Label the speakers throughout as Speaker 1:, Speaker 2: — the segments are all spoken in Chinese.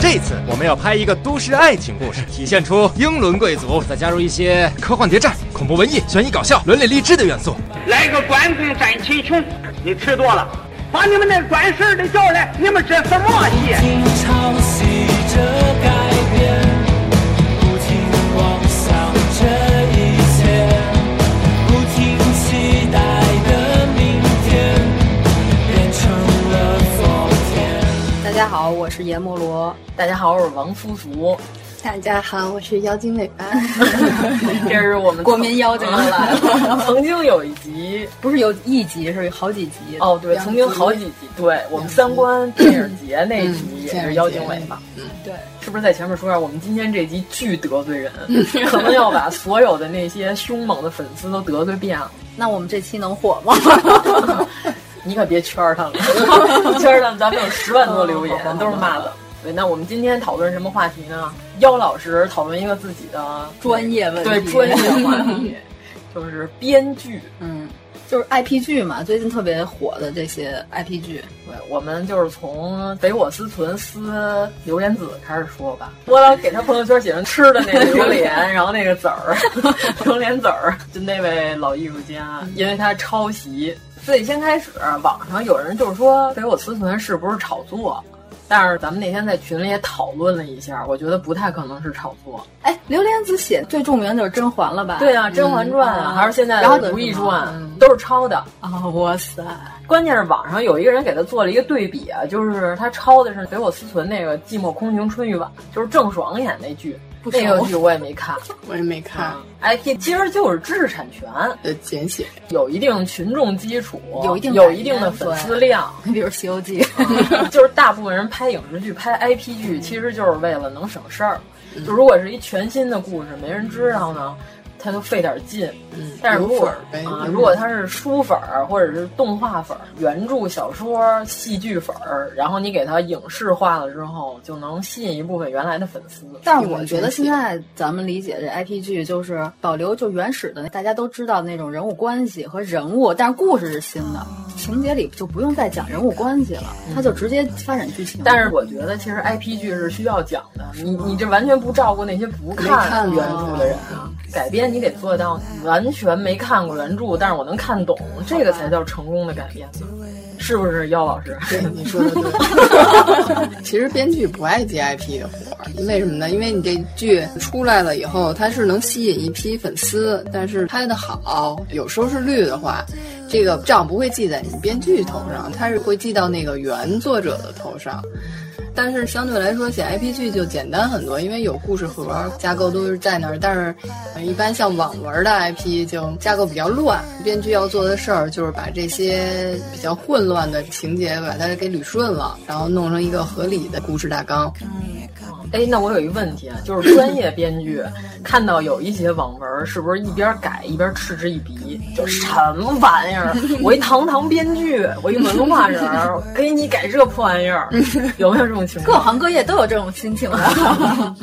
Speaker 1: 这次我们要拍一个都市爱情故事，体现出英伦贵族，再加入一些科幻谍战、恐怖文艺、悬疑搞笑、伦理励志的元素。
Speaker 2: 来个关公斩秦琼，你吃多了，把你们那管事儿的叫来，你们这什么戏？
Speaker 3: 大家好，我是阎摩罗。大家好，我是王夫福。
Speaker 4: 大家好，我是妖精尾巴。
Speaker 3: 这是 我们
Speaker 4: 国民妖精又来 了。
Speaker 3: 曾经有一集，不是有一集，是好几集。哦，对，
Speaker 4: 两集
Speaker 3: 曾经好几集。对我们三观电影节那一集也是妖精尾巴。
Speaker 4: 嗯对，
Speaker 3: 是不是在前面说下，我们今天这集巨得罪人， 可能要把所有的那些凶猛的粉丝都得罪遍了。
Speaker 4: 那我们这期能火 吗？
Speaker 3: 你可别圈儿他们，圈儿他们咱们有十万多留言，都是骂的。对，那我们今天讨论什么话题呢？妖老师讨论一个自己的
Speaker 4: 专业问题，
Speaker 3: 对专业话题，就是编剧。
Speaker 4: 嗯，就是 IP 剧嘛，最近特别火的这些 IP 剧。
Speaker 3: 对，我们就是从北我思存思榴莲子开始说吧。我老给他朋友圈写上吃的那个榴莲，然后那个籽儿， 榴莲籽儿，就那位老艺术家，因为他抄袭，所以先开始网上有人就是说北我思存是不是炒作，但是咱们那天在群里也讨论了一下，我觉得不太可能是炒作。
Speaker 4: 哎，榴莲子写最著名就是甄嬛了吧？
Speaker 3: 对啊，《甄嬛传》啊，
Speaker 4: 嗯
Speaker 3: 还是现在
Speaker 4: 然后
Speaker 3: 的《如懿
Speaker 4: 是吗
Speaker 3: 传》
Speaker 4: 嗯
Speaker 3: 都是抄的。
Speaker 4: 啊、哇塞！
Speaker 3: 关键是网上有一个人给他做了一个对比啊，就是他抄的是《北我思存》那个《寂寞空庭春欲晚》，就是郑爽演那剧，
Speaker 4: 不熟啊
Speaker 3: 那个剧我也 没看。
Speaker 5: 我也没看，
Speaker 3: 哎，其其实就是知识产权，
Speaker 5: 呃，简写
Speaker 3: 有一定群众基础，有
Speaker 4: 有一定
Speaker 3: 的粉丝量，
Speaker 4: 你比如《西游记》
Speaker 3: 就是大部分人拍影视剧、拍 IP 剧，其实就是为了能省事儿。就如果是一全新的故事，没人知道呢，他就费点劲。
Speaker 5: 嗯
Speaker 3: 但是如
Speaker 5: 有
Speaker 3: 果
Speaker 5: 粉儿呗
Speaker 3: 啊，
Speaker 5: 嗯
Speaker 3: 如果他是书粉儿或者是动画粉儿、原著小说、戏剧粉儿，然后你给他影视化了之后，就能吸引一部分原来的粉丝。
Speaker 4: 但是我觉得现在咱们理解这 IP 剧就是保留就原始的大家都知道那种人物关系和人物，但是故事是新的，情节里就不用再讲人物关系了，它就直接发展剧情。
Speaker 3: 但是我觉得其实 IP 剧是需要讲的，你你这完全不照顾那些不看原著的人啊。改编你得做到完全没看过原著，但是我能看懂，这个才叫成功的改编，是不是？妖老师，
Speaker 5: 对你说的对。其实编剧不爱接 IP 的活儿，为什么呢？因为你这剧出来了以后，它是能吸引一批粉丝，但是拍的好，有收视率的话，这个账不会记在你编剧头上，它是会记到那个原作者的头上。但是相对来说，写 IP 剧就简单很多，因为有故事盒，架构都是在那儿。但是，呃一般像网文的 IP 就架构比较乱，编剧要做的事儿就是把这些比较混乱的情节把它给捋顺了，然后弄成一个合理的故事大纲。
Speaker 3: 哎，那我有一问题啊，就是专业编剧看到有一些网文，是不是一边改一边嗤之以鼻？就是什么玩意儿？我一堂堂编剧，我一文化人儿，给你改这破玩意儿，有没有这种情
Speaker 4: 各
Speaker 3: 况？
Speaker 4: 行各业都有这种心情的。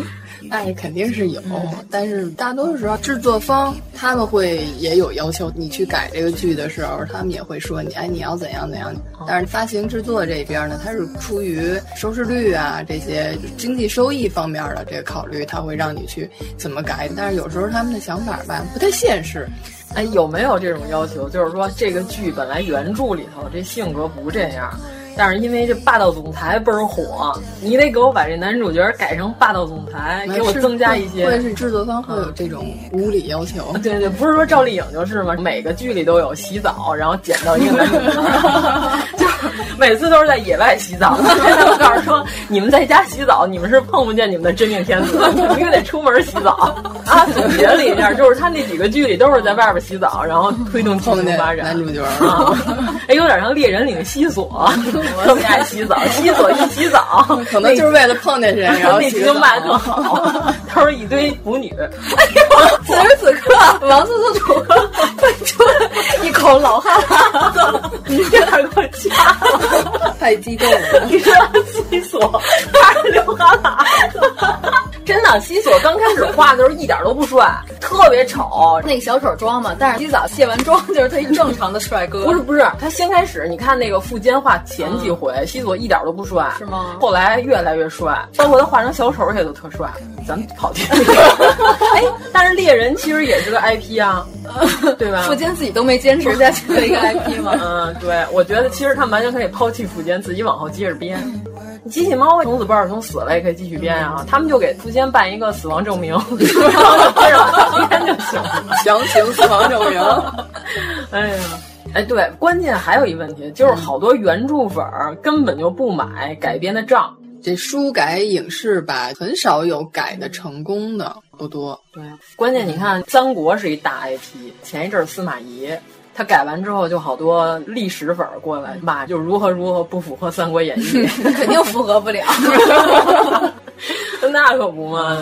Speaker 5: 那肯定是有，但是大多数时候制作方他们会也有要求，你去改这个剧的时候，他们也会说你哎你要怎样怎样。
Speaker 3: 哦
Speaker 5: 但是发行制作这边呢，它是出于收视率啊这些经济收益方面的这个考虑，他会让你去怎么改。但是有时候他们的想法吧不太现实，
Speaker 3: 哎，有没有这种要求？就是说，这个剧本来原著里头这性格不这样，但是因为这霸道总裁倍儿火，你得给我把这男主角改成霸道总裁，给我增加一些。嗯
Speaker 5: 会是制作方会有这种无理要求。
Speaker 3: 对对对，不是说赵丽颖就是嘛，每个剧里都有洗澡，然后捡到一个男主角， 就是每次都是在野外洗澡。我告诉说，你们在家洗澡，你们是碰不见你们的真命天子，你们又得出门洗澡。啊，总结了一下，就是他那几个剧里都是在外边洗澡，然后推动剧情发展。
Speaker 5: 男主角
Speaker 3: 啊， 哎，有点像猎人里的西 索，特别爱洗澡，西索一洗 澡，
Speaker 5: 可能就是为了 碰见谁，然后
Speaker 3: 那集
Speaker 5: 就
Speaker 3: 卖特好。 他说一堆腐女，
Speaker 4: 哎呦，此时此刻，王思思主 播喷出了一口老 汗，
Speaker 3: 你这点给我掐
Speaker 5: 了，太激动了。
Speaker 3: 你说西索，他是流哈喇。真的，西索刚开始画的时候一点都不帅，特别丑，
Speaker 4: 那个小丑妆嘛。但是洗澡卸完妆就是最正常的帅哥。
Speaker 3: 不是不是，他先开始你看那个富坚画前几回，嗯、西索一点都不帅，
Speaker 4: 是吗？
Speaker 3: 后来越来越帅，包括他画成小丑也都特帅。咱们 跑题了，哎，但是猎人其实也是个 IP 啊，对吧？
Speaker 4: 富坚自己都没坚持下去的一个 IP 嘛。
Speaker 3: 嗯，对，我觉得其实他们完全可以抛弃富坚，自己往后接着编。机器猫童子贝尔从死了也可以继续编啊，他们就给富坚办一个死亡证明，然后开始往编就行了。
Speaker 5: 详情死亡证明。
Speaker 3: 哎呀，哎对，关键还有一问题，就是好多原著粉儿根本就不买改编的账。
Speaker 5: 这书改影视吧，很少有改的成功的，不多。
Speaker 3: 对，关键你看，三国是一大 IP，前一阵司马懿。他改完之后，就好多历史粉儿过来骂，就如何如何不符合《三国演义》，
Speaker 4: 肯定符合不了。
Speaker 3: 那可不嘛，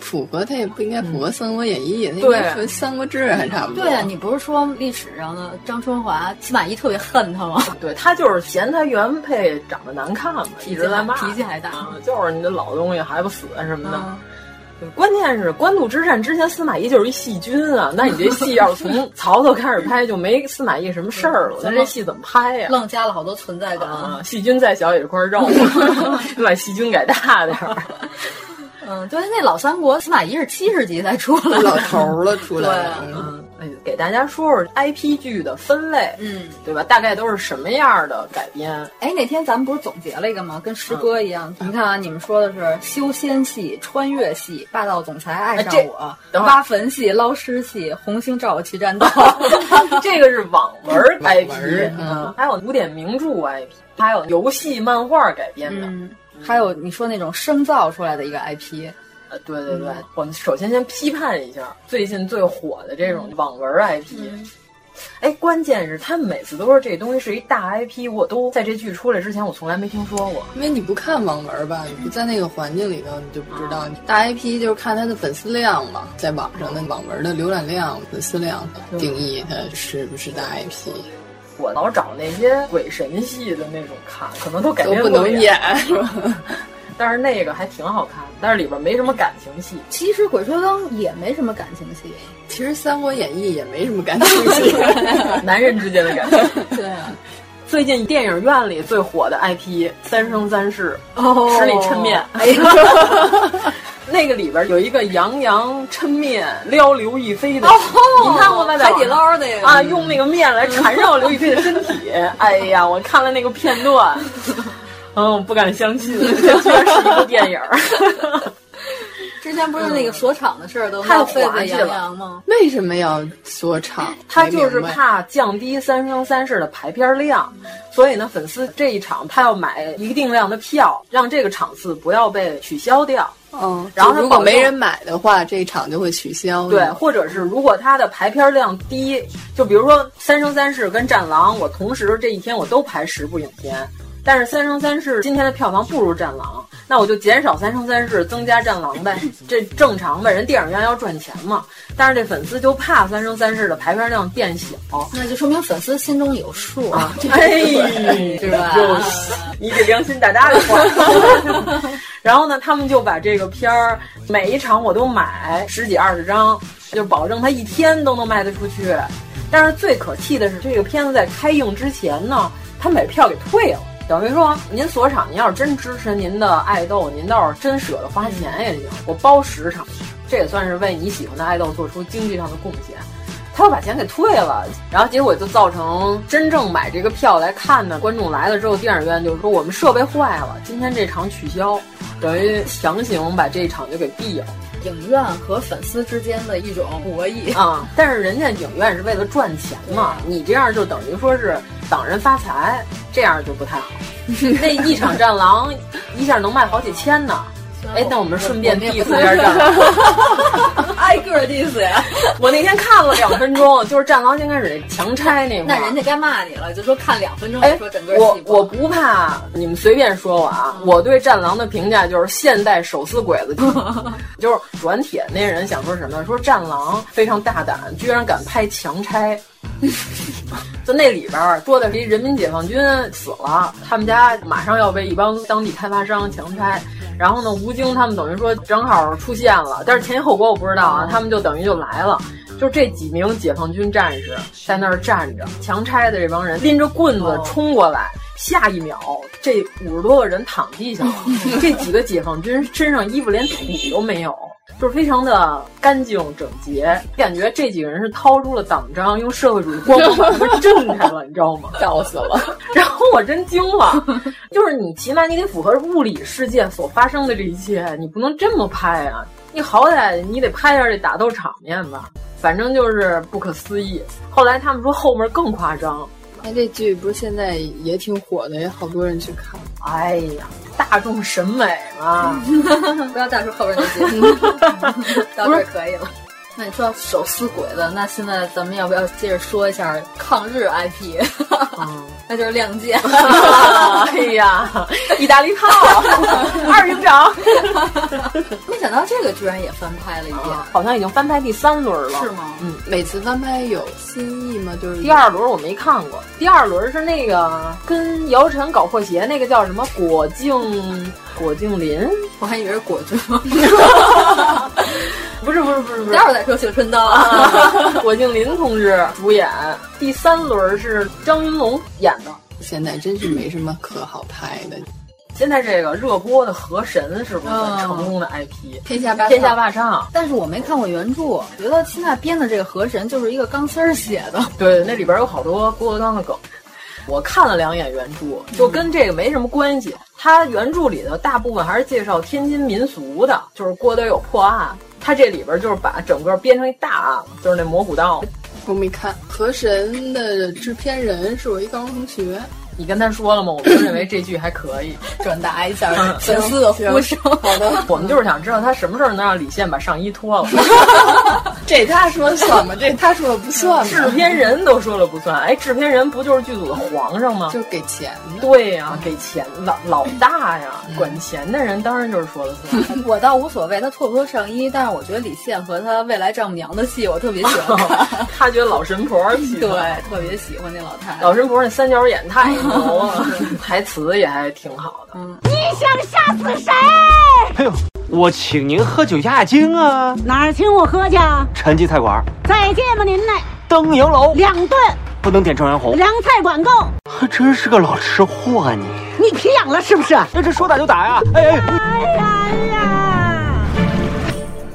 Speaker 5: 符合它也不应该符合《三国演义》，它应该符合《三国志》还差不多。
Speaker 4: 对啊，你不是说历史上的张春华、司马懿特别恨他吗？
Speaker 3: 对他就是嫌他原配长得难看嘛，一直在骂，啊嗯
Speaker 4: 脾气还大，嗯
Speaker 3: 就是你的老东西还不死啊什么的。关键是官渡之战之前，司马懿就是一细菌啊！那你这戏要是 从曹操开始拍，就没司马懿什么事儿了。
Speaker 4: 嗯
Speaker 3: 那这戏怎么拍呀、
Speaker 4: 啊？愣加了好多存在感、
Speaker 3: 啊。细菌再小也是块 肉，你把细菌改大点儿。
Speaker 4: 嗯，对，那老三国司马懿是七十集才出 来，
Speaker 5: 老头了出来
Speaker 3: 了。嗯，给大家说说 IP 剧的分类，
Speaker 4: 嗯，
Speaker 3: 对吧？大概都是什么样的改编？
Speaker 4: 哎，那天咱们不是总结了一个吗？跟诗
Speaker 3: 嗯
Speaker 4: 歌一样，你看啊，你们说的是修仙戏、穿越戏、霸道总裁
Speaker 3: 哎
Speaker 4: 爱上我、挖坟戏、捞尸戏、红星照我去战斗，
Speaker 3: 这个是网文 IP，嗯，还有古典名著 IP，还有游戏、漫画改编的。
Speaker 4: 嗯还有你说那种生造出来的一个 IP，
Speaker 3: 呃，对对对，嗯、我们首先先批判一下最近最火的这种网文 IP。嗯、哎，关键是他每次都说这东西是一大 IP，我都在这剧出来之前我从来没听说过。
Speaker 5: 因为你不看网文吧，你不在那个环境里头，你就不知道。嗯、大 IP 就是看它的粉丝量嘛，在网上的网文的浏览量、粉丝量定义它是不是大 IP。
Speaker 3: 我老找那些鬼神系的那种看，可能都改编
Speaker 5: 不能演，
Speaker 3: 但是那个还挺好看，但是里边没什么感情戏。
Speaker 4: 其实《鬼吹灯》也没什么感情戏，
Speaker 5: 其实《三国演义》也没什么感情戏，
Speaker 3: 男人之间的感情。
Speaker 4: 对啊，
Speaker 3: 最近电影院里最火的 IP《三生三世》，十里抻面。 哎呀。 那个里边有一个杨洋抻面撩刘亦菲的，你看过吗？
Speaker 4: 海底捞那个
Speaker 3: 啊，用那个面来缠绕刘亦菲的身 体。哎呀，我看了那个片 段，嗯，不敢相 信，这居然是一部电影。
Speaker 4: 之前不是那个锁厂的事儿都太沸沸扬扬吗？
Speaker 5: 为什么要锁厂？
Speaker 3: 他就是怕降低《三生三世》的排片量，所以呢，粉丝这一场他要买一定量的票，让这个场次不要被取消掉。
Speaker 5: 嗯，
Speaker 3: 然后
Speaker 5: 如果没人买的话，这一场就会取消。
Speaker 3: 对，或者是如果它的排片量低，就比如说《三生三世》跟《战狼》，我同时这一天我都排十部影片，但是《三生三世》今天的票房不如《战狼》，那我就减少《三生三世》，增加《战狼》呗，这正常呗，人电影院要赚钱嘛。但是这粉丝就怕《三生三世》的排片量变小，
Speaker 4: 那就说明粉丝心中有数啊，
Speaker 3: 哎，
Speaker 4: 是 吧？
Speaker 3: 你给良心大大的话。 然后呢，他们就把这个片儿每一场我都买十几二十张，就保证它一天都能卖得出去。但是最可气的是，这个片子在开映之前呢，他把票给退了。等于说，您锁场，您要是真支持您的爱豆，您倒是真舍得花钱也行，我包十场，这也算是为你喜欢的爱豆做出经济上的贡献。他又把钱给退了，然后结果就造成真正买这个票来看的观众来了之后，电影院就是说我们设备坏了，今天这场取消，等于强行把这一场就给毙了。
Speaker 4: 影院和粉丝之间的一种博弈
Speaker 3: 啊、但是人家影院是为了赚钱嘛，你这样就等于说是挡人发财，这样就不太 好。那一场《战狼》一下能卖好几千呢。哎，那我们顺便 diss 一下《啊战狼》。
Speaker 4: 挨个 diss 呀。
Speaker 3: 我那天看了两分钟，就是《战狼》先开始强拆那块
Speaker 4: 那
Speaker 3: 儿。
Speaker 4: 人家该骂你了，就说看两分钟，
Speaker 3: 哎
Speaker 4: 说整个，嗯
Speaker 3: 我
Speaker 4: 戏不
Speaker 3: 我不怕你们随便说我啊，我对《战狼》的评价就是现代手撕鬼子， 就是转帖那人想说什么，说《战狼》非常大胆，居然敢拍强拆。就那里边儿说的是一人民解放军死了，他们家马上要被一帮当地开发商强拆。
Speaker 4: 嗯
Speaker 3: 然后呢，吴京他们等于说正好出现了，但是前因后果我不知道
Speaker 4: 嗯
Speaker 3: 啊，他们就等于就来了。就这几名解放军战士在那儿站着，强拆的这帮人拎着棍
Speaker 4: 哦
Speaker 3: 子冲过来，下一秒这五十多个人躺地
Speaker 4: 哦
Speaker 3: 上了，这几个解放军身上衣服连土都没有，就是非常的干净整洁，感觉这几个人是掏出了党章，用社会主义光谱把他们震开了，你知道吗？
Speaker 4: 笑死了。
Speaker 3: 然后我真惊了，就是你起码你得符合物理世界所发生的这一切，你不能这么拍啊！你好歹你得拍一下这打斗场面吧，反正就是不可思议。后来他们说后面更夸张，
Speaker 5: 哎，这剧不是现在也挺火的，也好多人去看。
Speaker 3: 哎呀，大众审美 嘛，
Speaker 4: 不要再说后边 那
Speaker 3: 嗯
Speaker 4: 些， 到这儿可以了。那你说手撕鬼子，那现在咱们要不要接着说一下抗日 IP？那
Speaker 3: 嗯
Speaker 4: 就是《亮剑》
Speaker 3: 哎呀，意大利炮，二营长，
Speaker 4: 没想到这个居然也翻拍了一遍，
Speaker 3: 好像已经翻拍第三轮了，
Speaker 4: 啊是？吗？
Speaker 3: 嗯，
Speaker 5: 每次翻拍有新意吗？就是
Speaker 3: 第二轮我没看过，第二轮是那个跟姚晨搞破鞋那个叫什么果静果静 林，
Speaker 4: 我还以为是果汁。
Speaker 3: 不是不是不是不是
Speaker 4: 待。会儿再说《绣春刀》啊
Speaker 3: 果静林同志主演，第三轮是张云龙演的。
Speaker 5: 现在真是没什么可好拍的，
Speaker 3: 现在这个热播的《河神》是不是
Speaker 4: 嗯
Speaker 3: 成功的 IP？
Speaker 5: 天下霸
Speaker 3: 天下霸唱，
Speaker 4: 但是我没看过原著，觉得辛娜编的这个河神就是一个钢丝儿写的，
Speaker 3: 对，那里边有好多郭德纲的梗。我看了两眼原著，就跟这个没什么关系。它原著里头大部分还是介绍天津民俗的，就是郭德有破案，它这里边就是把整个编成一大案，就是那蘑菇道。
Speaker 5: 我没看。河神的制片人是我一高中同学，
Speaker 3: 你跟他说了吗？我们认为这剧还可以。
Speaker 4: 转达一下
Speaker 5: 嗯
Speaker 4: 粉丝的呼声。好的，
Speaker 3: 我们就是想知道他什么时候能让李现把上衣脱了。
Speaker 5: 这他说算吗？这他说的不算
Speaker 3: 制
Speaker 5: 吗？
Speaker 3: 片人都说了不算，哎，制片人不就是剧组的皇上吗？
Speaker 5: 就给钱的。
Speaker 3: 对呀、给钱 老老大呀，
Speaker 5: 嗯
Speaker 3: 管钱的人当然就是说了 算。
Speaker 4: 我倒无所谓，他脱不脱上衣，但是我觉得李现和他未来丈母娘的戏，我特别喜 欢看。
Speaker 3: 他觉得老神婆喜
Speaker 4: 对
Speaker 3: 欢，，
Speaker 4: 特别喜欢那老太太。
Speaker 3: 老神婆那三角眼 太牛了，台词也还挺好的。
Speaker 6: 哎我请您喝酒压惊啊！
Speaker 7: 哪儿请我喝去啊？
Speaker 6: 陈记菜馆
Speaker 7: 再见吧您嘞，
Speaker 6: 灯影楼
Speaker 7: 两顿
Speaker 6: 不能点蒸羊红，
Speaker 7: 凉菜管够，
Speaker 6: 还真是个老吃货啊你！
Speaker 7: 你皮痒了是不是？
Speaker 6: 哎，这说打就打呀！哎哎，
Speaker 7: 哎呀哎呀！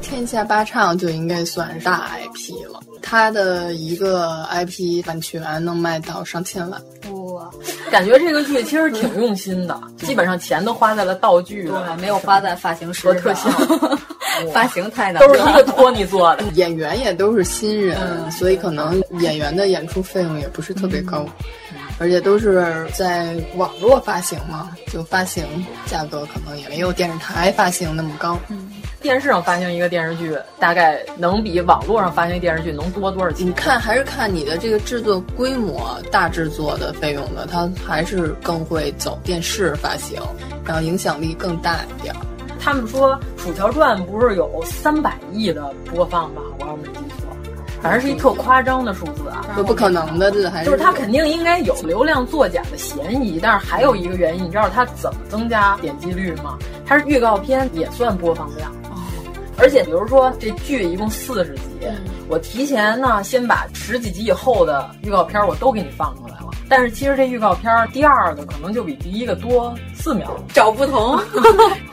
Speaker 5: 天下八唱就应该算是大 IP 了，它的一个 IP 版权能卖到上千万。
Speaker 4: 哇，
Speaker 3: 感觉这个剧其实挺用心的，基本上钱都花在了道具
Speaker 4: 对，
Speaker 3: 了，
Speaker 4: 没有花在发型师
Speaker 3: 和特效
Speaker 4: 上 发型太难
Speaker 3: 都是一
Speaker 4: 了
Speaker 3: 个托尼做的。
Speaker 5: 演员也都是新人，
Speaker 4: 嗯
Speaker 5: 所以可能演员的演出费用也不是特别高，
Speaker 4: 嗯
Speaker 5: 而且都是在网络发行嘛，就发行价格可能也没有电视台发行那么高。
Speaker 4: 嗯
Speaker 3: 电视上发行一个电视剧，大概能比网络上发行一电视剧能多多少钱
Speaker 5: 你？看还是看你的这个制作规模，大制作的费用的，它还是更会走电视发行，然后影响力更大一点儿。
Speaker 3: 他们说《楚乔传》不是有三百亿的播放吗？我要没记错，反正是一特夸张的数字啊。
Speaker 4: 嗯
Speaker 5: 就不可能的，这还
Speaker 3: 就是是他肯定应该有流量作假的嫌疑，但是还有一个原因，你知道他怎么增加点击率吗？他是预告片也算播放量，
Speaker 4: 哦
Speaker 3: 而且比如说这剧一共四
Speaker 4: 嗯
Speaker 3: 十集，我提前呢先把十几集以后的预告片我都给你放出来了，但是其实这预告片儿第二个可能就比第一个多四秒，
Speaker 4: 找不同，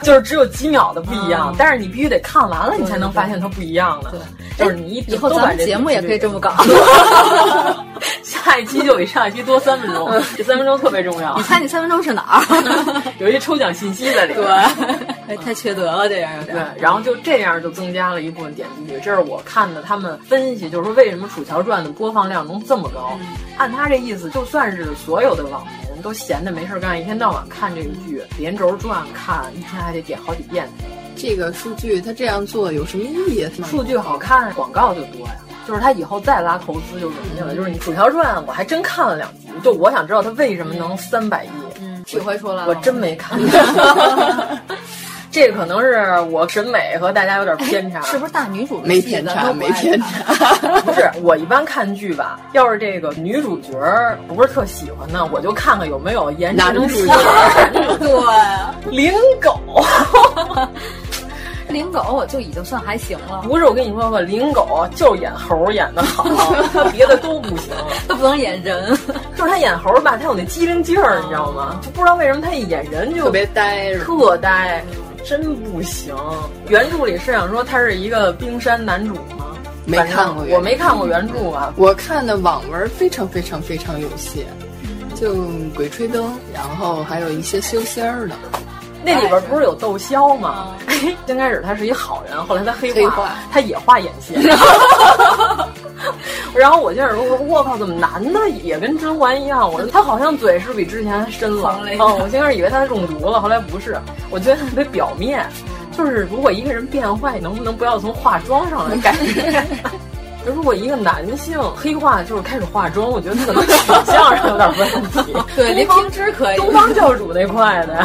Speaker 3: 就是只有几秒的不一样。
Speaker 4: 嗯
Speaker 3: 但是你必须得看完了，你才能发现它不一样了。就是你一
Speaker 4: 哎以后
Speaker 3: 都
Speaker 4: 咱
Speaker 3: 把
Speaker 4: 们
Speaker 3: 这
Speaker 4: 节目也可以这么搞。
Speaker 3: 下一期就比上一期多三分钟，这三分钟特别重 要
Speaker 4: 你。猜你三分钟是哪儿？
Speaker 3: 有一抽奖信息在 里面。
Speaker 4: 对，太缺德了，这样有
Speaker 3: 对
Speaker 4: 点儿。，
Speaker 3: 然后就这样就增加了一部分点击率，这是我看的他们分析，就是说为什么《楚乔传》的播放量能这么高。按他这意思，就算是所有的网红都闲着没事儿干，一天到晚看这个剧，连轴转看，一天还得点好几遍。
Speaker 5: 这个数据它这样做有什么意义？
Speaker 3: 数据好看，广告就多呀。就是他以后再拉投资就容易了。就是你《楚乔传》，我还真看了两集，就我想知道他为什么能三百亿。嗯，
Speaker 4: 体会出来了
Speaker 3: 我真 没看。这可能是我审美和大家有点偏 差，啊
Speaker 4: 是不是大女主的
Speaker 3: 没
Speaker 4: 戏
Speaker 3: 偏
Speaker 4: 咱
Speaker 3: 差
Speaker 4: 都不
Speaker 3: 没
Speaker 4: 爱看
Speaker 3: 偏不是，我一般看剧吧，要是这个女主角儿不是特喜欢呢，我就看看有没有颜值
Speaker 4: 男
Speaker 3: 能
Speaker 4: 主
Speaker 3: 吸
Speaker 4: 角
Speaker 3: 引人。
Speaker 4: 对，啊
Speaker 3: 林狗，
Speaker 4: 林狗我就已经算还行了，
Speaker 3: 不是我跟你说吧，林狗就是演猴儿演 的好，他别的都不行。
Speaker 4: 都不能演人。
Speaker 3: 就是他演猴儿吧，他有那机灵劲儿，你知道吗？就不知道为什么他一演人就
Speaker 5: 特别呆是吧
Speaker 3: 特呆，真不行。原著里是想说他是一个冰山男主吗？
Speaker 5: 没
Speaker 3: 反正
Speaker 5: 看过原著
Speaker 3: 我没看过原著啊。
Speaker 5: 我看的网文非常非常非常有限，
Speaker 4: 嗯
Speaker 5: 就《鬼吹灯》，然后还有一些修仙儿的。
Speaker 3: 那里
Speaker 4: 哎
Speaker 3: 边不是有窦骁吗？
Speaker 4: 啊
Speaker 3: 先开始他是一好人，后来他黑化，
Speaker 5: 黑化
Speaker 3: 他也画眼 线。然后我就想说，我靠，怎么男的也跟甄嬛一样？我说他好像嘴是比之前深了
Speaker 4: 红了。一下
Speaker 3: 哦，我先开始以为他中毒了，后来不是，我觉得特别表面。就是如果一个人变坏，能不能不要从化妆上来改变？ 如果一个男性黑化就是开始化妆，我觉得可能取向上有点问题。
Speaker 4: 对
Speaker 3: 东
Speaker 4: 您
Speaker 3: 方
Speaker 4: 平之可以
Speaker 3: 东方教主那块的，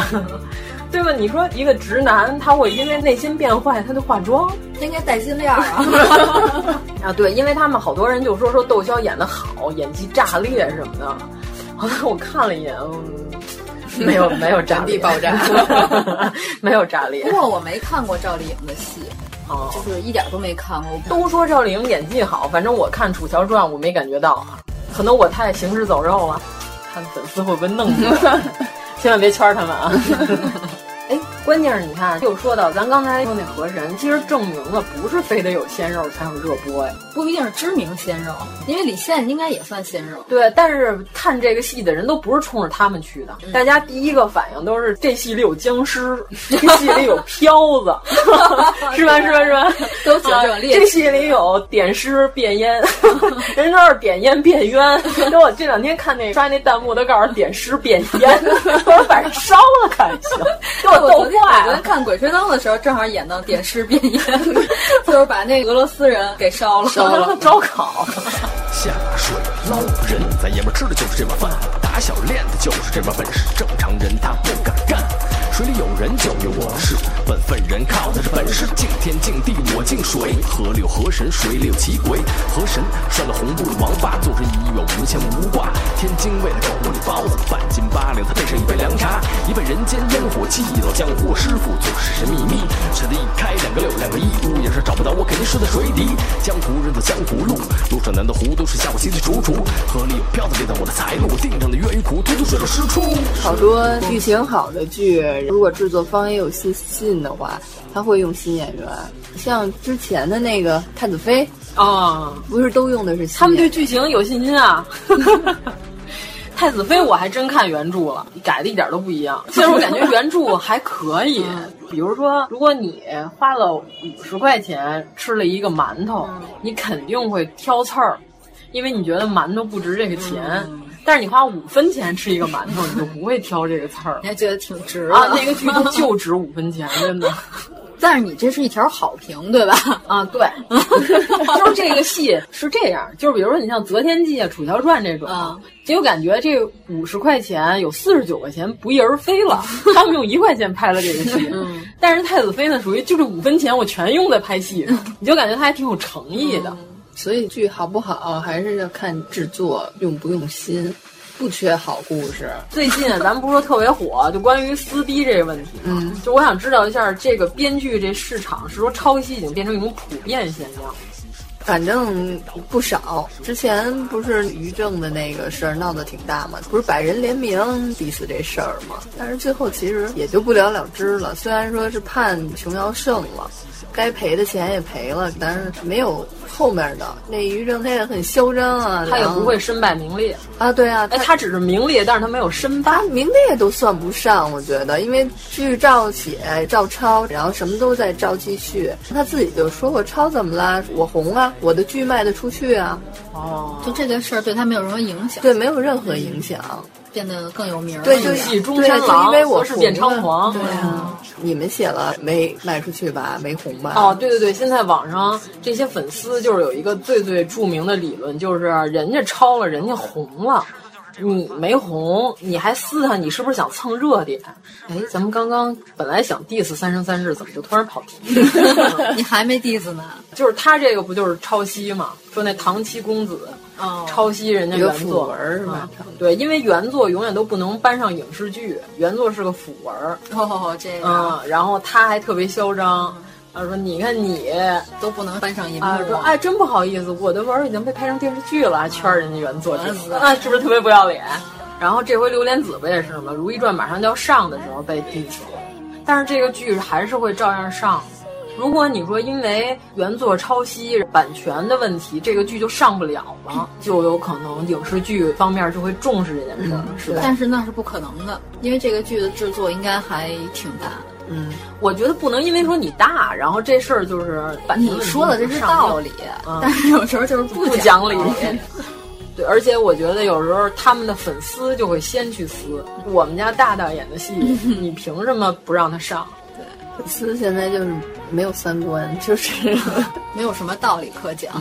Speaker 3: 对吧？你说一个直男，他会因为内心变坏，他就化妆
Speaker 4: 应该戴金链儿啊。
Speaker 3: 啊？对，因为他们好多人就说说窦骁演的好，演技炸裂什么的。后来我看了一眼，嗯，没有没有炸裂，
Speaker 4: 原地 爆炸，
Speaker 3: 没有炸裂
Speaker 4: 不。过我没看过赵丽颖的戏，
Speaker 3: 哦
Speaker 4: 就是一点儿都没看过。
Speaker 3: 都说赵丽颖演技好，反正我看《楚乔传》我没感觉到啊，可能我太行尸走肉了，看粉丝会不会弄 我，千万别圈他们啊！ 哎，关键是你看，又说到咱刚才说那河神，其实证明了不是非得有鲜肉才有热播呀。
Speaker 4: 不一定是知名鲜肉，因为李现应该也算鲜肉。
Speaker 3: 对，但是看这个戏的人都不是冲着他们去的，大家第一个反应都是这戏里有僵 尸，这戏里有飘子， 是吧？是吧？是吧？
Speaker 4: 都喜欢
Speaker 5: 啊
Speaker 4: 这种猎奇
Speaker 3: 这戏里有点尸 变烟，人都是点烟变冤。那我这两天看那刷那弹幕都告诉点尸变烟， 我说反正烧了看 行，给我
Speaker 4: 昨
Speaker 3: 逗
Speaker 4: 天
Speaker 5: 啊
Speaker 3: 坏
Speaker 4: 我昨天
Speaker 3: 了。
Speaker 4: 看《鬼吹灯》的时候，正好演到点尸变烟， 就是把那俄罗斯人给烧了，
Speaker 3: 烧了烧烤，
Speaker 8: 下水捞人，咱爷们儿吃的就是这碗饭，打小练的就是这门本事，正常人他不敢干。水里有人就有我是，本分人靠的是本事，敬天敬地我敬水，河里有河神，水里有奇鬼，河神拴了红布的王八，做人一远无牵无挂，天津卫的狗窝里包子，半斤八两他配上一杯凉茶，一杯人间烟火气，一老江湖师傅就是神秘秘，水的一开两个六两个一，屋檐上找不到我肯定是在水底，江湖人走江湖路，路上南的湖都是下我西的楚楚，河里有漂子，别挡我的财路，定上的越狱苦，突突水落石出。
Speaker 5: 好多剧情好的剧，如果制作方也有信心的话，他会用新演员。像之前的那个太子妃
Speaker 3: 啊，
Speaker 5: 不是都用的是新
Speaker 3: 他们对
Speaker 5: 演员
Speaker 3: 剧情有信心啊。太子妃我还真看原著了，改的一点都不一样。其实我感觉原著还可以，比如说，如果你花了五十块钱吃了一个馒头，你肯定会挑刺儿，因为你觉得馒头不值这个钱。但是你花五分钱吃一个馒头，你就不会挑这个刺儿
Speaker 4: 你还觉得挺值的
Speaker 3: 啊。那个剧它就值五分钱，真的。
Speaker 4: 但是你这是一条好评，对吧？
Speaker 3: 啊， 对， 就是这个戏是这样，就是比如说你像《择天记》啊，《楚乔传》这种，就感觉这五十块钱有四十九块钱不翼而飞了。他们用一块钱拍了这个戏，但是太子妃呢，属于就这五分钱我全用在拍戏上，你就感觉他还挺有诚意的。
Speaker 5: 所以剧好不好还是要看制作用不用心，不缺好故事。
Speaker 3: 最近啊咱们不是说特别火，就关于撕逼这个问题，
Speaker 5: 嗯，
Speaker 3: 就我想知道一下，这个编剧这市场是说抄袭已经变成一种普遍现象，
Speaker 5: 反正不少。之前不是于正的那个事儿闹得挺大嘛，不是百人联名 diss 这事儿嘛，但是最后其实也就不了了之了。虽然说是判琼瑶胜了，该赔的钱也赔了，但是没有后面的。那于正他也很嚣张啊，
Speaker 3: 他也
Speaker 5: 然后
Speaker 3: 不会身败名裂
Speaker 5: 啊，对啊，
Speaker 3: 哎，他只是名列，但是他没有身败。
Speaker 5: 他名列都算不上，我觉得，因为剧照写、照抄，然后什么都在照继续。他自己就说过，抄怎么啦？我红啊，我的剧卖得出去啊。
Speaker 3: 哦，
Speaker 4: 就这个事儿对他没有什么影响，
Speaker 5: 对，没有任何影响。
Speaker 4: 变得更有名儿了。
Speaker 5: 对，就
Speaker 3: 戏中
Speaker 5: 对
Speaker 3: 山
Speaker 5: 就
Speaker 3: 狼
Speaker 5: 因为我
Speaker 3: 我是扁
Speaker 5: 红了
Speaker 3: 昌皇
Speaker 5: 对啊，你们写了没卖出去吧？没红吧？
Speaker 3: 哦，，对对对，现在网上这些粉丝就是有一个最最著名的理论，就是人家抄了，人家红了。你没红，你还撕他，你是不是想蹭热点？哎，咱们刚刚本来想 diss《三生三世》，怎么就突然跑题？
Speaker 4: 你还没 diss 呢，
Speaker 3: 就是他这个不就是抄袭嘛？说那唐七公子，抄袭人家
Speaker 5: 哦一个
Speaker 3: 原
Speaker 5: 腐
Speaker 3: 作嗯
Speaker 5: 文儿是吧？
Speaker 3: 对，因为原作永远都不能搬上影视剧，原作是个腐文儿。
Speaker 4: 哦，这个、
Speaker 3: 嗯，然后他还特别嚣张，他说：“你看你
Speaker 4: 都不能搬上银幕。
Speaker 3: 啊，说哎，真不好意思，我的文儿已经被拍成电视剧了，还圈人家原作者
Speaker 4: 烦死了
Speaker 3: 啊，是不是特别不要脸？然后这回榴莲子不也是吗？《如懿传》马上就要上的时候被 diss 了，但是这个剧还是会照样上。如果你说因为原作抄袭、版权的问题，这个剧就上不了了，就有可能影视剧方面就会重视这件事儿，是吧？
Speaker 4: 但是那是不可能的，因为这个剧的制作应该还挺大。
Speaker 5: 嗯，
Speaker 3: 我觉得不能因为说你大，然后这事儿就是
Speaker 5: 嗯
Speaker 3: 版权
Speaker 4: 你说的这是道理，但是有时候就是
Speaker 3: 不
Speaker 4: 讲
Speaker 3: 讲理。 对，而且我觉得有时候他们的粉丝就会先去撕。我们家大大演的 戏，你凭什么不让他上？
Speaker 5: 粉丝现在就是没有三观，就是 嗯
Speaker 4: 没有什么道理可讲。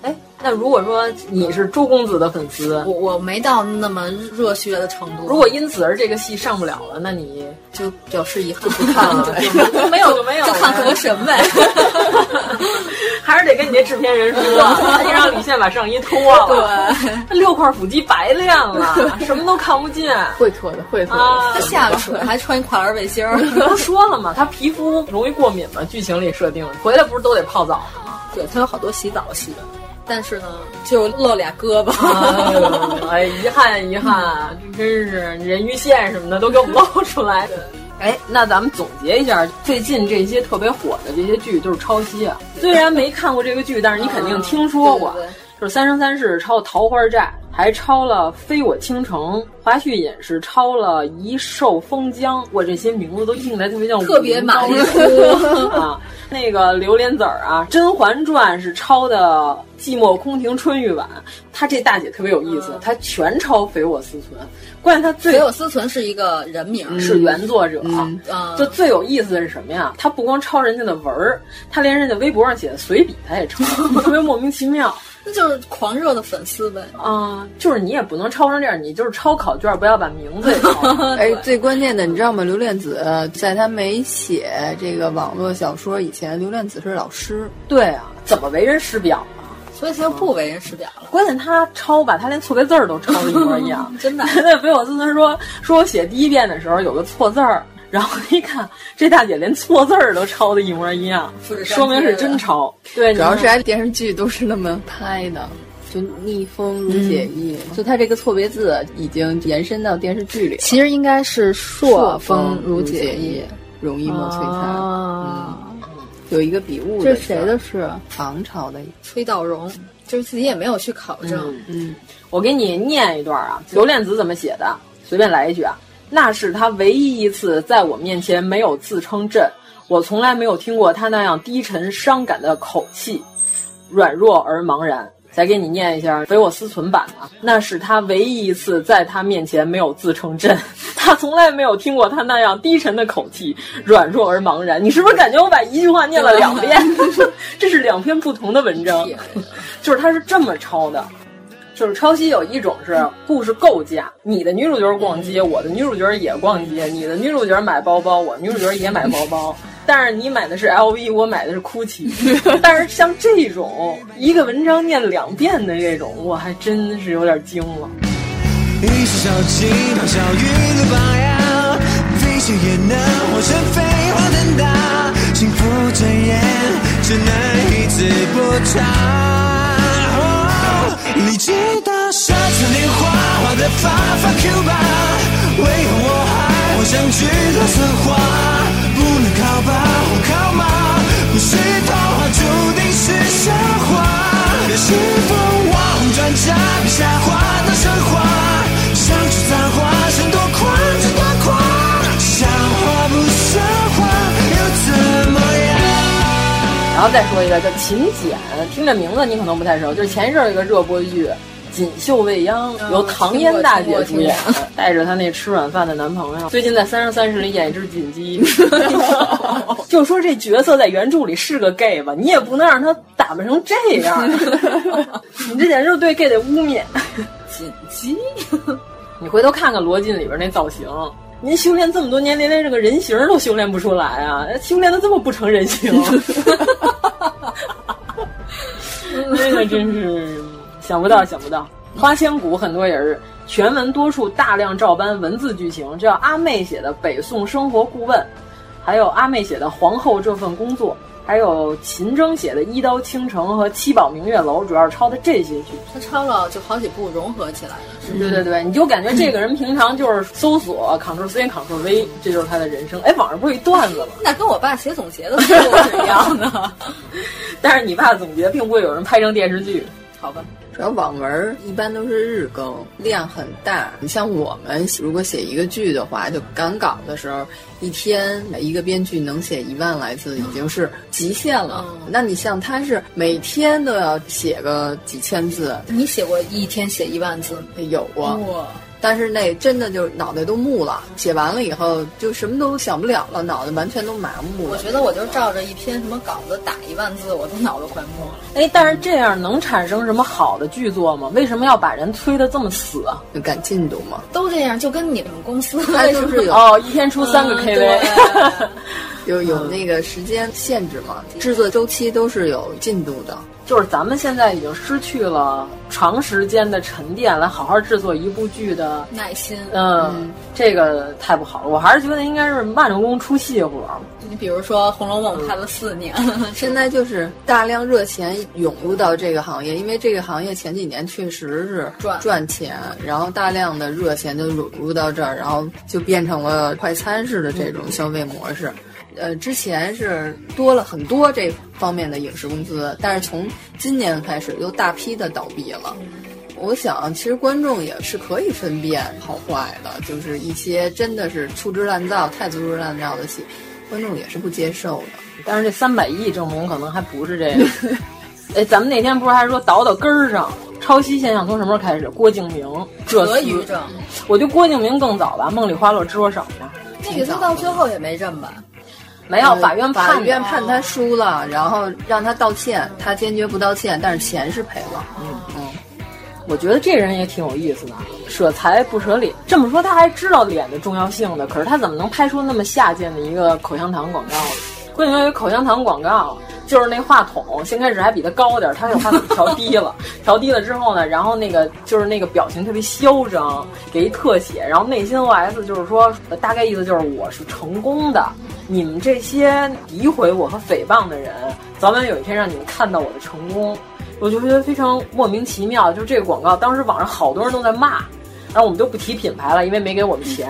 Speaker 3: 哎，那如果说你是周公子的粉丝，
Speaker 4: 我我没到那么热血的程度，
Speaker 3: 如果因此而这个戏上不了了，那你
Speaker 4: 就表示遗憾，
Speaker 3: 不看了， 就没有就没有，
Speaker 4: 就看河神 呗。
Speaker 3: 还是得跟你那制片 人说，你让李现把上衣脱了，对，六块腹肌白练 了，啊什么都看不见。
Speaker 5: 会脱的，会脱
Speaker 3: 啊
Speaker 5: 的。
Speaker 4: 他下个水还穿一跨栏背心儿，
Speaker 3: 不是说了吗？他皮肤容易过敏嘛，剧情里设定了，回来不是都得泡澡 吗？
Speaker 4: 对他有好多洗澡戏，但是呢，就露俩胳膊。
Speaker 5: 啊
Speaker 3: 哎，遗憾遗憾，真是人鱼线什么的都给我们露出来。哎，那咱们总结一下，最近这些特别火的这些剧都是抄袭啊。虽然没看过这个剧，但是你肯定听说过，
Speaker 4: 对对对
Speaker 3: 就是《三生三世》抄《桃花寨》，还抄了《非我倾城》，华胥引是抄了《一兽封疆》。我这些名字都听起来特别像
Speaker 4: 特别马
Speaker 3: 马
Speaker 4: 丽
Speaker 3: 苏 啊。那个榴莲籽儿啊，《甄嬛传》是抄的《寂寞宫廷春欲晚》，她这大姐特别有意思，她全抄匪我思存。关键她最
Speaker 4: 肥嗯我思存是一个人名儿，
Speaker 3: 是原作者。
Speaker 5: 嗯
Speaker 4: 嗯，
Speaker 3: 就最有意思的是什么呀？她不光抄人家的文儿，她连人家微博上写的随笔她也抄，特别莫名其妙。
Speaker 4: 那就是狂热的粉丝呗。
Speaker 3: 啊、就是你也不能抄成这样，你就是抄考卷，不要把名字也 抄。
Speaker 5: 哎，最关键的，你知道吗？刘恋子呃在他没写这个网络小说以前，刘恋子是老师。
Speaker 3: 对啊，怎么为人师表啊？
Speaker 4: 所以他就不为人师表了，
Speaker 3: 关键他抄吧，他连错别字儿都抄的一模一样。
Speaker 4: 真 的。
Speaker 3: 那被我思存说说我写第一遍的时候有个错字儿，然后一看这大姐连错字儿都抄的一模一样，
Speaker 4: 复制粘贴的
Speaker 3: 说明是真抄。对，
Speaker 5: 主要
Speaker 3: 你
Speaker 5: 是
Speaker 3: 看
Speaker 5: 还电视剧都是那么拍的，就逆风如解
Speaker 4: 嗯
Speaker 5: 意，就他这个错别字已经延伸到电视剧里了。
Speaker 4: 其实应该是朔
Speaker 5: 风
Speaker 4: 如
Speaker 5: 解
Speaker 4: 意，，
Speaker 5: 容易莫摧残。嗯
Speaker 4: 啊，
Speaker 5: 有一个笔误，
Speaker 4: 这是谁的事？啊
Speaker 5: 唐朝的，
Speaker 4: 崔道融，就是自己也没有去考证。
Speaker 3: 嗯
Speaker 5: 嗯，
Speaker 3: 我给你念一段啊，刘恋子怎么写的？随便来一句啊，那是他唯一一次在我面前没有自称朕，我从来没有听过他那样低沉伤感的口气，软弱而茫然。再给你念一下《唯我思存》版啊，那是他唯一一次在他面前没有自称朕， 他从来没有听过他那样低沉的口气，软弱而茫然。你是不是感觉我把一句话念了两遍？这是两篇不同的文章， 就是他是这么抄的。就是抄袭有一种是故事构架，你的女主角逛街，我的女主角也逛街，你的女主角买包包，我女主角也买包包。但是你买的是 LV，我买的是 GUCCI。但是像这种一个文章念两遍的这种，我还真是有点惊了。
Speaker 9: 一只小鸡把小啊鱼的榜样，飞行也能化身飞黄腾达，幸福遮掩，只能一字不差。哦你知道下次年华划的发发 Q 吧？为何我还幻想去到神话？不能靠吧，我靠吗？不是童话，注定是神话。任西风往红转嫁，笔下画的神话，像出残花，像多狂，像多狂，像花不像花，又怎么样？
Speaker 3: 然后再说一个叫《秦简》，听这名字你可能不太熟，就是前一阵儿有一个热播剧《锦绣未央》，由唐嫣大姐主演，带着她那吃软饭的男朋友，最近在《三生三世》里演一只锦鸡。 就说这角色在原著里是个 gay 吧，你也不能让他打扮成这样， 你这简直就是对 gay 的污蔑。 锦鸡， 你回头看看罗晋里边那造型。您修炼这么多年，连那这个人形都修炼不出来啊！修炼的这么不成人形，那个真是想不到，想不到。花千骨很多也是全文多数大量照搬文字剧情，这叫阿妹写的《北宋生活顾问》，还有阿妹写的《皇后这份工作》，还有秦征写的《一刀倾城》和《七宝明月楼》，主要是抄的这些剧。
Speaker 4: 他抄了就好几部融合起来了。
Speaker 3: 对对对，你就感觉这个人平常就是搜索 Ctrl C Ctrl V，这就是他的人生。哎，网上不是一段子吗？
Speaker 4: 那跟我爸写总结的思路是一样的。
Speaker 3: 但是你爸总结并不会有人拍成电视剧，好吧？
Speaker 5: 主要网文儿一般都是日更，量很大。你像我们如果写一个剧的话，就赶稿的时候，一天一个编剧能写一万来字已经是极限了。
Speaker 4: 嗯
Speaker 5: 那你像他是每天都要写个几千字，
Speaker 4: 你写过一天写一万字？
Speaker 5: 有啊。但是那真的就脑袋都木了，写完了以后就什么都想不了了，脑袋完全都麻木了。
Speaker 4: 我觉得我就照着一篇什么稿子打一万字，我都脑子快没了。
Speaker 3: 哎，但是这样能产生什么好的剧作吗？为什么要把人催得这么死啊？
Speaker 5: 就赶进度嘛。
Speaker 4: 都这样，就跟你们公司
Speaker 5: 他就 是 有嗯
Speaker 3: 哦，一天出三个 KV，、
Speaker 5: 有有那个时间限制嘛，制作周期都是有进度的。
Speaker 3: 就是咱们现在已经失去了长时间的沉淀来好好制作一部剧的
Speaker 4: 耐心。
Speaker 3: 嗯，这个太不好了，我还是觉得应该是慢着工出细活儿。
Speaker 4: 你比如说《红楼梦》拍了四 年，
Speaker 5: 现在就是大量热钱涌入到这个行业，因为这个行业前几年确实是
Speaker 4: 赚
Speaker 5: 赚钱，然后大量的热钱就涌入到这儿，然后就变成了快餐式的这种消费模式。呃，之前是多了很多这方面的影视公司，但是从今年开始又大批的倒闭了。我想，其实观众也是可以分辨好坏的，就是一些真的是粗制滥造、太粗制滥造的戏，观众也是不接受的。
Speaker 3: 但是这三百亿证明可能还不是这 个。哎，咱们那天不是还说倒到根儿上，抄袭现象从什么时候开始？郭敬明这嗯
Speaker 4: 得
Speaker 3: 次
Speaker 4: 抑郁症，
Speaker 3: 我觉得郭敬明更早吧，《梦里花落知我手》呢。
Speaker 4: 那个他到最后也没认吧？
Speaker 3: 没有
Speaker 5: 呃
Speaker 3: 法院判
Speaker 5: 法
Speaker 3: 的
Speaker 5: 院判他输了，然后让他道歉，他坚决不道歉，但是钱是赔了。嗯嗯，
Speaker 3: 我觉得这人也挺有意思的，舍财不舍脸。这么说，他还知道脸的重要性的，可是他怎么能拍出那么下贱的一个口香糖广告呢？郭敬明有一口香糖广告，就是那话筒，先开始还比他高点儿，他把话筒调低 了，调低了之后呢，然后那个就是那个表情特别嚣张，给一特写，然后内心 OS 就是说，呃大概意思就是我是成功的，你们这些诋毁我和诽谤的人，早晚有一天让你们看到我的成功。我就觉得非常莫名其妙，就是这个广告，当时网上好多人都在骂，然后我们就不提品牌了，因为没给我们钱。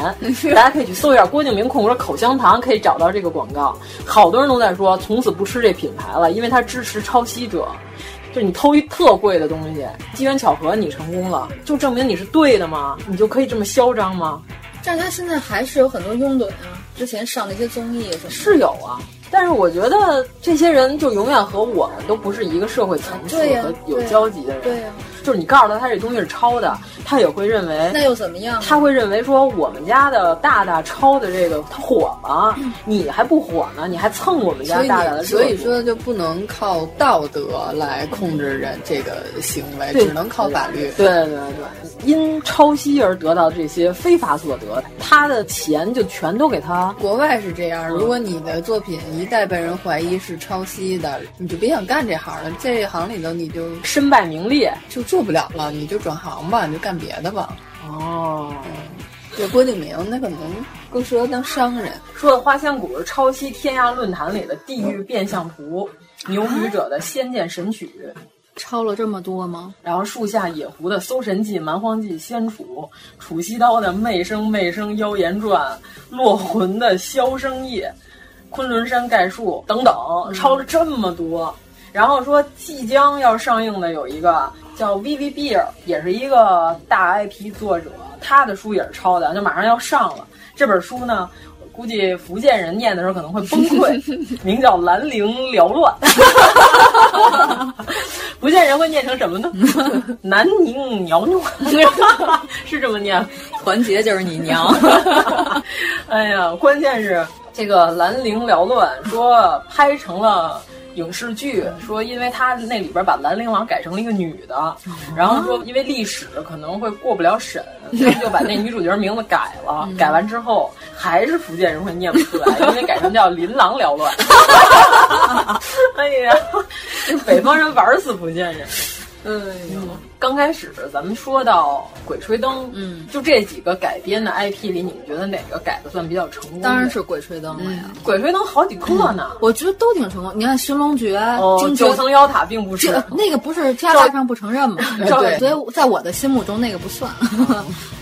Speaker 3: 大家可以去搜一下郭敬明空格口香糖，可以找到这个广告。好多人都在说，从此不吃这品牌了，因为它支持抄袭者。就你偷一特贵的东西，机缘巧合你成功了，就证明你是对的吗？你就可以这么嚣张吗？
Speaker 4: 但是他现在还是有很多拥趸啊，之前上那些综艺什么的
Speaker 3: 是有啊，但是我觉得这些人就永远和我们都不是一个社会层次
Speaker 4: 对呀
Speaker 3: 和有
Speaker 4: 对呀
Speaker 3: 交集的人。
Speaker 4: 对呀、
Speaker 3: 就是你告诉他他这东西是抄的，他也会认为
Speaker 4: 那又怎么样呢？
Speaker 3: 他会认为说我们家的大大抄的这个他火了，
Speaker 4: 嗯
Speaker 3: 你还不火呢，你还蹭我们家
Speaker 5: 所以
Speaker 3: 大大的
Speaker 5: 你所以
Speaker 3: 热度
Speaker 5: 说就不能靠道德来控制人这个行为，
Speaker 3: 对
Speaker 5: 只能靠法律。
Speaker 3: 对对对对，因抄袭而得到这些非法所得，他的钱就全都给他。
Speaker 5: 国外是这样，如果你的作品一旦被人怀疑是抄袭的，你就别想干这行了。这行里头你就
Speaker 3: 身败名裂，
Speaker 5: 就做不了了，你就转行吧，你就干别的吧。
Speaker 3: 哦，
Speaker 10: 对，郭敬明他可能更适合当商人。
Speaker 3: 说的花千骨是抄袭天涯论坛里的《地狱变相图》，牛女者的《仙剑神曲》。
Speaker 5: 抄了这么多吗？
Speaker 3: 然后树下野狐的《搜神记》《蛮荒记》《仙楚》，楚西刀的《媚生媚生妖言传》，落魂的《萧生夜》，昆仑山概述等等，抄了这么多。然后说即将要上映的有一个叫 v v b e r 也是一个大 IP 作者，他的书也是抄的，就马上要上了。这本书呢，我估计福建人念的时候可能会崩溃，名叫《兰陵缭乱》。福建人会念成什么呢？南宁娘娘是这么念，
Speaker 5: 团结就是你 娘。
Speaker 3: 哎呀，关键是这个《兰陵缭乱》说拍成了。影视剧说，因为他那里边把兰陵王改成了一个女的，然后说因为历史可能会过不了审，所以就把那女主角名字改了。改完之后，还是福建人会念不出来，因为改成叫琳琅缭乱。 哎呀，这北方人玩死福建人。哎呦，刚开始咱们说到《鬼吹灯》，嗯，就这几个改编的 IP 里，你们觉得哪个改的算比较成功？
Speaker 5: 当然是《鬼吹灯》了呀，
Speaker 3: 《鬼吹灯》好几个呢，
Speaker 5: 我觉得都挺成功。你看《寻龙诀》
Speaker 3: 哦，
Speaker 5: 《
Speaker 3: 九层妖塔》并不是
Speaker 5: 那个，不是家大上不承认嘛？
Speaker 3: 对，
Speaker 5: 所以在我的心目中那个不算。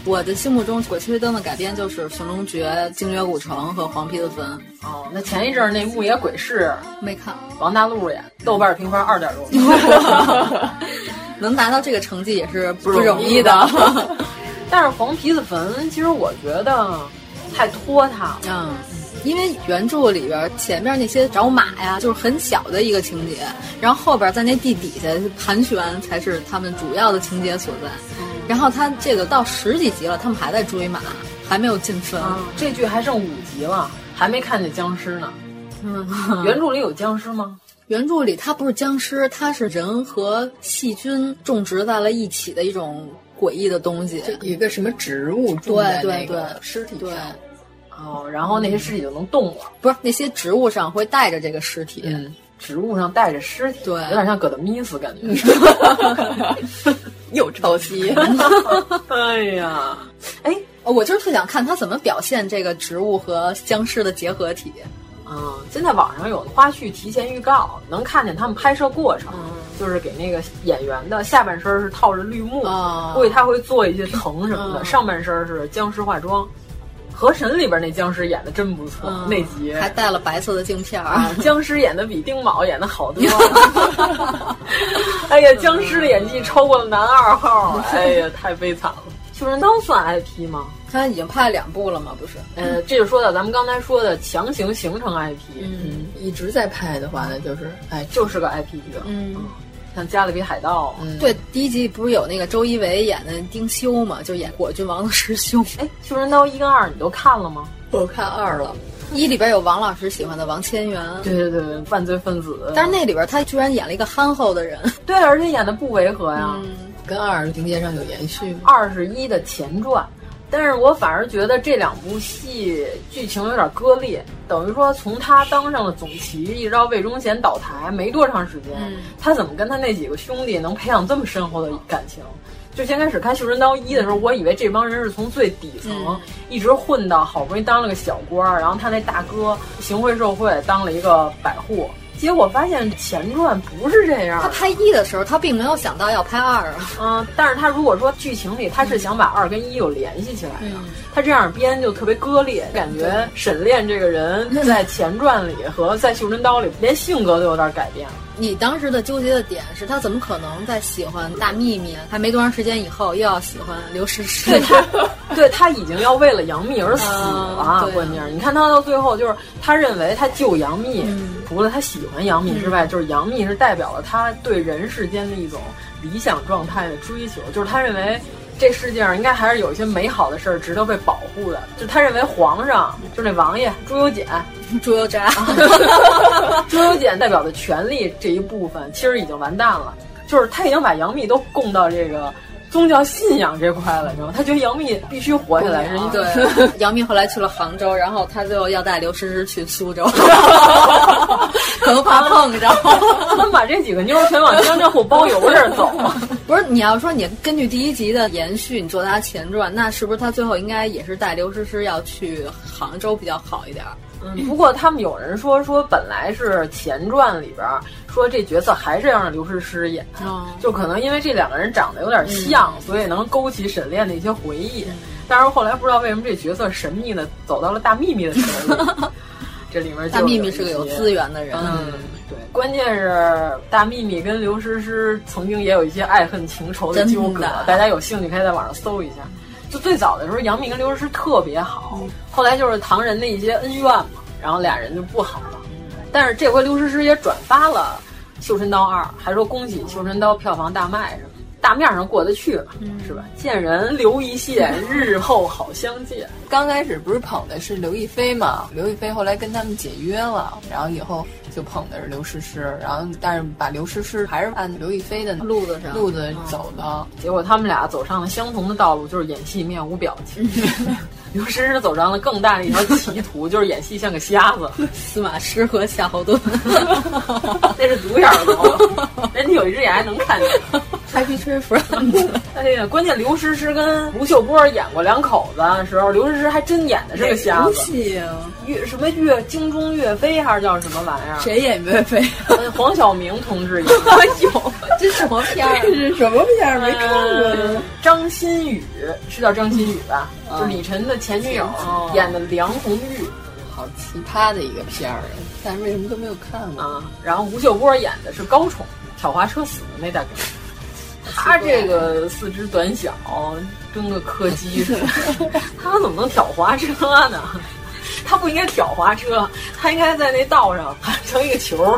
Speaker 5: 我的心目中《鬼吹灯》的改编就是《寻龙诀》《精绝古城》和《黄皮子坟》。
Speaker 3: 哦，那前一阵那《牧野鬼市》
Speaker 5: 没看，
Speaker 3: 王大陆演，豆瓣评分二点多。
Speaker 5: 能达到这个成绩也是
Speaker 3: 不
Speaker 5: 容易
Speaker 3: 的，但是黄皮子坟其实我觉得太拖沓了。嗯，
Speaker 5: 因为原著里边前面那些找马呀，就是很小的一个情节，然后后边在那地底下盘旋才是他们主要的情节所在。嗯、然后他这个到十几集了，他们还在追马，还没有进分。嗯、
Speaker 3: 啊这剧还剩五集了，还没看见僵尸呢。嗯，原著里有僵尸吗？
Speaker 5: 原著里它不是僵尸，它是人和细菌种植在了一起的一种诡异的东西，
Speaker 10: 一个什么植物
Speaker 5: 对对对
Speaker 10: 尸体上，
Speaker 3: 哦，然后那些尸体就能动了，
Speaker 5: 不是那些植物上会带着这个尸体，
Speaker 3: 嗯、植物上带着尸体，
Speaker 5: 对，
Speaker 3: 有点像葛德米斯感 觉，
Speaker 5: 又抄 袭，
Speaker 3: 哎呀，哎，
Speaker 5: 哦我就是特想看他怎么表现这个植物和僵尸的结合 体。
Speaker 3: 嗯，现在网上有花絮提前预告，能看见他们拍摄过程，嗯、就是给那个演员的下半身是套着绿幕，
Speaker 5: 哦、
Speaker 3: 估计他会做一些藤什么嗯的，嗯、上半身是僵尸化妆。《河神》里边那僵尸演的真不错，嗯、那集
Speaker 5: 还带了白色的镜片儿、
Speaker 3: 啊。
Speaker 10: 嗯
Speaker 3: 僵尸演的比丁卯演的好多了。哎呀，僵尸的演技超过了男二号，哎呀，太悲惨了。《绣春刀》算 IP 吗？
Speaker 5: 他已经拍了两部了嘛，不是？
Speaker 3: 呃，这就说到咱们刚才说的强行形成 IP，
Speaker 10: 嗯，一直在拍的话呢，就是哎，
Speaker 3: 就是个 IP 剧，
Speaker 5: 嗯，
Speaker 3: 像《加勒比海盗》，
Speaker 10: 嗯
Speaker 5: 对，第一集不是有那个周一围演的丁修嘛，就演火郡王的师兄。
Speaker 3: 哎，《绣春刀》一跟二你都看了吗？
Speaker 10: 我看二了，
Speaker 5: 一里边有王老师喜欢的王千源，
Speaker 3: 对对对，犯罪分子，
Speaker 5: 但是那里边他居然演了一个憨厚的人，
Speaker 3: 对，而且演的不违和呀。
Speaker 10: 嗯跟二情节上有延续吗？
Speaker 3: 二是一的前传，但是我反而觉得这两部戏剧情有点割裂，等于说从他当上了总旗，一直到魏忠贤倒台没多长时间，
Speaker 5: 嗯、
Speaker 3: 他怎么跟他那几个兄弟能培养这么深厚的感情？就先开始看《绣春刀一》的时候，我以为这帮人是从最底层、
Speaker 5: 嗯、
Speaker 3: 一直混到好不容易当了个小官儿，然后他那大哥行贿受贿，当了一个百户。结果发现前传不是这样。
Speaker 5: 他拍一的时候，他并没有想到要拍二啊。
Speaker 3: 嗯，但是他如果说剧情里，他是想把二跟一有联系起来的。
Speaker 5: 嗯、
Speaker 3: 他这样编就特别割裂，感觉沈炼这个人在前传里和在《绣春刀》里，连性格都有点改变了。
Speaker 5: 你当时的纠结的点是他怎么可能在喜欢大幂幂还没多长时间以后，又要喜欢刘诗诗？
Speaker 3: 对他，对他已经要为了杨幂而死了。
Speaker 5: 嗯、
Speaker 3: 关键是，你看他到最后就是他认为他救杨幂，
Speaker 5: 嗯、
Speaker 3: 除了他喜欢杨幂之外，
Speaker 5: 嗯、
Speaker 3: 就是杨幂是代表了他对人世间的一种理想状态的追求，就是他认为。这世界上应该还是有一些美好的事儿值得被保护的。就他认为皇上，就是那王爷朱由检、
Speaker 5: 朱由渣、
Speaker 3: 朱由检代表的权力这一部分，其实已经完蛋了。就是他已经把杨幂都供到这个宗教信仰这块了，你知道吗？他觉得杨幂必须活下
Speaker 5: 啊
Speaker 3: 来，是一
Speaker 4: 对。 杨幂后来去了杭州，然后她就要带刘诗诗去苏 州，可能怕碰着。
Speaker 5: 啊
Speaker 3: 他们把这几个妞全往江浙沪包邮这儿走。
Speaker 4: 不是，你要说你根据第一集的延续，你做她前传，那是不是她最后应该也是带刘诗诗要去杭州比较好一点？
Speaker 3: 嗯，不过他们有人说说本来是前传里边说这角色还是要让刘诗诗演，
Speaker 4: 哦、
Speaker 3: 就可能因为这两个人长得有点像，嗯、所以能勾起沈炼的一些回忆。嗯、但是后来不知道为什么这角色神秘的走到了大秘密的手里， 这里面
Speaker 4: 大秘密是个有资源的人。
Speaker 3: 嗯，对，关键是大秘密跟刘诗诗曾经也有一些爱恨情仇的纠葛，大家有兴趣可以在网上搜一下。就最早的时候，杨幂跟刘诗诗特别好，嗯、后来就是唐人的一些恩怨嘛，然后俩人就不好了。但是这回刘诗诗也转发了《绣春刀二》，还说恭喜《绣春刀》票房大卖什么，大面上过得去了，嗯、是吧？见人留一线， 日后好相见。
Speaker 5: 刚开始不是捧的是刘亦菲嘛，刘亦菲后来跟他们解约了，然后以后。就捧的是刘诗诗，然后但是把刘诗诗还是按刘亦菲的
Speaker 4: 路子上
Speaker 5: 路子走的、嗯，
Speaker 3: 啊结果他们俩走上了相同的道路，就是演戏面无表情。刘诗诗走上了更大的一条歧途，就是演戏像个瞎子。
Speaker 4: 司马师和夏侯惇，
Speaker 3: 那是独眼龙，人家有一只眼还能看见。
Speaker 4: Happy Tree Friends。
Speaker 3: 哎呀，关键刘诗诗跟吴秀波演过两口子的时候，刘诗诗还真演的是个瞎子。
Speaker 4: 戏啊，
Speaker 3: 岳什么岳京中岳飞还是叫什么玩意儿？
Speaker 4: 谁演岳飞、
Speaker 3: 啊？黄晓明同志演。
Speaker 4: 哎呦，这什么片儿？
Speaker 5: 这是什么片儿？没看过、啊呃。
Speaker 3: 张馨予是叫张馨予吧？嗯、就是李晨的前女友、嗯、演的梁红玉。
Speaker 5: 好奇葩的一个片儿，但是为什么都没有看过
Speaker 3: 啊？然后吴秀波演的是高宠，挑滑车死的那大哥。他这个四肢短小，跟个柯基似的，他怎么能挑滑车呢？他不应该挑滑车，他应该在那道上盘成一个球，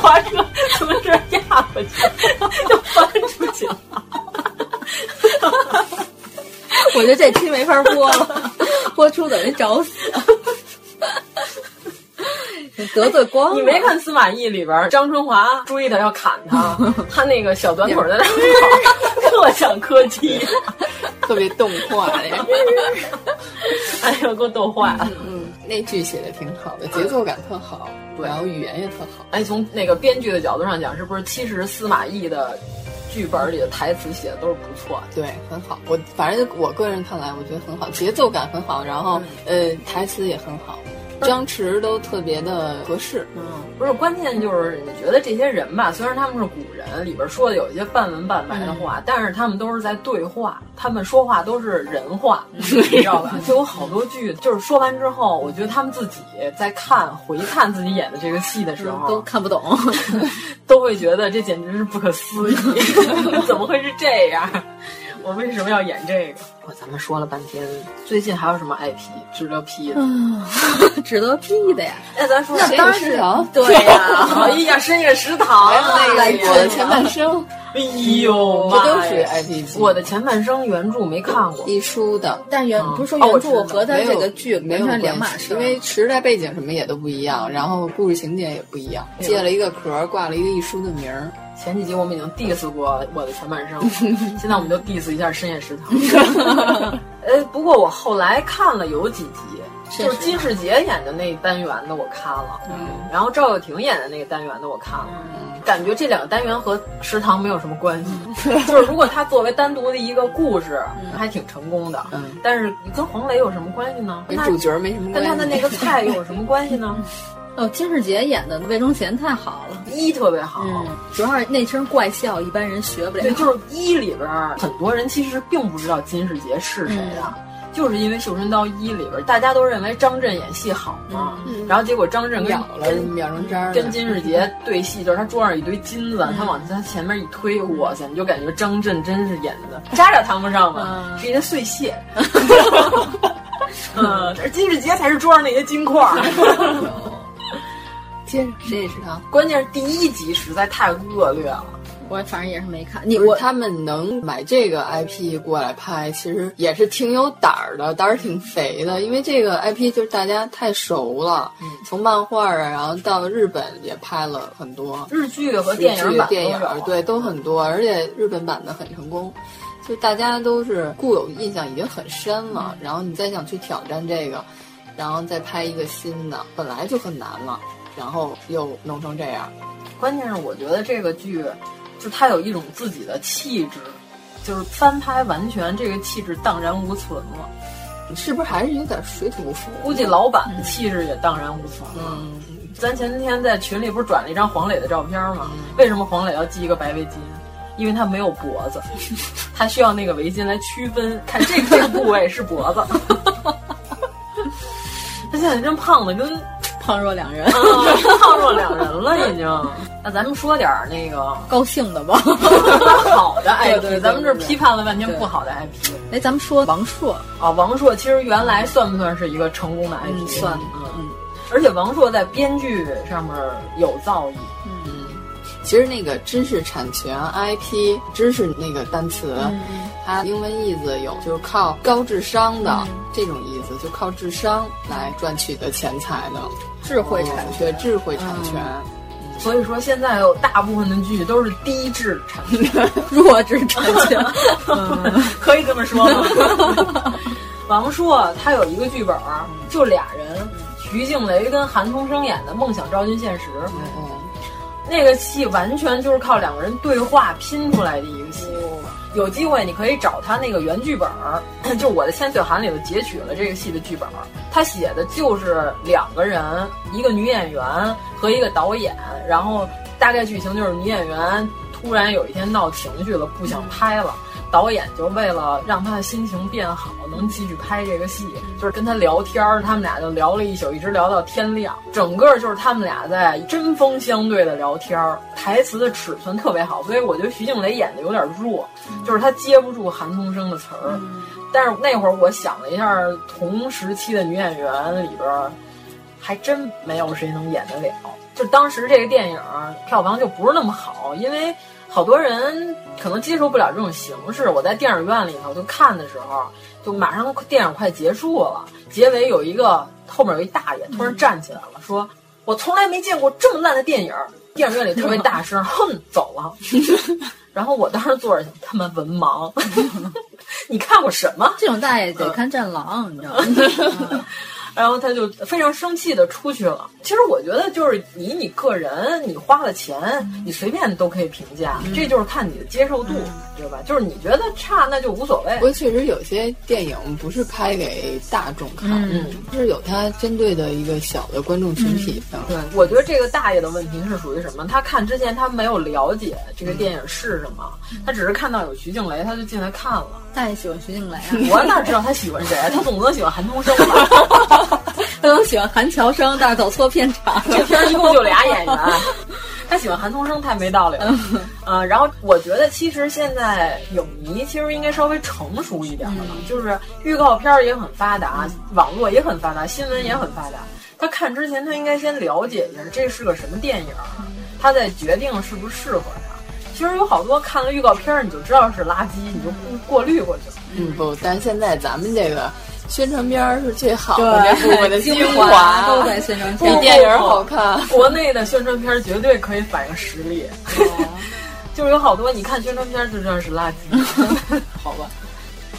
Speaker 3: 滑车从这压过去，就翻出去了。
Speaker 4: 我觉得这期没法 播了，播出等于找死。 得罪
Speaker 5: 哦
Speaker 4: 光、哎，
Speaker 3: 你没看《司马懿》里边张春华追他要砍 他，他那个小短腿在那跑，特像柯基，
Speaker 5: 特别动画呀！
Speaker 3: 哎呦，给我逗坏了。
Speaker 5: 嗯，那剧写的挺好的，节奏感特好，然后语言也特好。
Speaker 3: 哎，从那个编剧的角度上讲，是不是其实司马懿的？剧本里的台词写的都是不错
Speaker 5: 的，对，很好。我反正我个人看来，我觉得很好，节奏感很好，然后、嗯、呃，台词也很好，张弛都特别的合适。
Speaker 3: 嗯，不是，关键就是你觉得这些人吧，虽然他们是古人，里边说的有一些半文半白的话，嗯、但是他们都是在对话，他们说话都是人 话，嗯、你知道吧？就有好多剧，就是说完之后，我觉得他们自己在看回看自己演的这个戏的时候，
Speaker 4: 都看不懂，
Speaker 3: 都会觉得这简直是不可思议。 怎么会是这样？我为什么要演这个？我咱们说了半天，最近还有什么 IP 值得 P 的？
Speaker 4: 值得 P 的呀！
Speaker 3: 那哎咱说
Speaker 4: 嗯那当然了，
Speaker 5: 啊
Speaker 3: 对呀，哎呀，深夜食堂
Speaker 5: 那哎个我的前半生，
Speaker 3: 哎呦，
Speaker 5: 这都是 IP。
Speaker 3: 我的前半生原著没看过，
Speaker 5: 一书的，
Speaker 4: 但原不是说原著和它这个剧
Speaker 5: 没有
Speaker 4: 两码事，
Speaker 5: 因为时代背景什么也都不一样，然后故事情节也不一样，借了一个壳，挂了一个一书的名儿。
Speaker 3: 前几集我们已经 diss 过我的前半生，现在我们就 diss 一下深夜食堂。呃不过我后来看了有几集，就是金世杰演的那单元的我看了，嗯、然后赵又廷演的那个单元的我看了，嗯、感觉这两个单元和食堂没有什么关系。嗯、就是如果它作为单独的一个故事，还挺成功的。但是跟黄磊有什么关系呢？
Speaker 5: 跟主角没什么关
Speaker 3: 跟
Speaker 5: 系，
Speaker 3: 他的那个菜有什么关系呢？
Speaker 4: 哦，金世杰演的魏忠贤太好了，
Speaker 3: 一特别
Speaker 5: 哦
Speaker 3: 好，
Speaker 4: 嗯、主要是那身怪笑，一般人学不了。
Speaker 3: 对，就是一里边很多人其实并不知道金世杰是谁的，嗯、就是因为《绣春刀一》里边大家都认为张震演戏好嘛，嗯、然后结果张震跟
Speaker 5: 跟秒成渣，
Speaker 3: 跟金世
Speaker 4: 嗯
Speaker 3: 杰对戏，就是他桌上一堆金子，他往他前面一推，哇塞，你就感觉张震真是演的
Speaker 4: 嗯
Speaker 3: 渣渣谈不上嘛，是一些碎 屑。嗯，而金世杰才是桌上那些金块。
Speaker 4: 接着谁也食堂，
Speaker 3: 关键是第一集实在太恶劣了，
Speaker 4: 我反正也是没看。你我
Speaker 5: 他们能买这个 IP 过来拍，其实也是挺有胆儿的，胆儿挺肥的，因为这个 IP 就是大家太熟了，嗯、从漫画啊，然后到日本也拍了很多
Speaker 3: 日剧和电影版啊
Speaker 5: 电影，对，都很多，而且日本版的很成功。就大家都是固有印象已经很深了，
Speaker 3: 嗯
Speaker 5: 然后你再想去挑战这个，然后再拍一个新的，本来就很难了，然后又弄成这样。
Speaker 3: 关键是我觉得这个剧，就它有一种自己的气质，就是翻拍完全这个气质荡然无存了。
Speaker 5: 是不是还是有点水土不服？
Speaker 3: 估计老板的气质也荡然无存了。嗯，咱前天在群里不是转了一张黄磊的照片吗？为什么黄磊要系一个白围巾？因为他没有脖 子，他需要那个围巾来区分，看这个这个部位是脖子。他现在真胖的跟
Speaker 4: 胖若两人，
Speaker 3: 嗯胖若两人了已经。 那咱们说点儿那个
Speaker 4: 高兴的吧，
Speaker 3: 好的
Speaker 4: 对
Speaker 3: IP，
Speaker 4: 对对
Speaker 3: 咱们这批判了半天
Speaker 4: 对
Speaker 3: 不好的 IP。
Speaker 4: 哎，咱们说王朔，
Speaker 3: 啊，王朔其实原来算不算是一个成功的 IP？、
Speaker 4: 嗯算
Speaker 3: 嗯。而且王朔在编剧上面有造诣，
Speaker 5: 其实那个知识产权 IP，知识那个单词，
Speaker 4: 嗯
Speaker 5: 它英文意思有就是靠高智商的、这种意思，就靠智商来赚取的钱财的
Speaker 4: 智慧产
Speaker 5: 学智慧产权。
Speaker 3: 所以说现在有大部分的剧都是低质产权，
Speaker 4: 弱智产权，
Speaker 3: 嗯，可以这么说吗？ 王朔他有一个剧本儿，就俩人，徐静蕾跟韩童生演的《梦想照进现实》，
Speaker 4: 嗯
Speaker 5: 嗯
Speaker 3: 那个戏完全就是靠两个人对话拼出来的一个戏。有机会你可以找他那个原剧本儿， 就我的《千岁寒》里头截取了这个戏的剧本儿，他写的就是两个人，一个女演员和一个导演，然后大概剧情就是女演员突然有一天闹情绪了，不想拍了。导演就为了让他的心情变好，能继续拍这个戏，就是跟他聊天儿，他们俩就聊了一宿，一直聊到天亮。整个就是他们俩在针锋相对的聊天儿，台词的尺寸特别好，所以我觉得徐静蕾演的有点弱，就是她接不住韩童生的词儿。但是那会儿我想了一下，同时期的女演员里边儿，还真没有谁能演得了。就当时这个电影儿票房就不是那么好，因为好多人可能接受不了这种形式。我在电影院里头就看的时候，就马上电影快结束了，结尾有一个后面有一大爷突然站起来了，说：“我从来没见过这么烂的电影儿。”电影院里特别大声，哼，走了。 然后我当时坐着想，他妈文盲， 你看过什么？
Speaker 4: 这种大爷得看《战狼》，你知道吗？
Speaker 3: 然后他就非常生气的出去了。其实我觉得就是以你个人，你花了钱，你随便都可以评价，这就是看你的接受度，对吧？就是你觉得差，那就无所谓
Speaker 5: 不。过确实有些电影不是拍给大众看，
Speaker 3: 嗯
Speaker 5: 是有它针对的一个小的观众群体
Speaker 4: 嗯
Speaker 5: 的。
Speaker 3: 对，我觉得这个大爷的问题是属于什么？他看之前他没有了解这
Speaker 4: 嗯
Speaker 3: 个电影是什么，他只是看到有徐静蕾，他就进来看了。
Speaker 4: 大爷喜欢徐静蕾啊，
Speaker 3: 我哪知道他喜欢谁？啊他总不能喜欢韩童生吧？
Speaker 4: 他 都喜欢韩乔生，但是走错片场了。
Speaker 3: 这片儿一共就俩演员，他喜欢韩童生太没道理 了。嗯、然后我觉得其实现在影迷其实应该稍微成熟一点了，就是预告片儿也很发达，网络也很发达，新闻也很发达。他看之前，他应该先了解一下这是个什么电影，他再决定是不是适合他。其实有好多看了预告片儿你就知道是垃圾，你就不过滤过去了。
Speaker 5: 嗯，不，但是现在咱们这个宣传片儿是最好的这部分的
Speaker 4: 精
Speaker 5: 华，
Speaker 4: 都在宣传
Speaker 5: 比
Speaker 4: 片。
Speaker 5: 电影好看。
Speaker 3: 国内的宣传片儿绝对可以反映实力，
Speaker 4: 哦
Speaker 3: 就是有好多你看宣传片儿就知道是垃 圾，好吧？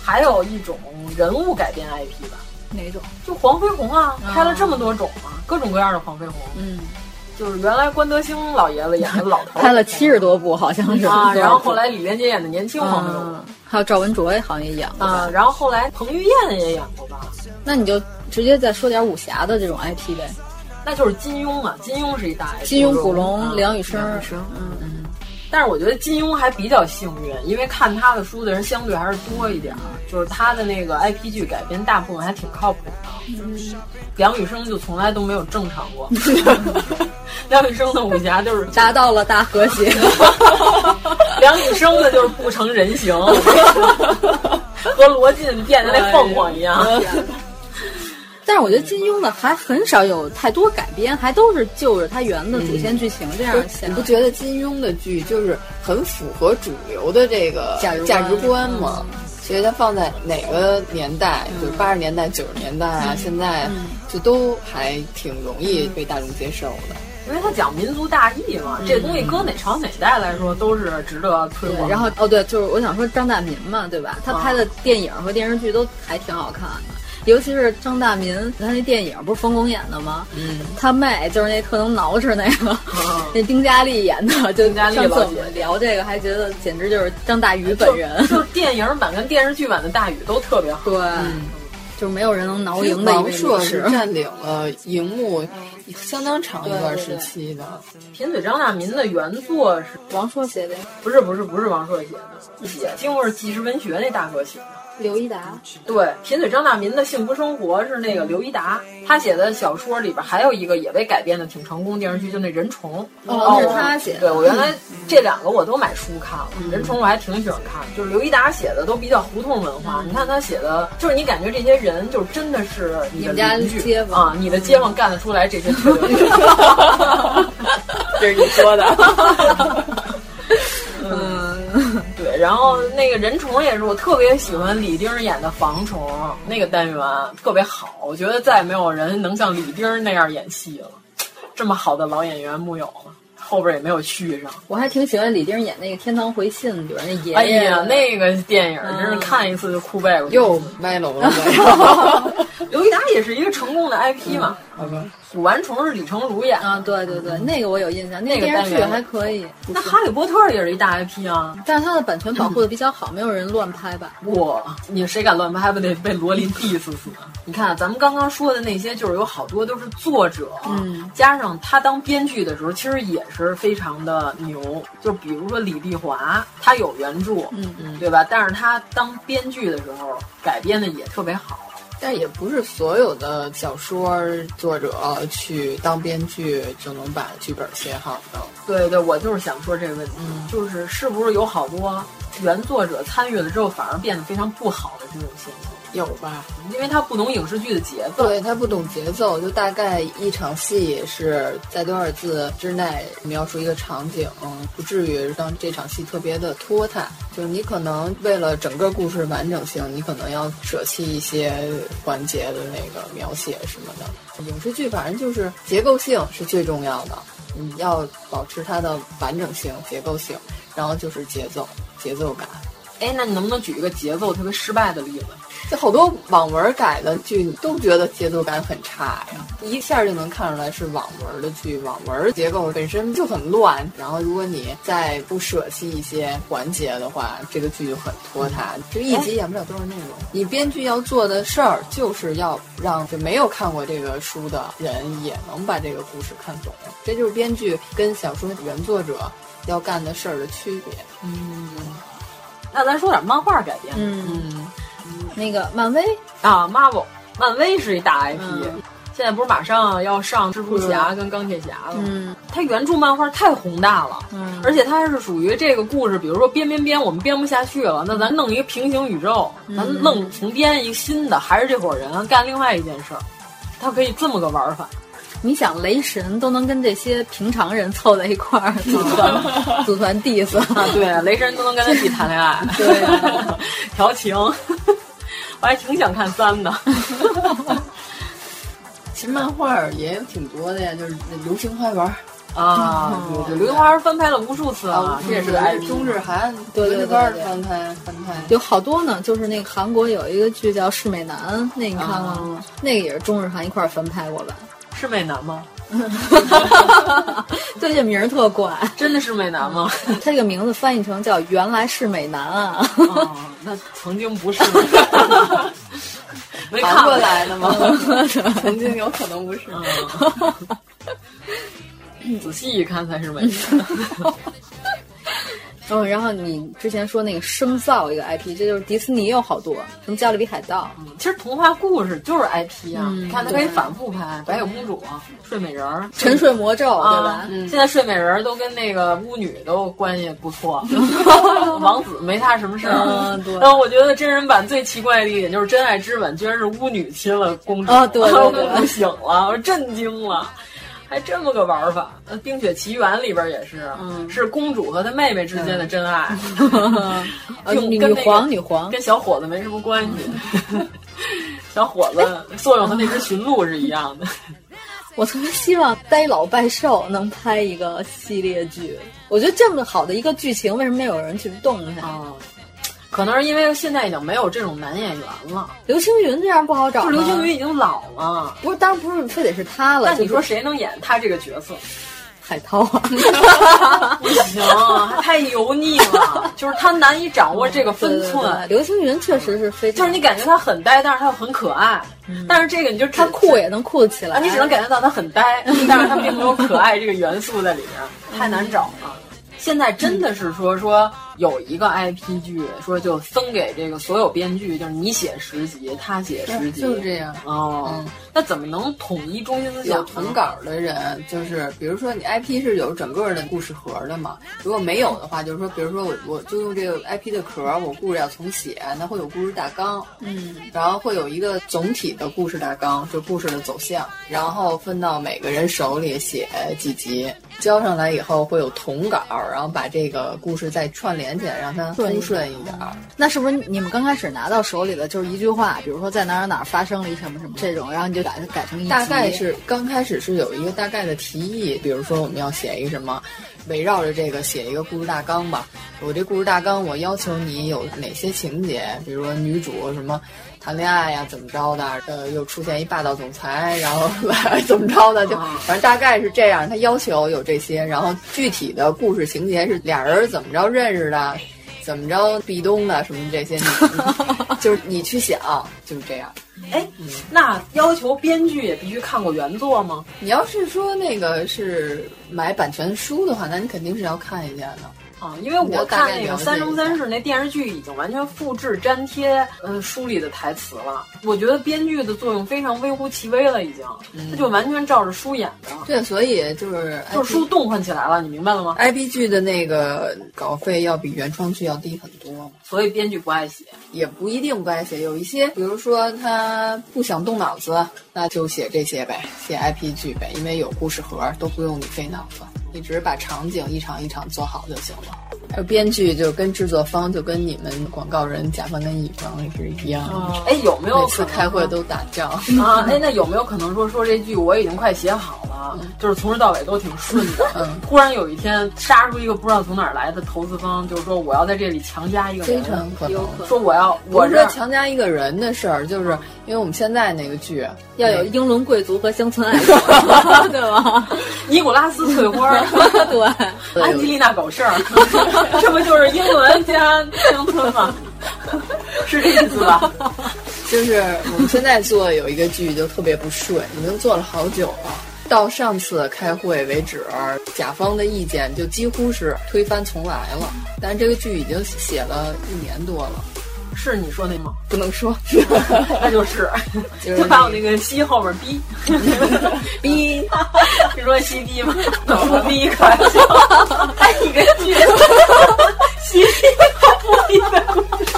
Speaker 3: 还有一种人物改编 IP 吧，
Speaker 4: 哪种？
Speaker 3: 就黄飞鸿啊，拍了这么多种啊，各种各样的黄飞鸿，
Speaker 4: 嗯，啊
Speaker 3: 就是原来关德兴老爷子演的老 头儿
Speaker 4: 拍了七十多部，好像是。
Speaker 3: 啊， 然后后来李连杰演的年轻黄飞鸿
Speaker 4: 嗯，还有赵文卓好像也演过吧
Speaker 3: 啊，然后后来彭于晏也演过吧，
Speaker 4: 那你就直接再说点武侠的这种 IP 呗，
Speaker 3: 那就是金庸啊，金庸是一大 IP，
Speaker 4: 金庸、古
Speaker 3: 啊
Speaker 5: 嗯
Speaker 4: 龙、梁羽生。
Speaker 3: 但是我觉得金庸还比较幸运，因为看他的书的人相对还是多一点儿，就是他的那个 IP 剧改编大部分还挺靠谱的。
Speaker 4: 嗯
Speaker 3: 梁羽生就从来都没有正常 过，梁羽生的武侠就是
Speaker 4: 达到了大和谐，
Speaker 3: 梁羽生的就是不成人形， 和罗晋变的那凤凰一样。
Speaker 4: 但是我觉得金庸的还很少有太多改编，还都是就着他原的主线剧情这样
Speaker 5: 不是
Speaker 4: 写
Speaker 5: 你。不觉得金庸的剧就是很符合主流的这个
Speaker 4: 价值观
Speaker 5: 价值观吗？所以它放在哪个年代，就是八十年
Speaker 4: 嗯嗯
Speaker 5: 代、九十年代啊，现在就都还挺容易被大众接受的。
Speaker 3: 因为他讲民族大义嘛，这东西搁哪朝哪代来说都是值得推广
Speaker 4: 对，
Speaker 3: 的。
Speaker 4: 然后哦对，就是我想说张大民嘛，对吧？他拍的电影和电视剧都还挺好看的，尤其是张大民，他那电影不是冯巩演的吗？
Speaker 3: 嗯，
Speaker 4: 他妹就是那特能挠饬那个， 那丁嘉啊丽演的，就
Speaker 3: 嘉
Speaker 4: 上
Speaker 3: 丽
Speaker 4: 次
Speaker 3: 老
Speaker 4: 我
Speaker 3: 姐
Speaker 4: 们聊这个还觉得简直就是张大宇本人，
Speaker 3: 就电影版跟电视剧版的大宇都特别好。
Speaker 4: 对，就是没有人能挠赢的一
Speaker 5: 王
Speaker 4: 位
Speaker 5: 朔
Speaker 4: 女
Speaker 5: 是
Speaker 4: 士。
Speaker 5: 占领了荧幕相当长一段时期的。
Speaker 3: 贫嘴张大民的原作是
Speaker 4: 王朔写的，
Speaker 3: 不是不是不是王朔写的，也听过是纪实文学那大哥写的。
Speaker 4: 刘一达，
Speaker 3: 对，贫嘴张大民的幸福生活是那个刘一达他写的小说里边还有一个也被改编的挺成功电视剧，就那人虫。
Speaker 4: 哦那是他写的
Speaker 3: 对我原来这两个我都买书看了，人虫我还挺喜欢看，就是刘一达写的都比较胡同文化。你看他写的，就是你感觉这些人就真的是你的
Speaker 4: 你们家
Speaker 3: 邻居
Speaker 4: 街坊
Speaker 3: 啊，你的街坊干得出来这些事情。
Speaker 4: 这是你说的。
Speaker 3: 嗯，对，然后那个人虫也是，我特别喜欢李丁儿演的房虫那个单元，特别好，我觉得再也没有人能像李丁儿那样演戏了，这么好的老演员木有了，后边也没有续上。
Speaker 4: 我还挺喜欢李丁演那个《天堂回信》里边那爷爷。
Speaker 3: 哎呀，那个电
Speaker 5: 嗯
Speaker 3: 影真是看一次就哭败过去。
Speaker 5: 又歪楼 了，
Speaker 3: 刘一达也是一个成功的 IP 嘛，
Speaker 5: 嗯好吧。
Speaker 3: 古玩虫是李成儒演，
Speaker 4: 啊，对对对，那个我有印象，
Speaker 3: 嗯那
Speaker 4: 那
Speaker 3: 个
Speaker 4: 个电视剧
Speaker 3: 单元
Speaker 4: 还可以，
Speaker 3: 那哈利波特也是一大 IP 啊。
Speaker 4: 但是它的版权保护的比较 好，没有人乱拍吧？
Speaker 3: 哇，你谁敢乱拍，不得被罗琳 diss 死？你看啊，咱们刚刚说的那些，就是有好多都是作者，
Speaker 4: 嗯，
Speaker 3: 加上他当编剧的时候，其实也是非常的牛。就比如说李碧华，他有原著，
Speaker 4: 嗯嗯，
Speaker 3: 对吧？但是他当编剧的时候改编的也特别好。
Speaker 5: 但也不是所有的小说作者去当编剧就能把剧本写好的。
Speaker 3: 对对，我就是想说这个问题，就是是不是有好多原作者参与了之后，反而变得非常不好的这种现象？
Speaker 5: 有吧？
Speaker 3: 因为他不懂影视剧的节奏。
Speaker 5: 对他不懂节奏，就大概一场戏是在多少字之内描述一个场景，不至于让这场戏特别的拖沓。就你可能为了整个故事完整性，你可能要舍弃一些环节的那个描写什么的。影视剧反正就是结构性是最重要的，你要保持它的完整性、结构性，然后就是节奏、节奏感。
Speaker 3: 哎，那你能不能举一个节奏特别失败的例子？
Speaker 5: 这好多网文改的剧，你都觉得节奏感很差呀，一下就能看出来是网文的剧。网文结构本身就很乱，然后如果你再不舍弃一些环节的话，这个剧就很拖沓，就一集演不了多少内容。你编剧要做的事儿，就是要让就没有看过这个书的人也能把这个故事看懂，这就是编剧跟小说原作者要干的事儿的区别。
Speaker 3: 嗯，那咱说点漫画改编的
Speaker 4: 嗯，那个漫威
Speaker 3: 啊，Marvel，漫威是一大 IP，、
Speaker 4: 嗯
Speaker 3: 现在不是马上要上蜘蛛侠跟钢铁侠了吗？
Speaker 4: 嗯
Speaker 3: 它原著漫画太宏大了，
Speaker 4: 嗯
Speaker 3: 而且它是属于这个故事，比如说编编编，我们编不下去了，那咱弄一个平行宇宙，咱
Speaker 4: 嗯
Speaker 3: 愣重编一个新的，还是这伙人干另外一件事儿，它可以这么个玩法。
Speaker 4: 你想雷神都能跟这些平常人凑在一块儿组 团组团 diss，
Speaker 3: 啊，对，雷神都能跟他一起谈恋爱，
Speaker 4: 对
Speaker 3: 啊， 调情，我还挺想看三的。
Speaker 5: 其实漫画儿也有挺多的呀，就是那流星花园儿。
Speaker 3: 啊，对啊对，刘德华是翻拍了无数次了，这也是个 IP。
Speaker 5: 中日韩
Speaker 4: 对对对对
Speaker 5: 歌儿翻拍翻 拍，
Speaker 4: 有好多呢。就是那个韩国有一个剧叫《世美男》，那你看过
Speaker 3: 哦
Speaker 4: 吗？那个也是中日韩一块儿翻拍 过吧？
Speaker 3: 是美男吗？
Speaker 4: 对，这名儿特怪，
Speaker 3: 真的是美男吗？
Speaker 4: 他这个名字翻译成叫“原来是美男”啊。？
Speaker 3: 哦，那曾经不是， 没看嗯
Speaker 5: 韩国来的 吗曾经有可能不是。
Speaker 3: 仔细一看才是美男。
Speaker 4: 嗯、然后你之前说那个生造一个 IP，这就是迪士尼有好多，什么《加勒比海盗》
Speaker 3: 其实童话故事就是 IP 啊，
Speaker 4: 嗯
Speaker 3: 你看它可以反复拍，《白雪公主》《睡美人儿》
Speaker 4: 《沉睡魔咒》，对吧
Speaker 3: 啊？现在睡美人儿都跟那个巫女都关系 不错，王子没他什么事儿。
Speaker 4: 嗯对
Speaker 3: 然后我觉得真人版最奇怪的一点就是《真爱之吻》居然是巫女亲了公主，
Speaker 4: 啊对对对
Speaker 3: 我醒了，我震惊了。还这么个玩法，呃《冰雪奇缘》里边也是，
Speaker 4: 嗯
Speaker 3: 是公主和她妹妹之间的真爱，
Speaker 4: 呃
Speaker 3: 并
Speaker 4: 女
Speaker 3: 跟那个
Speaker 4: 女皇女皇
Speaker 3: 跟小伙子没什么关 系。小伙子作用和那只驯鹿是一样的。
Speaker 4: 我特别希望呆老拜寿能拍一个系列剧。我觉得这么好的一个剧情，为什么没有人去动它？
Speaker 3: 哦，可能是因为现在已经没有这种男演员了。
Speaker 4: 刘青云这样不好找吗，
Speaker 3: 就刘青云已经老了，
Speaker 4: 不是，当然不是，非得是他了。
Speaker 3: 但你
Speaker 4: 就是
Speaker 3: 说谁能演他这个 角色？
Speaker 4: 海涛 啊？
Speaker 3: 不行，啊太油腻了，就是他难以掌握这个分寸。
Speaker 4: 对对对刘青云确实是非常，
Speaker 3: 就是你感觉他很呆，但是他又很可爱。但是这个你就只
Speaker 4: 嗯他酷也能酷起来，
Speaker 3: 啊，你只能感觉到他很 呆，但是他并没有可爱这个元素在里面，太难找了。现在真的是说说有一个 IP 剧，说就分给这个所有编剧，就是你写十集，他写十集，
Speaker 5: 就是这样。
Speaker 3: 哦，那怎么能统一中心思想
Speaker 5: 嗯有
Speaker 3: 呢？
Speaker 5: 同稿的人，就是比如说你 IP 是有整个的故事盒的嘛，如果没有的话，就是说，比如说我我就用这个 IP 的壳，我故事要重写，那会有故事大纲，
Speaker 4: 嗯，
Speaker 5: 然后会有一个总体的故事大纲，就故事的走向，然后分到每个人手里写几集，交上来以后会有同稿，然后把这个故事再串联起来，让它通顺一点儿。
Speaker 4: 那是不是你们刚开始拿到手里的就是一句话，比如说在哪儿哪儿发生了一什么什么这种，然后你就把它改成一集
Speaker 5: 大概是刚开始是有一个大概的提议，比如说我们要写一个什么，围绕着这个写一个故事大纲吧。我这故事大纲，我要求你有哪些情节，比如说女主什么谈恋爱呀、怎么着的，呃，又出现一霸道总裁，然后 怎么着的，就反正大概是这样。他要求有这些，然后具体的故事情节是俩人怎么着认识的。怎么着壁咚的什么这些，你 你就是你去想，就是这样。
Speaker 3: 哎，那要求编剧也必须看过原作吗？
Speaker 5: 你要是说那个是买版权书的话，那你肯定是要看一下的。
Speaker 3: 啊，因为我看那个《三生
Speaker 5: 世
Speaker 3: 三世》那电视剧已经完全复制粘贴，嗯，书里的台词了。我觉得编剧的作用非常微乎其微了，已经，
Speaker 5: 嗯
Speaker 3: 他就完全照着书演的，
Speaker 5: 对，所以就是
Speaker 3: 就是书动换起来了，你明白了吗？
Speaker 5: IP 剧的那个稿费要比原创剧要低很多，
Speaker 3: 所以编剧不爱写。
Speaker 5: 也不一定不爱写。有一些，比如说他不想动脑子，那就写这些呗，写 IP 剧呗，因为有故事盒，都不用你费脑子，你只是把场景一场一场做好就行了。还有编剧就跟制作方就跟你们广告人甲方跟乙方是一样的。
Speaker 3: 哎，有没有
Speaker 5: 每次开会都打仗
Speaker 3: 啊？哎，那有没有可能说说这剧我已经快写好了，就是从头到尾都挺顺的，
Speaker 5: 嗯
Speaker 3: 突然有一天杀出一个不知道从哪儿来的投资方，就是说我要在这里强加一个人
Speaker 5: 非常可能有可能
Speaker 3: 说我要
Speaker 5: 我
Speaker 3: 我
Speaker 5: 是
Speaker 3: 这
Speaker 5: 说
Speaker 3: 儿
Speaker 5: 强加一个人的事儿，就是因为我们现在那个剧啊
Speaker 4: 要有呃英伦贵族和乡 村爱情，对吧？
Speaker 3: 尼古拉斯翠花 儿，
Speaker 4: 对
Speaker 3: 安吉丽娜狗剩儿，这不就是英文加乡村吗？是这意思 吧？
Speaker 5: 就是 我们现在做有一个剧就特别不顺，已经做了好久了。到上次开会为止，甲方的意见就几乎是推翻重来了。但是这个剧已经写了一年多了，
Speaker 3: 是你说那吗？
Speaker 5: 不能说，
Speaker 3: 那就是，
Speaker 5: 就是
Speaker 3: 把我那个西后面 逼 逼，是说西逼 吗？不逼可笑，哎，你这剧 西逼不逼的故事，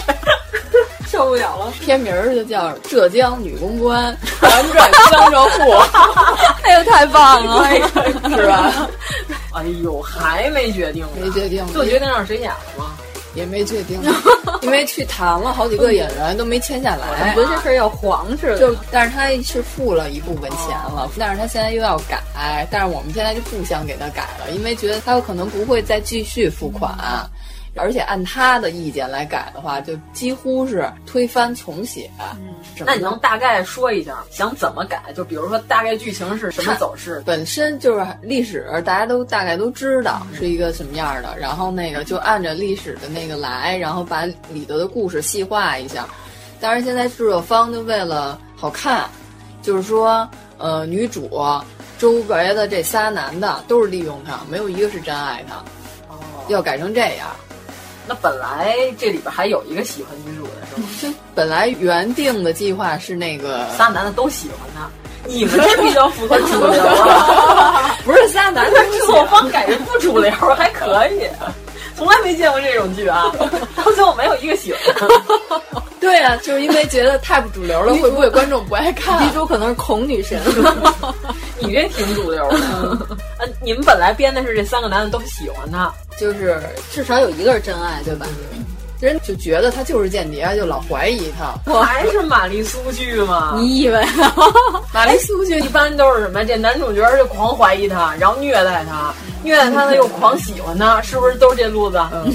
Speaker 3: 受不了了。
Speaker 5: 片名儿就叫《浙江女公关 反转江浙 沪》，
Speaker 3: 啊
Speaker 5: 哎呦，太棒了，是吧？
Speaker 3: 哎呦，还没决定呢，
Speaker 5: 没决定，
Speaker 3: 就决定让谁演了吗？
Speaker 5: 也没确 定，因为去谈了好几个演员都没签下
Speaker 3: 哎
Speaker 5: 来。
Speaker 4: 我觉得这事儿要黄似的。
Speaker 5: 就，但是他是付了一部分钱了，但是他现在又要改，但是我们现在就不想给他改了，因为觉得他有可能不会再继续付款，而且按他的意见来改的话，就几乎是推翻重写。什
Speaker 3: 嗯
Speaker 5: 么
Speaker 3: 那你能大概说一下吗想怎么改？就比如说大概剧情是什么走势？
Speaker 5: 本身就是历史，大家都大概都知道
Speaker 4: 嗯
Speaker 5: 是一个什么样儿的，然后那个就按着历史的那个来，然后把里头的故事细化一下。但是现在制作方就为了好看，就是说，呃，女主周围的这仨男的都是利用她，没有一个是真爱她，
Speaker 3: 哦
Speaker 5: 要改成这样。
Speaker 3: 那本来这里边还有一个喜欢女主的是吗？
Speaker 5: 就本来原定的计划是那个
Speaker 3: 仨男的都喜欢她，你们这比较符合主流啊，
Speaker 5: 不是仨男的
Speaker 3: 制作方改的不主流，还可以，从来没见过这种剧啊，到最后没有一个喜欢。
Speaker 5: 对啊，就是因为觉得太不主流 了，会不会观众不爱看？啊
Speaker 4: 女主可能是恐女神，
Speaker 3: 你这挺主流的， 啊，你们本来编的是这三个男的都喜欢她，
Speaker 5: 就是
Speaker 4: 至少有一个是真爱，对吧？
Speaker 5: 人就觉得他就是间谍，就老怀疑他。
Speaker 3: 我 还是玛丽苏剧吗？
Speaker 4: 你以为？啊
Speaker 3: 玛丽苏剧一般都是什么？这男主角就狂怀疑他，然后虐待他，虐待他他又狂喜欢他，是不是都是这路子？嗯，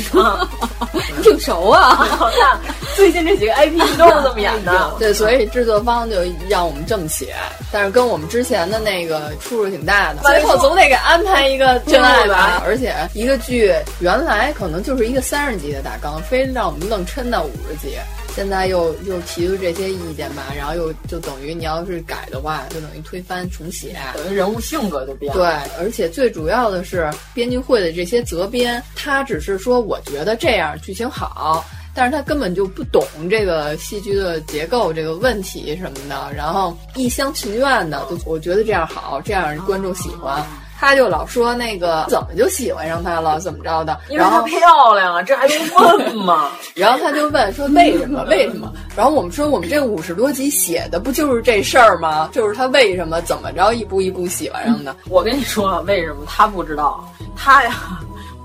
Speaker 4: 挺熟 啊。
Speaker 3: 看最近这几个 IP 都是这么演的。
Speaker 5: 对，所以制作方就让我们这么写，但是跟我们之前的那个出入挺大的。最后总得给安排一个真爱吧，而且一个剧原来可能就是一个三十集的大纲，非让我们愣抻到五十集。现在又又提出这些意见吧，然后又就等于你要是改的话，就等于推翻重写，啊
Speaker 3: 等于人物性格就变
Speaker 5: 了。对，而且最主要的是，编剧会的这些责编，他只是说我觉得这样剧情好。但是他根本就不懂这个戏剧的结构、这个问题什么的，然后一厢情愿的，就我觉得这样好，这样观众喜欢。
Speaker 3: 哦
Speaker 5: 他就老说那个怎么就喜欢上他了，怎么着的？
Speaker 3: 因为她漂亮啊，这还用问吗？
Speaker 5: 然后他就问说为什么？为什么？然后我们说我们这五十多集写的不就是这事儿吗？就是他为什么怎么着一步一步喜欢上的？
Speaker 3: 我跟你说，啊为什么他不知道？啊他呀。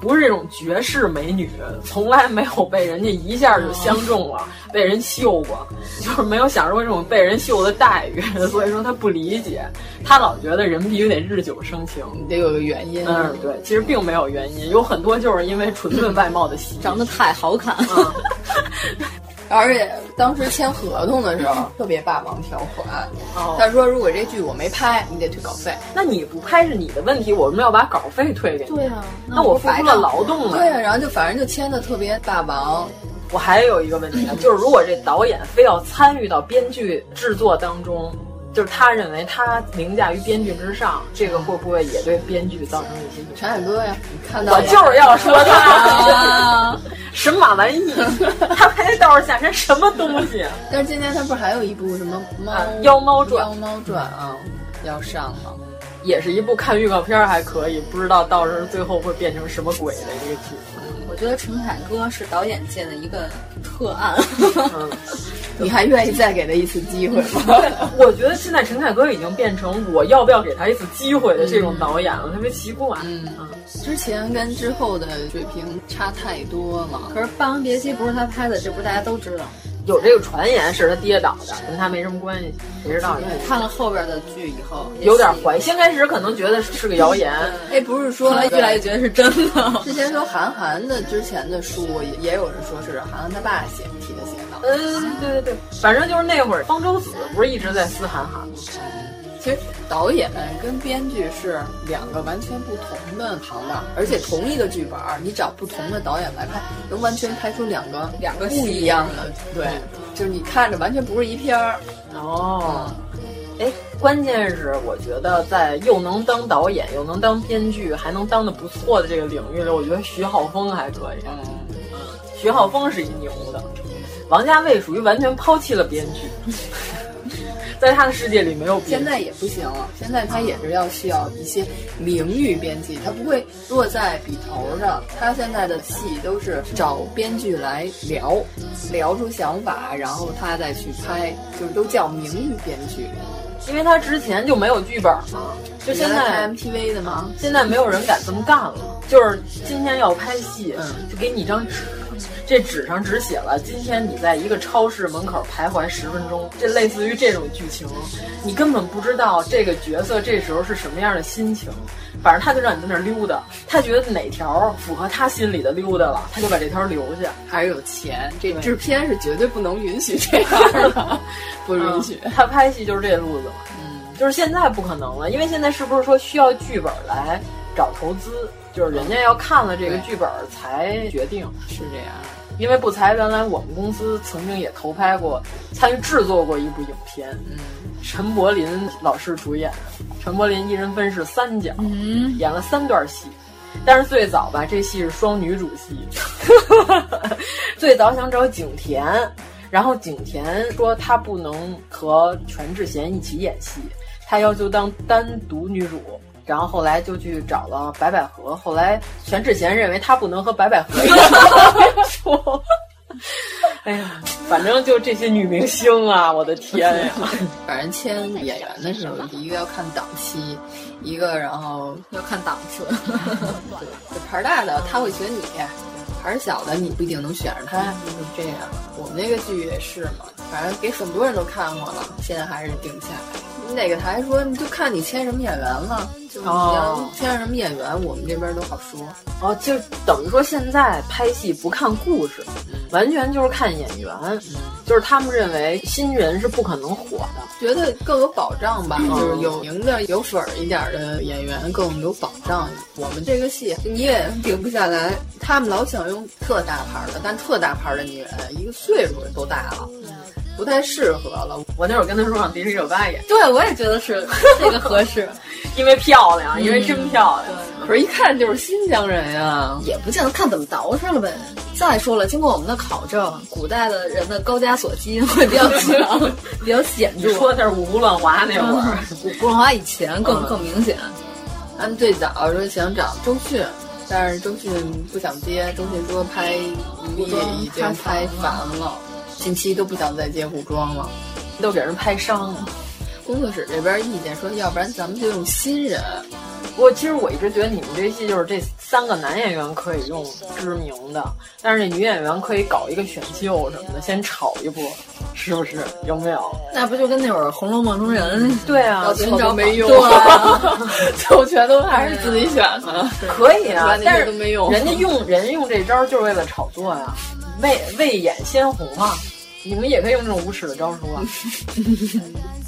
Speaker 3: 不是这种绝世美女，从来没有被人家一下就相中了，被人秀过，就是没有享受过这种被人秀的待遇， 所以说他不理解，他老觉得人必须得日久生情，
Speaker 5: 你得有个原因。
Speaker 3: 嗯，对，其实并没有原因，有很多就是因为纯粹外貌的哦喜，
Speaker 4: 长得太好看了。
Speaker 5: 嗯而且当时签合同的时候
Speaker 4: 嗯
Speaker 5: 特别霸王条款，
Speaker 4: 哦
Speaker 5: 他说如果这剧我没拍，你得退稿费。
Speaker 3: 那你不拍是你的问题，我们要把稿费退给你。
Speaker 4: 对啊，
Speaker 3: 那我付出了劳动
Speaker 4: 嗯
Speaker 3: 了。
Speaker 5: 对啊，然后就反正就签的特别霸王。
Speaker 3: 我还有一个问题啊，就是如果这导演非要参与到编剧制作当中。就是他认为他凌驾于编剧之上，这个会不会也对编剧造成一些影响？
Speaker 5: 陈凯歌呀，你看到
Speaker 3: 我就是要说他神马玩 意，他拍道上下山什么东西？
Speaker 5: 但是今年他不是还有一部什么猫、啊
Speaker 3: 《妖猫传》？
Speaker 5: 《妖猫传》啊，要上了，
Speaker 3: 也是一部看预告片还可以，不知道到时候最后会变成什么鬼的一个剧。
Speaker 4: 我觉得陈凯歌是导演界的一个特案，
Speaker 5: 你还愿意再给他一次机会吗？
Speaker 3: 我觉得现在陈凯歌已经变成我要不要给他一次机会的这种导演了，特别奇怪。
Speaker 5: 嗯，之前跟之后的水平差太多了。
Speaker 4: 可是《霸王别姬》不是他拍的，这不是大家都知道？
Speaker 3: 有这个传言是他爹导的，跟他没什么关系，谁知道？
Speaker 4: 看了后边的剧以后，
Speaker 3: 有点怀疑。先开始可能觉得是个谣言，
Speaker 5: 哎，不是说
Speaker 4: 越来越觉得是真的。
Speaker 5: 之前说韩寒的之前的书，也有人说是韩寒他爸写替他写的。
Speaker 3: 嗯，对对对，反正就是那会儿方舟子不是一直在撕韩寒吗？
Speaker 5: 其实导演跟编剧是两个完全不同的行当，而且同一个剧本，你找不同的导演来拍，能完全拍出两个
Speaker 4: 两个
Speaker 5: 不一样的。对，就是你看着完全不是一片儿。
Speaker 3: 哦，哎，关键是我觉得在又能当导演又能当编剧还能当的不错的这个领域里，我觉得徐浩峰还可以。嗯，徐浩峰是一牛的，王家卫属于完全抛弃了编剧。 在他的世界里没有编，
Speaker 5: 现在也不行了。现在他也是要需要一些名誉编辑，他不会落在笔头上。他现在的戏都是找编剧来聊，聊出想法，然后他再去拍，就是都叫名誉编剧。
Speaker 3: 因为他之前就没有剧本嘛，就现在
Speaker 5: MTV 的嘛，
Speaker 3: 现在没有人敢这么干了。就是今天要拍戏，
Speaker 5: 嗯
Speaker 3: 就给你一张纸。这纸上只写了今天你在一个超市门口徘徊十分钟，这类似于这种剧情，你根本不知道这个角色这时候是什么样的心情，反正他就让你在那溜达，他觉得哪条符合他心里的溜达了，他就把这条留下。
Speaker 5: 还是有钱，这制片是绝对不能允许这样 的，不允许、
Speaker 3: 嗯。他拍戏就是这路子，嗯，就是现在不可能了，因为现在是不是说需要剧本来找投资？就是人家要看了这个剧本才决定，
Speaker 5: 是这样。
Speaker 3: 因为不才原来我们公司曾经也投拍过，参与制作过一部影片，嗯、陈柏霖老师主演，陈柏霖一人分饰三角，嗯、演了三段戏。但是最早吧，这戏是双女主戏， 最早想找景甜，然后景甜说她不能和全智贤一起演戏，她要求当单独女主。然后后来就去找了白百合，后来全智贤认为他不能和白百合一起说，哎呀，反正就这些女明星啊，我的天呀！
Speaker 5: 反正签演员的时候，一个要看档期，一个然后
Speaker 4: 要看档次。
Speaker 5: 这牌大的他会选你，孩儿小的你不一定能选上他，就是这样。我们那个剧也是嘛，反正给很多人都看过了，现在还是定下来。哪个台说你就看你签什么演员了，就是你要
Speaker 3: 哦
Speaker 5: 签上什么演员，我们这边都好说。
Speaker 3: 哦，就等于说现在拍戏不看故事，完全就是看演员，就是他们认为新人是不可能火的。
Speaker 5: 觉得更有保障吧，
Speaker 3: 嗯
Speaker 5: 就是有名的、有粉儿一点儿的演员更有保障。我们这个戏你也顶不下来，他们老想用特大牌儿的，但特大牌儿的女人一个岁数都大了，
Speaker 4: 嗯
Speaker 5: 不太适合了。
Speaker 3: 我那会儿跟他说哦上迪士尼酒吧演，
Speaker 4: 对，我也觉得是这个合 适，
Speaker 3: 因为漂亮，因为真漂亮。
Speaker 5: 可是，一看就是新疆人呀。
Speaker 4: 也不见得看怎么捯饬了呗。再说了，经过我们的考证，古代的人的高加索基因会比较强， 比较显
Speaker 3: 你
Speaker 4: 著。
Speaker 3: 说那是五胡乱华那会儿，
Speaker 4: 古 古龙华以前更、
Speaker 5: 嗯
Speaker 4: 更明显。
Speaker 5: 他们最早说想找周迅，但是周迅不想接，周迅说拍《如懿》已经拍烦了，近期都不想再接古装了，
Speaker 3: 都给人拍伤了。
Speaker 5: 工作室这边意见说，要不然咱们就用新人。
Speaker 3: 不过其实我一直觉得你们这戏就是这三个男演员可以用知名的，但是这女演员可以搞一个选秀什么的，先炒一波，是不是？有没有？
Speaker 4: 那不就跟那会儿《红楼梦》中 人
Speaker 3: 对啊，
Speaker 4: 到
Speaker 5: 最
Speaker 4: 寻
Speaker 5: 后
Speaker 4: 找
Speaker 5: 都没用
Speaker 4: 对 啊，
Speaker 5: 就全都 还是
Speaker 3: 啊
Speaker 5: 自己选的，
Speaker 3: 可以啊，
Speaker 5: 那
Speaker 3: 但
Speaker 5: 些
Speaker 3: 是
Speaker 5: 都没用。
Speaker 3: 人家 用人用这招就是为了炒作呀、为为演先红啊。你们也可以用这种无耻的招数 啊！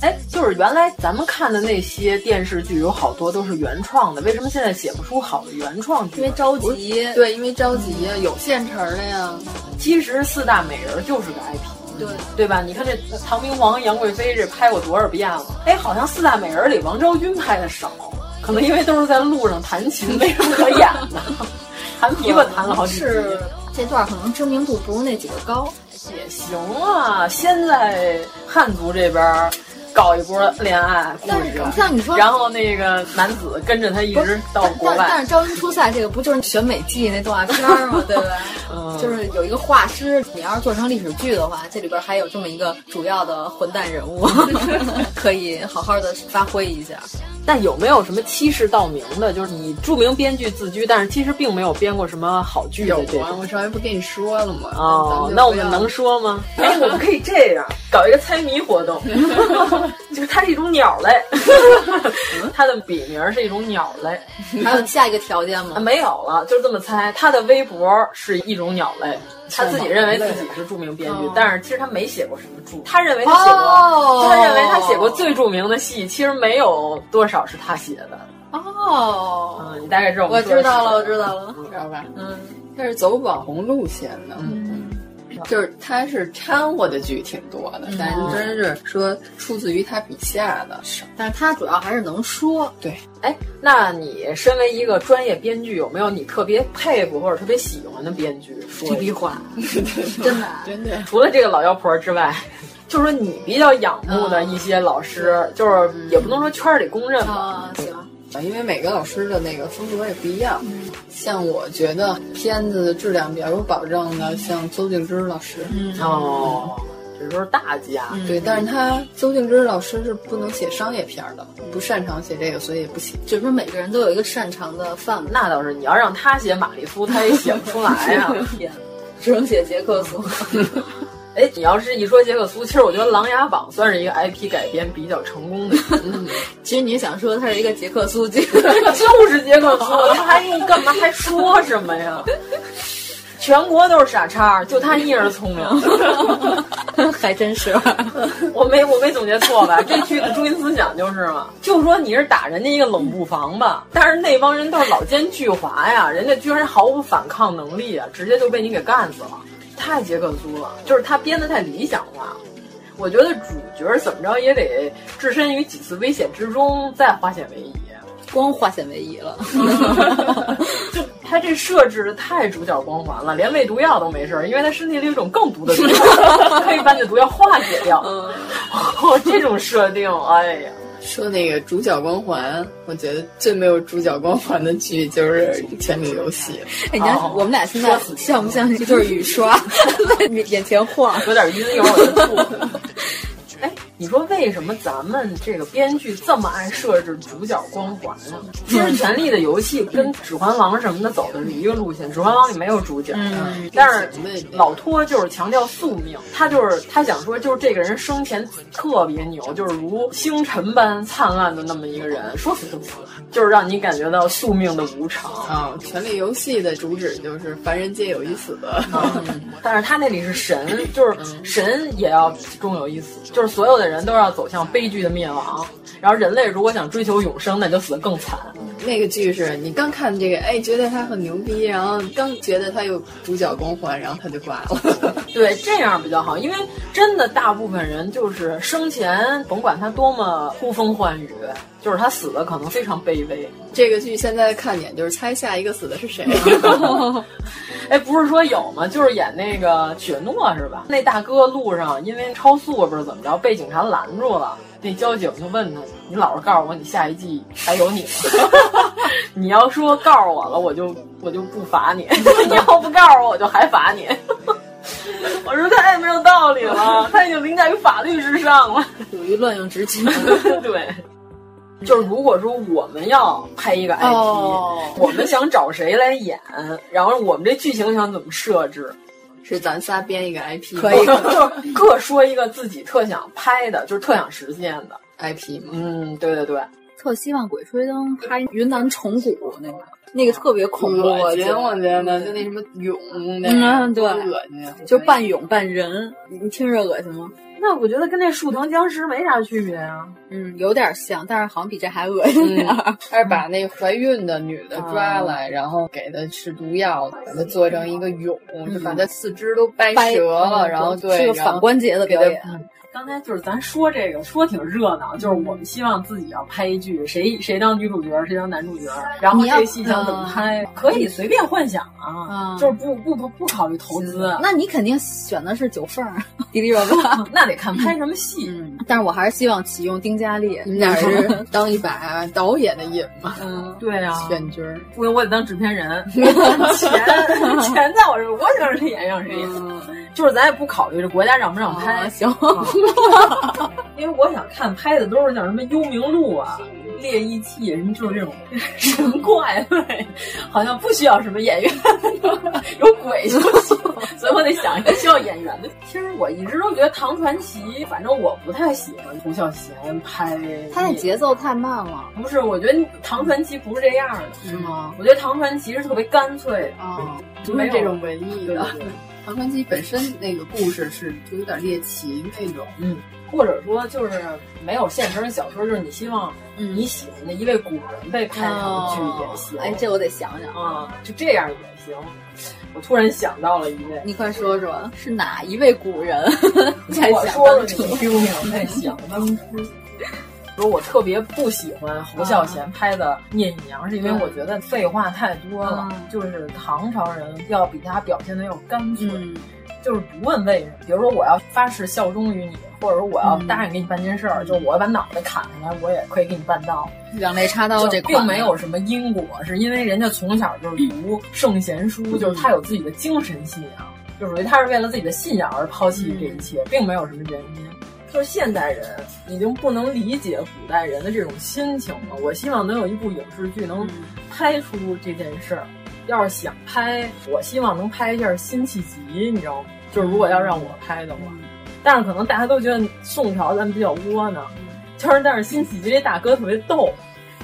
Speaker 3: 哎，就是原来咱们看的那些电视剧有好多都是原创的，为什么现在写不出好的原创剧？因为
Speaker 4: 着急
Speaker 5: 对，因为着急呀，有现成的呀。
Speaker 3: 其实四大美人就是个 IP，
Speaker 4: 对
Speaker 3: 对吧？你看这唐明皇、杨贵妃这拍过多少遍了？哎，好像四大美人里王昭君拍的少，可能因为都是在路上弹琴，没什么可演 的，弹琵琶弹了好几集。
Speaker 4: 是这段可能知名度不如那几个高。
Speaker 3: 也行啊，先在汉族这边儿搞一波恋爱故
Speaker 4: 但
Speaker 3: 事啊
Speaker 4: 是，像你说
Speaker 3: 然后那个男子跟着他一直到国
Speaker 4: 但但
Speaker 3: 外
Speaker 4: 是，招生初赛这个不就是选美季那动画片儿 吗？对吧？
Speaker 3: 嗯
Speaker 4: 就是有一个画师，你要是做成历史剧的话，这里边还有这么一个主要的混蛋人物， 可以好好的发挥一下。
Speaker 3: 但有没有什么欺世盗名的？就是以著名编剧自居，但是其实并没有编过什么好剧的
Speaker 5: 有
Speaker 3: 这
Speaker 5: 啊，
Speaker 3: 种。
Speaker 5: 我上回不跟你说了吗？
Speaker 3: 哦，
Speaker 5: 咱
Speaker 3: 那我
Speaker 5: 就不要
Speaker 3: 们 能说吗？哎，我们可以这样搞一个猜谜活 动，就是它是一种鸟类， 它的笔名是一种鸟类，
Speaker 4: 还有下一个条件
Speaker 3: 啊，
Speaker 4: 吗？
Speaker 3: 没有了，就这么猜。他的微博是一种鸟类，他自己认为自己是著名编剧
Speaker 4: 哦，
Speaker 3: 但是其实他没写过什么著，他认为他写过，
Speaker 4: 哦
Speaker 3: 他认为他写过最著名的戏，其实没有多少是他写的。
Speaker 4: 哦，
Speaker 3: 嗯，你大概知道
Speaker 4: 我
Speaker 3: 们说
Speaker 4: 知
Speaker 3: 的是
Speaker 4: 道了，我
Speaker 3: 谁
Speaker 4: 知道了。
Speaker 5: 知道吧？
Speaker 4: 嗯，
Speaker 5: 他是走网红路线的，就是他是掺和的剧挺多的，
Speaker 4: 嗯
Speaker 5: 但是真是说出自于他笔下的少。
Speaker 4: 但是他主要还是能说，
Speaker 5: 对，
Speaker 3: 哎，那你身为一个专业编剧，有没有你特别佩服或者特别喜欢的编剧？说一
Speaker 4: 这
Speaker 3: 下
Speaker 4: 笔画真的啊
Speaker 5: 真的
Speaker 3: 除了这个老妖婆之外，就是说你比较仰慕的一些老师，就是也不能说圈里公认吧。
Speaker 4: 啊，行，
Speaker 5: 因为每个老师的那个风格也不一样。
Speaker 4: 嗯
Speaker 5: 像我觉得片子的质量比较有保障的，像邹静之老师，嗯
Speaker 3: 哦，这都是大家。
Speaker 4: 嗯
Speaker 5: 对，但是他邹静之老师是不能写商业片儿的，不擅长写这个，所以也不写。
Speaker 4: 嗯就是说每个人都有一个擅长的范围，
Speaker 3: 那倒是，你要让他写玛丽苏，他也写不出来啊 呀、
Speaker 4: 天，只能写杰克 苏。
Speaker 3: 哎，你要是一说杰克苏，其实我觉得《琅琊榜》算是一个 IP 改编比较成功的， 嗯
Speaker 4: 其实你想说他是一个杰克苏剧，
Speaker 3: 就是杰克苏， 他还用干嘛还说什么呀？全国都是傻叉，就他一人聪明。
Speaker 4: 还真是。
Speaker 3: 我没我没总结错吧？这剧的中心思想就是嘛，就说你是打人家一个冷不防吧，但是那帮人都是老奸巨猾呀，人家居然毫无反抗能力啊，直接就被你给干死了，太杰克苏了，就是他编的太理想化了。我觉得主角怎么着也得置身于几次危险之中，再化险为夷。啊
Speaker 4: 光化险为夷 了。
Speaker 3: 就他这设置的太主角光环了，连喂毒药都没事儿，因为他身体里有一种更毒的毒药，可以把你的毒药化解掉。哦，这种设定，哎呀，
Speaker 5: 说那个主角光环，我觉得最没有主角光环的剧就是《权力游戏》。
Speaker 4: 哎，你看、
Speaker 3: 哦
Speaker 4: 我们俩现在像不像 一对雨刷，在你眼前晃？
Speaker 3: 有点晕，一会儿我就吐。哎，你说为什么咱们这个编剧这么爱设置主角光环呢？
Speaker 5: 嗯
Speaker 3: 其实《权力的游戏》跟《指环王》什么的走的是一个路线，《指环王》里没有主角，
Speaker 5: 嗯
Speaker 3: 但是老托就是强调宿命，他就是他想说，就是这个人生前特别牛，就是如星辰般灿烂的那么一个人，说死就死，就是让你感觉到宿命的无常。
Speaker 5: 啊、权力游戏》的主旨就是凡人皆有一死。
Speaker 4: 哦
Speaker 3: 但是他那里是神，就是神也要终有一死，就是所有的人都要走向悲剧的灭亡。然后人类如果想追求永生，那就死得更惨。
Speaker 5: 那个剧是你刚看这个，哎，觉得他很牛逼，然后刚觉得他有主角光环，然后他就挂了。
Speaker 3: 对，这样比较好，因为真的大部分人就是生前，甭管他多么呼风唤雨，就是他死的可能非常卑微。
Speaker 5: 这个剧现在的看点就是猜下一个死的是谁。
Speaker 4: 嗯
Speaker 3: 哎，不是说有吗？就是演那个雪诺是吧？那大哥路上因为超速不是怎么着，被警察拦住了。那交警就问他：“你老实告诉我，你下一季还有你吗？ 你要说告诉我了，我就我就不罚你； 你要不告诉我，我就还罚你。” 我说太没有道理了，他已经凌驾于法律之上了，
Speaker 4: 属于乱用职权。
Speaker 3: 对。就是如果说我们要拍一个 IP，、
Speaker 4: 哦
Speaker 3: 我们想找谁来演，然后我们这剧情想怎么设置，
Speaker 5: 是咱仨编一个 IP，
Speaker 3: 可以， 就是各说一个自己特想拍的，就是特想实现的
Speaker 5: IP 嘛。
Speaker 3: 嗯，对对对，
Speaker 4: 特希望《鬼吹灯》拍云南虫谷那个，那个特别恐怖，
Speaker 5: 我觉
Speaker 4: 觉
Speaker 5: 得，我
Speaker 4: 得。
Speaker 5: 觉得就那什么勇，那
Speaker 4: 嗯，对，
Speaker 5: 恶心。
Speaker 4: 就半蛹半人，你听着恶心吗？
Speaker 3: 那我觉得跟那树藤僵尸没啥区别啊。
Speaker 4: 嗯，有点像，但是好像比这还恶心点 儿。
Speaker 5: 他是嗯把那怀孕的女的抓
Speaker 4: 嗯
Speaker 5: 来，然后给她吃毒药，把她做成一个蛹，就把她四肢都掰
Speaker 4: 嗯掰
Speaker 5: 折了，
Speaker 4: 嗯
Speaker 5: 然后对，
Speaker 4: 是个
Speaker 5: 然后
Speaker 4: 反关节的表演
Speaker 5: 给她。
Speaker 3: 刚才就是咱说这个说挺热闹，就是我们希望自己要拍一剧，谁谁当女主角，谁当男主角，然后
Speaker 4: 你
Speaker 3: 这
Speaker 4: 要
Speaker 3: 个戏想怎么拍，可以随便幻想啊，
Speaker 4: 嗯
Speaker 3: 就是不不不不考虑投资。啊
Speaker 4: 那你肯定选的是九凤儿、啊迪丽热巴，
Speaker 3: 那得看拍什么戏。
Speaker 4: 但是我还是希望启用丁嘉丽，
Speaker 5: 你们俩是当一把导演的瘾吧？
Speaker 4: 嗯，
Speaker 3: 对啊，
Speaker 5: 选角儿。
Speaker 3: 不行，我得当制片 人，钱 钱在我这儿，我想让谁演让谁演，就是咱也不考虑这国家让不让拍，
Speaker 4: 行，
Speaker 3: 哦因为我想看拍的都是像什么《幽冥路》啊。猎异记什么就是这 种神怪类，好像不需要什么演员，有鬼就行。所以我得想一个需要演员的。其实我一直都觉得唐传奇，反正我不太喜欢胡孝贤拍，
Speaker 4: 他那节奏太慢了，
Speaker 3: 不是，我觉得唐传奇不是这样的，
Speaker 4: 是吗？哦
Speaker 3: 我觉得唐传奇是特别干脆的，
Speaker 5: 啊，
Speaker 3: 就
Speaker 5: 就是是
Speaker 3: 这
Speaker 5: 这
Speaker 3: 种
Speaker 5: 种文艺
Speaker 3: 对
Speaker 5: 的
Speaker 3: 对对。
Speaker 5: 唐传奇本身那个故事是就有点猎奇那种，
Speaker 3: 嗯，或者说就是没有现成的小说，就是你希望
Speaker 5: 嗯
Speaker 3: 你喜欢的一位古人被拍
Speaker 5: 哦
Speaker 3: 上去也行，
Speaker 4: 哎，这我得想想。
Speaker 3: 啊、就这样也行。我突然想到 了一位，
Speaker 4: 你快说说是哪一位古 人在
Speaker 3: 我
Speaker 4: 想
Speaker 3: 说
Speaker 4: 当
Speaker 3: 了
Speaker 4: 主？
Speaker 3: 你听听，在想当初。说我特别不喜欢侯孝
Speaker 4: 嗯
Speaker 3: 贤拍的《聂隐娘》，是因为我觉得废话太多了，
Speaker 4: 嗯
Speaker 3: 就是唐朝人要比他表现的要干脆，
Speaker 4: 嗯
Speaker 5: 嗯
Speaker 3: 就是不问为什么。比如说我要发誓效忠于你，或者说我
Speaker 4: 嗯
Speaker 3: 要答应给你办件事儿，就是我要把脑袋砍下来，我也可以给你办到。
Speaker 4: 两肋插刀这
Speaker 3: 就并
Speaker 4: 款嗯
Speaker 3: 没有什么因果，是因为人家从小就是读圣贤书，就是他有自己的精神信仰，就属于他是为了自己的信仰而抛
Speaker 4: 嗯
Speaker 3: 弃这一切，并没有什么原因。就是现代人已经不能理解古代人的这种心情了。我希望能有一部影视剧
Speaker 5: 嗯
Speaker 4: 嗯
Speaker 3: 能拍出这件事儿。要是想拍，我希望能拍一下辛弃疾，你知道吗？就是如果要让我拍的话，但是可能大家都觉得宋朝咱们比较窝囊，就是但是辛弃疾这大哥特别逗，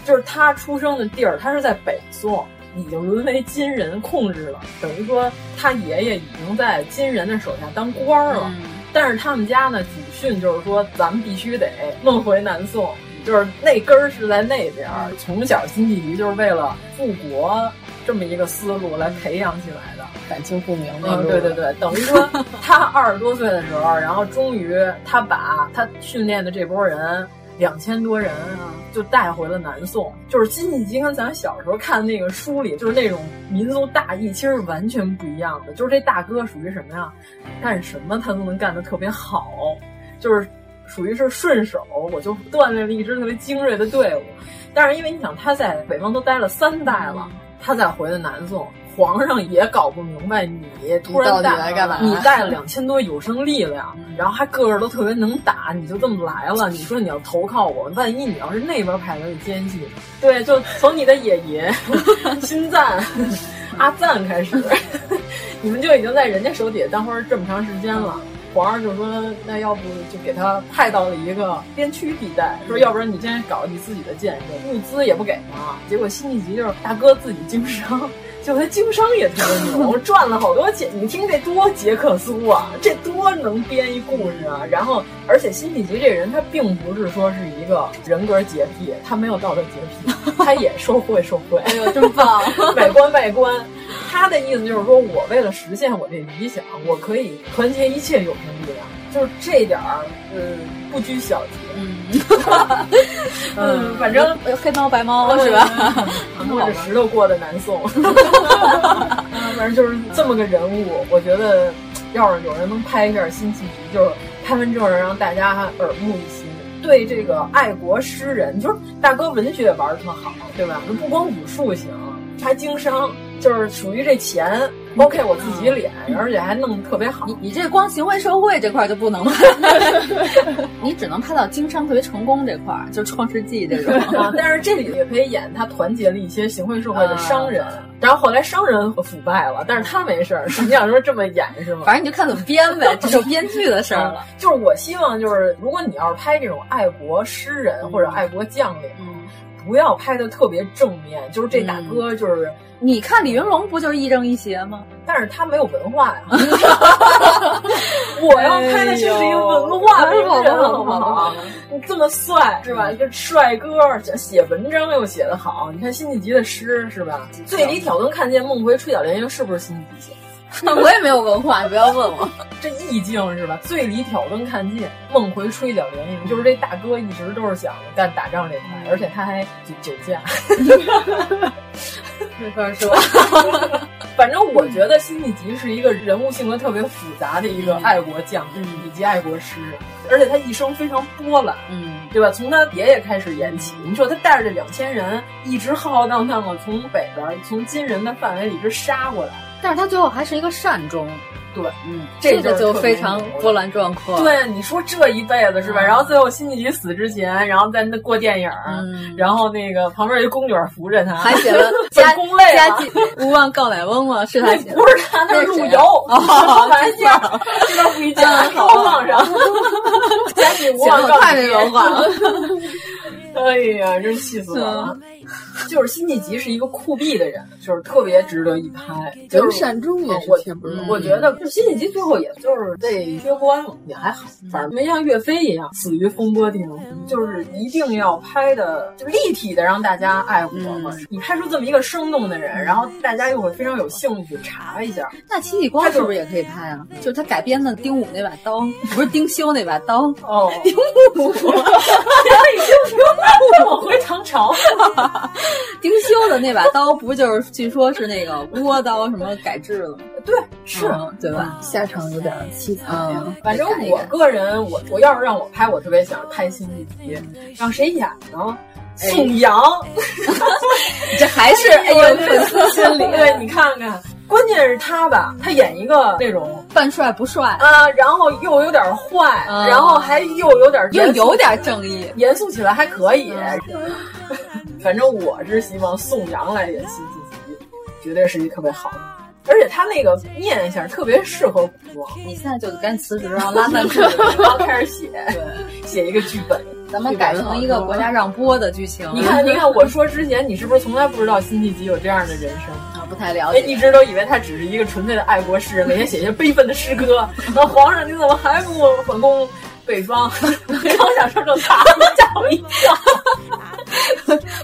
Speaker 3: 就是他出生的地儿，他是在北宋，已经沦为金人控制了，等于说他爷爷已经在金人的手下当官儿了。
Speaker 5: 嗯
Speaker 3: 但是他们家呢，祖训就是说，咱们必须得弄回南宋，就是那根儿是在那边
Speaker 5: 嗯
Speaker 3: 儿。从小辛弃疾就是为了复国这么一个思路来培养起来的。
Speaker 5: 感情不明那
Speaker 3: 嗯，
Speaker 5: 种。
Speaker 3: 对对对，等于说他二十多岁的时候，然后终于他把他训练的这波人两千多人啊，就带回了南宋。就是辛弃疾跟咱小时候看那个书里，就是那种民族大义，其实是完全不一样的。就是这大哥属于什么呀？干什么他都能干得特别好，就是属于是顺手，我就锻炼了一支特别精锐的
Speaker 11: 嗯
Speaker 3: 队伍。但是因为你想，他在北方都待了三代了，他再回的南宋，皇上也搞不明白你突然
Speaker 11: 你到
Speaker 3: 带
Speaker 11: 底来干嘛嗯
Speaker 3: 你带了两千多有生力量，然后还个个都特别能打，你就这么来 了。你说你要投靠我，万一你要是那边派来的奸细，对，就从你的野 爷、新赞、阿赞开始， 你们就已经在人家手底下当官这么长时间了。皇上就说：“那要不就给他派到了一个边区地带，说要不然你先搞你自己的建设，物资也不给嘛。”结果辛弃疾就是大哥自己经商，结果他经商也特别牛，赚了好多钱。你听这多杰克苏啊，这多能编一故事啊！然后，而且辛弃疾这人他并不是说是一个人格洁癖，他没有道德洁癖，他也受贿受贿。哎呦，真棒！ 买官卖官。他的意思就是说，我为了实现我这理想，我可以团结一切有生力量，就是这点儿，呃，不拘小节。 嗯，反正
Speaker 5: 呃
Speaker 3: 嗯
Speaker 5: 黑猫白猫哦是吧？
Speaker 3: 摸着石头过的南 宋， 反正就是这么个人物。我觉得，要是有人能拍一下辛弃疾，就是拍完之后让大家耳目一新。对这个爱国诗人，你说大哥文学玩的特好，对吧？不光武术行，还经商，就是属于这钱 OK 我自己脸，
Speaker 5: 嗯
Speaker 3: 而且还弄得特别好。
Speaker 5: 你你这光行为社会这块儿就不能拍， 你只能拍到经商特别成功这块儿，就是《创世纪》这
Speaker 3: 啊
Speaker 5: 种。
Speaker 3: 但是这里也可以演他团结了一些行贿受贿的商人，然后后来商人腐败了，但是他没事儿。你想说这么演是吗？
Speaker 5: 反正你就看怎么编呗，这是编剧的事儿了。
Speaker 3: 就是我希望就是，如果你要是拍这种爱国诗人或者爱国将领，不要拍的特别正面，就是这大哥就是。
Speaker 5: 你看李云龙不就是亦正亦邪吗？
Speaker 3: 但是他没有文化 呀！我要拍的就是一个文化的人，
Speaker 5: 哎呦
Speaker 3: 好不好？你这么帅是吧？一个帅哥，写文章又写得好。你看辛弃疾的诗是吧？醉里挑灯看剑，梦回吹角连营，是不是辛弃疾写的？
Speaker 5: 我也没有文化，你不要问我。
Speaker 3: 这意境是吧？醉里挑灯看剑，梦回吹角连营，就是这大哥一直都是想干打仗这块，而且他还酒酒驾，没法说。反正
Speaker 5: 嗯
Speaker 3: 我觉得辛弃疾是一个人物性格特别复杂的一
Speaker 5: 嗯
Speaker 3: 个爱国将领以及爱国诗人，而且他一生非常波澜，
Speaker 5: 嗯，
Speaker 3: 对吧？从他爷爷开始演起，你说他带着这两千人一直浩浩荡荡的从北边儿从金人的范围里边杀过来，
Speaker 5: 但是他最后还是一个善终，
Speaker 3: 对，嗯，
Speaker 5: 这
Speaker 3: 个
Speaker 5: 个就非常波
Speaker 3: 澜。
Speaker 5: 澜嗯壮阔。
Speaker 3: 对，你说这一辈子是吧？然后最后辛弃疾死之前，然后在那过电影儿，然后那个旁边一宫女儿扶着他，
Speaker 5: 嗯还写 了
Speaker 3: 家
Speaker 5: 家
Speaker 3: 宫累
Speaker 5: 家
Speaker 3: 了。
Speaker 5: 祭勿忘告乃翁吗？ 是他写的，
Speaker 3: 不是他，啊那是陆游。
Speaker 11: 啊
Speaker 5: 哦
Speaker 3: 开玩笑，这都不一
Speaker 11: 嗯
Speaker 3: 样，高 放上。家祭无忘
Speaker 5: 行
Speaker 3: 告
Speaker 5: 我太没文化了。
Speaker 3: 哎呀，真气死我
Speaker 11: 啊
Speaker 3: 了！就是辛弃疾是一个酷毙的人，就是特别值得一拍。就是
Speaker 11: 善终也
Speaker 3: 我嗯
Speaker 11: 是挺不容易。
Speaker 3: 我觉得辛弃疾最后也就是被削光了，也还好，
Speaker 11: 嗯
Speaker 3: 反正没像岳飞一样死于风波亭。就是一定要拍的就立体的，让大家爱国嘛。
Speaker 11: 嗯
Speaker 3: 你拍出这么一个生动的人，然后大家又会非常有兴趣查一下。
Speaker 5: 那戚继光是不是也可以拍啊？就是他改编的丁武那把刀，不是丁修那把刀，
Speaker 3: 哦，
Speaker 5: 丁武，
Speaker 3: 往回唐朝，
Speaker 5: 丁修的那把刀，不就是据说是那个倭刀什么改制了吗？
Speaker 3: 对，是
Speaker 5: 嗯对吧？嗯
Speaker 11: 下场有点凄惨呀。
Speaker 3: 反正我个人，我我要是让我拍，我特别想拍辛弃疾，让谁演呢？哎宋 阳，
Speaker 5: 这还是哎呦粉丝心理，
Speaker 3: 对你看看，关键是他吧，他演一个那种
Speaker 5: 半帅不帅，
Speaker 3: 啊，然后又有点坏，
Speaker 5: 嗯
Speaker 3: 然后还又有点嗯
Speaker 5: 又
Speaker 3: 严肃
Speaker 5: 有点正义，
Speaker 3: 严肃起来还可以。 反正我是希望宋阳来演辛弃疾，绝对是一特别好的，而且他那个念想特别适合古装，
Speaker 5: 你现在就赶紧辞职，然后拉赞 助，
Speaker 3: 然后开始写，写一个剧本。
Speaker 5: 咱们改成一个国家让播的剧情。嗯
Speaker 3: 你 看，你看，我说之前，你是不是从来不知道辛弃疾有这样的人生？
Speaker 5: 啊，不太了
Speaker 3: 哎，
Speaker 5: 解。
Speaker 3: 一直都以为他只是一个纯粹的爱国诗人，每天写一些悲愤的诗歌。那皇上，你怎么还不反攻北方？ 北方想说正他，吓我一跳。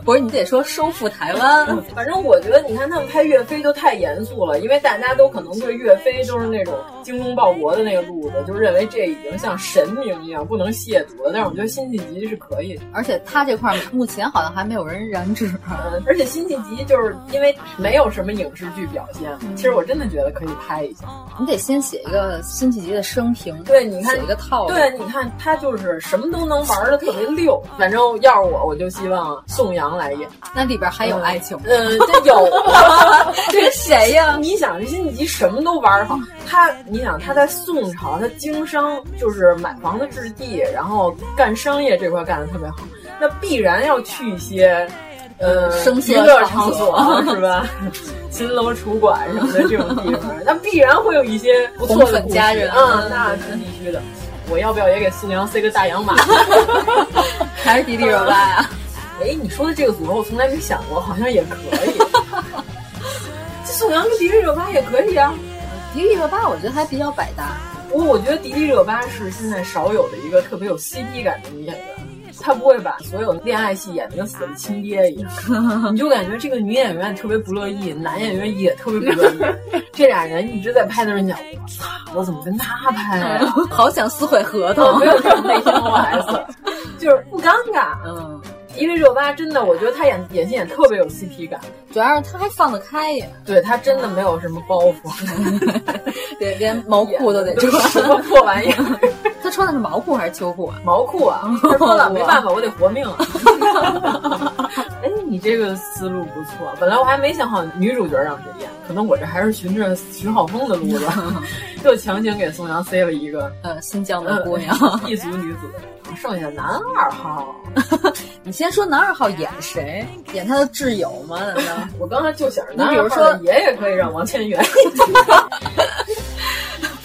Speaker 5: 不是，你得说收复台湾。
Speaker 3: 反正我觉得，你看他们拍岳飞就太严肃了，因为大家都可能对岳飞就是那种精忠报国的那个路子，就认为这已经像神明一样不能亵渎的。但是我觉得辛弃疾是可以的。
Speaker 5: 而且他这块儿目前好像还没有人染指，
Speaker 3: 嗯，而且辛弃疾就是因为没有什么影视剧表现，其实我真的觉得可以拍一下。
Speaker 5: 你得先写一个辛弃疾的生平，
Speaker 3: 对，你看
Speaker 5: 哦写一个套路。
Speaker 3: 对，你看他就是什么都能玩的特别溜。反正要是我，我就希望让宋阳来演。
Speaker 5: 那里边还有爱情吗？
Speaker 3: 呃，这有，啊
Speaker 5: 这谁呀
Speaker 3: 你想，这辛弃疾什么都玩好。他，你想他在宋朝，他经商就是买房子置地，然后干商业这块干得特别好，那必然要去一些。呃，
Speaker 5: 声色
Speaker 3: 娱乐
Speaker 5: 场
Speaker 3: 场
Speaker 5: 所
Speaker 3: 是吧？秦楼楚馆什么的这种地方，那必然会有一些不错
Speaker 5: 红
Speaker 3: 的
Speaker 5: 粉
Speaker 3: 故
Speaker 5: 佳
Speaker 3: 事
Speaker 5: 人
Speaker 3: 啊
Speaker 5: 嗯，
Speaker 3: 那是必须的。我要不要也给宋阳塞个大洋马？
Speaker 5: 还是迪丽热巴呀？
Speaker 3: 哎，你说的这个组合我从来没想过，好像也可以。 这宋阳跟迪丽热巴也可以啊，
Speaker 5: 迪丽热巴我觉得还比较百搭。
Speaker 3: 不过我觉得迪丽热巴是现在少有的一个特别有 CP 感的女演员，她不会把所有恋爱戏演得跟死了亲爹 一样，你就感觉这个女演员特别不乐意，男演员也特别不乐意，这俩人一直在拍的时候，你想，我操，我怎么跟他拍啊？
Speaker 5: 好想撕毁合
Speaker 3: 我
Speaker 5: 同
Speaker 3: 没。有这种内心 OS，就是不尴尬。嗯，迪丽热巴真的，我觉得她演演戏演特别有 CP 感，
Speaker 5: 主要是他还放得开呀，
Speaker 3: 对她真的没有什么包袱，
Speaker 5: 对，连毛裤都得
Speaker 3: 就
Speaker 5: 穿
Speaker 3: 是。 什么破玩意儿。
Speaker 5: 他穿的是毛裤还是秋裤啊？
Speaker 3: 毛裤 啊，他说了没办法，我得活 命啊。哎，你这个思路不错，本来我还没想好女主角让谁演，可能我这还是循着徐浩峰的 路子，就强行给宋阳塞了一个
Speaker 5: 呃，新疆的姑娘。
Speaker 3: 呃 异族女子，剩下男二号。
Speaker 5: 你先说男二号演谁？演他的挚友吗？难道？
Speaker 3: 我刚才就想着
Speaker 5: 你
Speaker 3: 男
Speaker 5: 比
Speaker 3: 二
Speaker 5: 如
Speaker 3: 号
Speaker 5: 说
Speaker 3: 的，爷爷可以让王千源，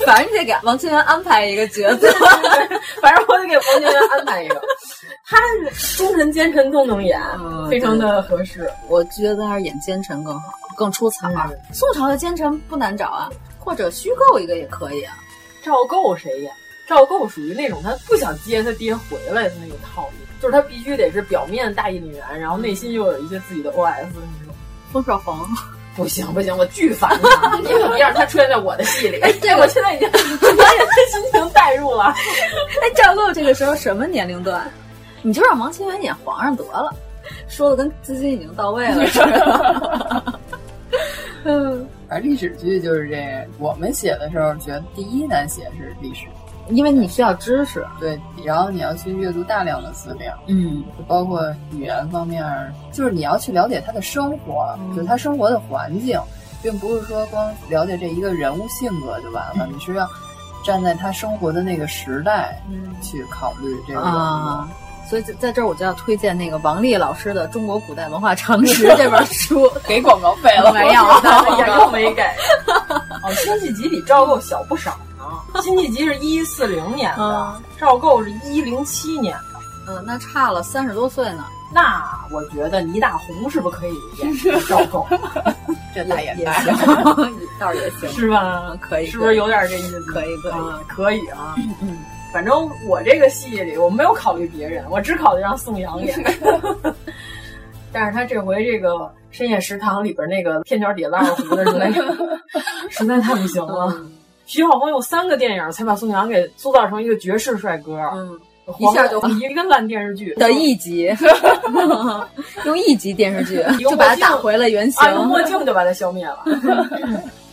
Speaker 5: 反正得给王千源安排一个角色。
Speaker 3: 反正我得给王千源安排一个。 他是忠臣奸臣都能演，非常的合适。
Speaker 5: 我觉得还是演奸臣更好，更出彩。宋朝的奸臣不难找啊，或者虚构一个也可以啊。
Speaker 3: 赵构谁呀？赵构属于那种他不想接他爹回来的那种套路，就是他必须得是表面大义凛然，然后内心又有一些自
Speaker 5: 嗯
Speaker 3: 己的 OS 那种。
Speaker 5: 冯绍峰，
Speaker 3: 不行不行，我巨烦 他！你怎么让他出现在我的戏里？哎，
Speaker 5: 这个
Speaker 3: 我现在已 经把他心情带入了。
Speaker 5: 哎，赵构这个时候什么年龄段？你就让王千源演皇上得了，说的跟资金已经到位了似的。 嗯，
Speaker 12: 而历史剧就是这样，我们写的时候觉得第一难写是历史，
Speaker 5: 因为你需要知识。
Speaker 12: 对，然后你要去阅读大量的资料，
Speaker 5: 嗯，
Speaker 12: 就包括语言方面儿，就是你要去了解他的生活，
Speaker 5: 嗯
Speaker 12: 就是他生活的环境，并不是说光了解这一个人物性格就完了，你是要站在他生活的那个时代
Speaker 5: 嗯
Speaker 12: 去考虑这个人物。
Speaker 5: 啊。所以在在这儿，我就要推荐那个王丽老师的《中国古代文化常识》这本书，
Speaker 12: 给广告费了
Speaker 5: 没有？
Speaker 3: 哎呀， 又没 给。哦，辛弃疾比赵构小不少呢。辛弃疾是一四零年的
Speaker 5: 嗯，
Speaker 3: 赵构是一零七年的。
Speaker 5: 嗯，那差了三十多岁呢。
Speaker 3: 那我觉得倪大红是不是可以 演赵构？
Speaker 12: 这大眼
Speaker 3: 也
Speaker 12: 大，
Speaker 3: 行，
Speaker 5: 倒是也行，
Speaker 3: 是吧？
Speaker 5: 可以，
Speaker 3: 是不是有点这意思？
Speaker 5: 可以可以
Speaker 3: 啊，可以啊。反正我这个戏里我没有考虑别人，我只考虑让宋阳演。 但是他这回这个深夜食堂里边那个片条底拉二胡的实 在实在太不行了。徐浩峰用三个电影才把宋阳给塑造成一个绝世帅哥，
Speaker 5: 嗯，
Speaker 3: 黄啊
Speaker 5: 一下就
Speaker 3: 一个烂电视剧
Speaker 5: 的一集，用一集电视剧
Speaker 3: 用
Speaker 5: 就把
Speaker 3: 墨
Speaker 5: 它
Speaker 3: 镜
Speaker 5: 打回了原形
Speaker 3: 啊，。用墨镜就把他消灭 了。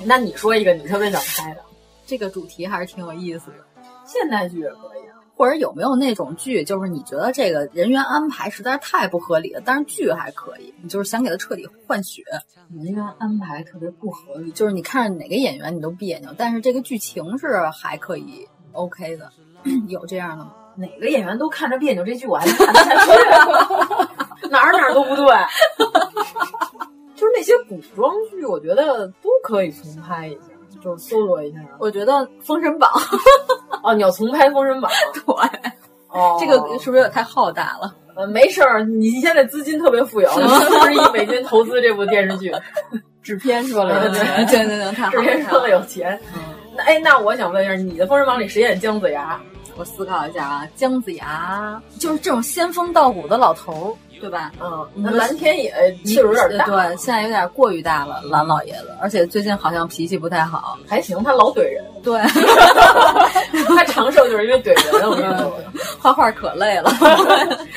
Speaker 3: 那你说一个你特别想拍的
Speaker 5: 这个主题还是挺有意思的。
Speaker 3: 现代剧也可以啊。
Speaker 5: 或者有没有那种剧，就是你觉得这个人员安排实在是太不合理了，但是剧还可以，你就是想给他彻底换血，
Speaker 3: 人员安排特别不合理，
Speaker 5: 就是你看着哪个演员你都别扭，但是这个剧情是还可以 OK 的， 有这样的吗？
Speaker 3: 哪个演员都看着别扭，这句我还看得下去，哪儿哪儿都不对。就是那些古装剧，我觉得都可以重拍一下，就是搜罗一下。
Speaker 5: 我觉得《封神榜》
Speaker 3: 哦，你要重拍《封神榜》？
Speaker 5: 对，
Speaker 3: 哦，
Speaker 5: 这个是不是有点太浩大了？
Speaker 3: 呃没事儿，你现在资金特别富有，十亿美金投资这部电视 剧，
Speaker 12: 制片说了
Speaker 3: 对
Speaker 12: 有
Speaker 3: 嗯对
Speaker 12: 钱，
Speaker 5: 对对对，太
Speaker 3: 直
Speaker 5: 好
Speaker 3: 接说
Speaker 5: 了。
Speaker 3: 了有钱。那哎，那我想问一下，你的《封神榜》里谁演姜子牙？
Speaker 5: 我思考一下啊，姜子牙就是这种仙风道骨的老头儿，对吧？
Speaker 3: 嗯，那蓝天野岁数有点大，
Speaker 5: 对，现在有点过于大了，蓝老爷子，而且最近好像脾气不太好。
Speaker 3: 还行，他老怼人，
Speaker 5: 对，
Speaker 3: 他长寿就是因为怼人。我跟你说。
Speaker 5: 画画可累 了。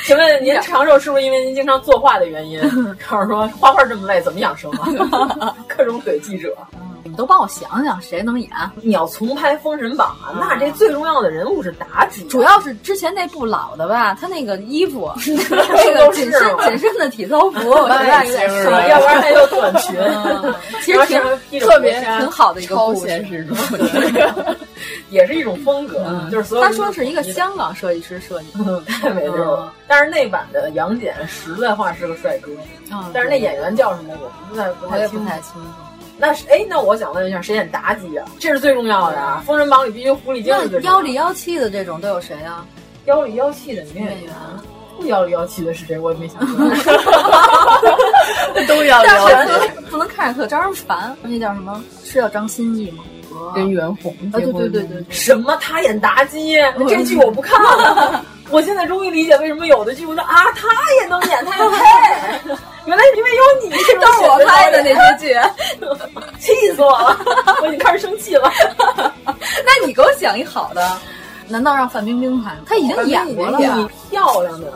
Speaker 3: 请问您长寿是不是因为您经常 啊作画的原因？告诉说画画这么累，怎么养生啊？各种怼记者。你们都帮我想想谁能演。你要重拍《封神榜》啊，那这最重要的人物是妲己，啊
Speaker 5: 主要是之前那部老的吧，他那个 衣服，
Speaker 3: 那
Speaker 5: 个紧身紧身的体操服，我觉得有点
Speaker 3: 是，要不然他就短裙。 嗯
Speaker 5: 其实挺特别挺好的一个
Speaker 13: 超现实主
Speaker 3: 义，也是一种风格。嗯啊就是所有
Speaker 5: 嗯他说是嗯一个香港设计师设计，
Speaker 3: 太没溜了。但是那版的杨戬实在话是个帅哥，嗯但是那演员叫什么我不太
Speaker 5: 嗯我也不太清楚。
Speaker 3: 那是哎，那我想问一下，谁演妲己啊？这是最重要的啊！《封神榜》里必须狐狸精。
Speaker 5: 那妖里妖气的这种都有谁啊？
Speaker 3: 妖里妖气的女演员，不妖里妖气的是谁？我也没想过。
Speaker 5: 都
Speaker 3: 妖里妖
Speaker 5: 气，啊不能看着特招人烦。那叫什么？是叫张歆艺吗？
Speaker 13: 跟袁弘啊，
Speaker 5: 对对对对，
Speaker 3: 什么？他演妲 己？这剧我不看了。我现在终于理解为什么有的剧我说啊，他也能演，他也 配。原来因为有你，
Speaker 5: 都是我拍的那些剧，
Speaker 3: 气死我了！ 我已经开始生气了。
Speaker 5: 那你给我想一好的，难道让范冰冰拍？她已经演过了，
Speaker 3: 漂亮的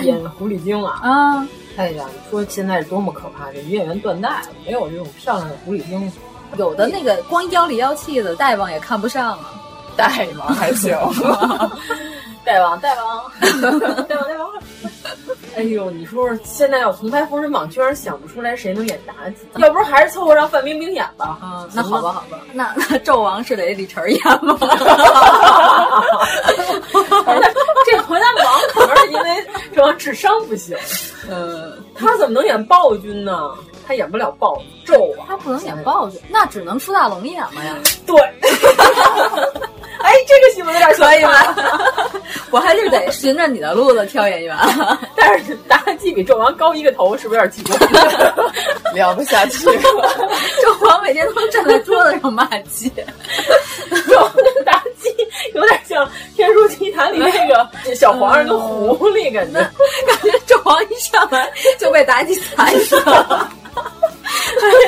Speaker 3: 演狐狸精啊！
Speaker 5: 啊，
Speaker 3: 哎呀，你说现在是多么可怕！这女演员断代了，没有这种漂亮的狐狸精。
Speaker 5: 有的那个光妖里妖气的大王也看不上啊，
Speaker 13: 大王还 行，
Speaker 3: 大王大 王大王大王。哎呦，你说现在要重拍《封神榜》，居然想不出来谁能演妲己，要不还是凑合让范冰冰演吧。
Speaker 5: 嗯，那好吧，好 吧，那那纣王是得李晨演吗？
Speaker 3: 哎这河南王可能是因为什么智商不行，
Speaker 5: 嗯，
Speaker 3: 他怎么能演暴君呢？他演不了暴君，纣王
Speaker 5: 他不能演暴君，那只能朱大龙演了呀。
Speaker 3: 对， 哎，这个戏份有点
Speaker 5: 可以吧？ 我还是得 循着你的路子挑演员，啊
Speaker 3: 但是妲己比纣王高一个头，是不是有点奇怪？
Speaker 13: 聊不下去了，
Speaker 5: 纣王每天都站在桌子上骂街，
Speaker 3: 纣王跟妲己有点像《天书奇谭》里那个小皇上跟狐狸感觉，
Speaker 5: 感觉 纣王一上来就被妲己踩死了。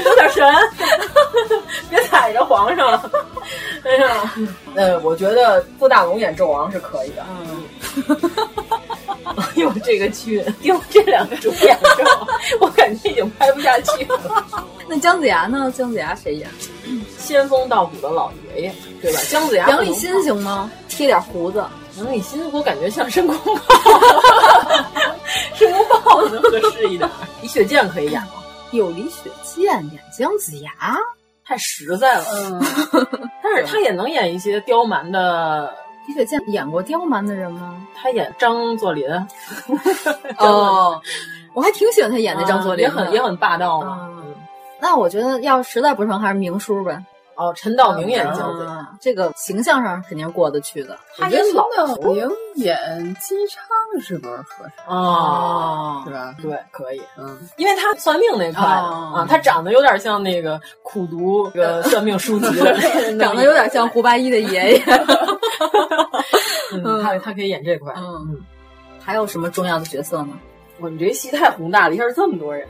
Speaker 3: 留点神， 别踩着皇上了。哎呀，呃，我觉得傅大龙演纣王是可以的。 哎呦，这个剧丢这两个主演之后，我感觉已经拍不下去了。
Speaker 5: 那姜子牙呢？姜子牙谁演？
Speaker 3: 仙风道骨的老爷爷，对吧？姜子牙，
Speaker 5: 杨立新行吗？剃点胡子。
Speaker 3: 杨立新，我感觉像申公豹，申公豹子合适一点。李雪健可以演吗？
Speaker 5: 有李雪健演姜子牙，
Speaker 3: 太实在了。嗯， 但是他也能演一些刁蛮的。
Speaker 5: 李雪健演过刁蛮的人吗？
Speaker 3: 他演张作霖。
Speaker 5: 哦， 啊我还挺喜欢他演的张作
Speaker 3: 嗯
Speaker 5: 霖，嗯
Speaker 3: 也很也很霸道嘛。
Speaker 5: 那我觉得要实在不成，还是明叔呗。啊
Speaker 3: 哦，陈道
Speaker 5: 嗯
Speaker 3: 明演姜子牙，
Speaker 5: 这个形象上肯定是过得去的。
Speaker 13: 他跟老明演姬昌是不是合适？
Speaker 3: 哦，
Speaker 13: 是吧？
Speaker 3: 对，可以。
Speaker 13: 嗯，
Speaker 3: 因为他算命那块
Speaker 5: 哦
Speaker 3: 啊，他长得有点像那个苦读 个算命书籍，
Speaker 5: 长得有点像胡八一的爷爷。
Speaker 3: 嗯，他他可以演这块。
Speaker 5: 嗯，还有什么重要的角色呢？
Speaker 3: 我们这戏太宏大了，一下这么多人。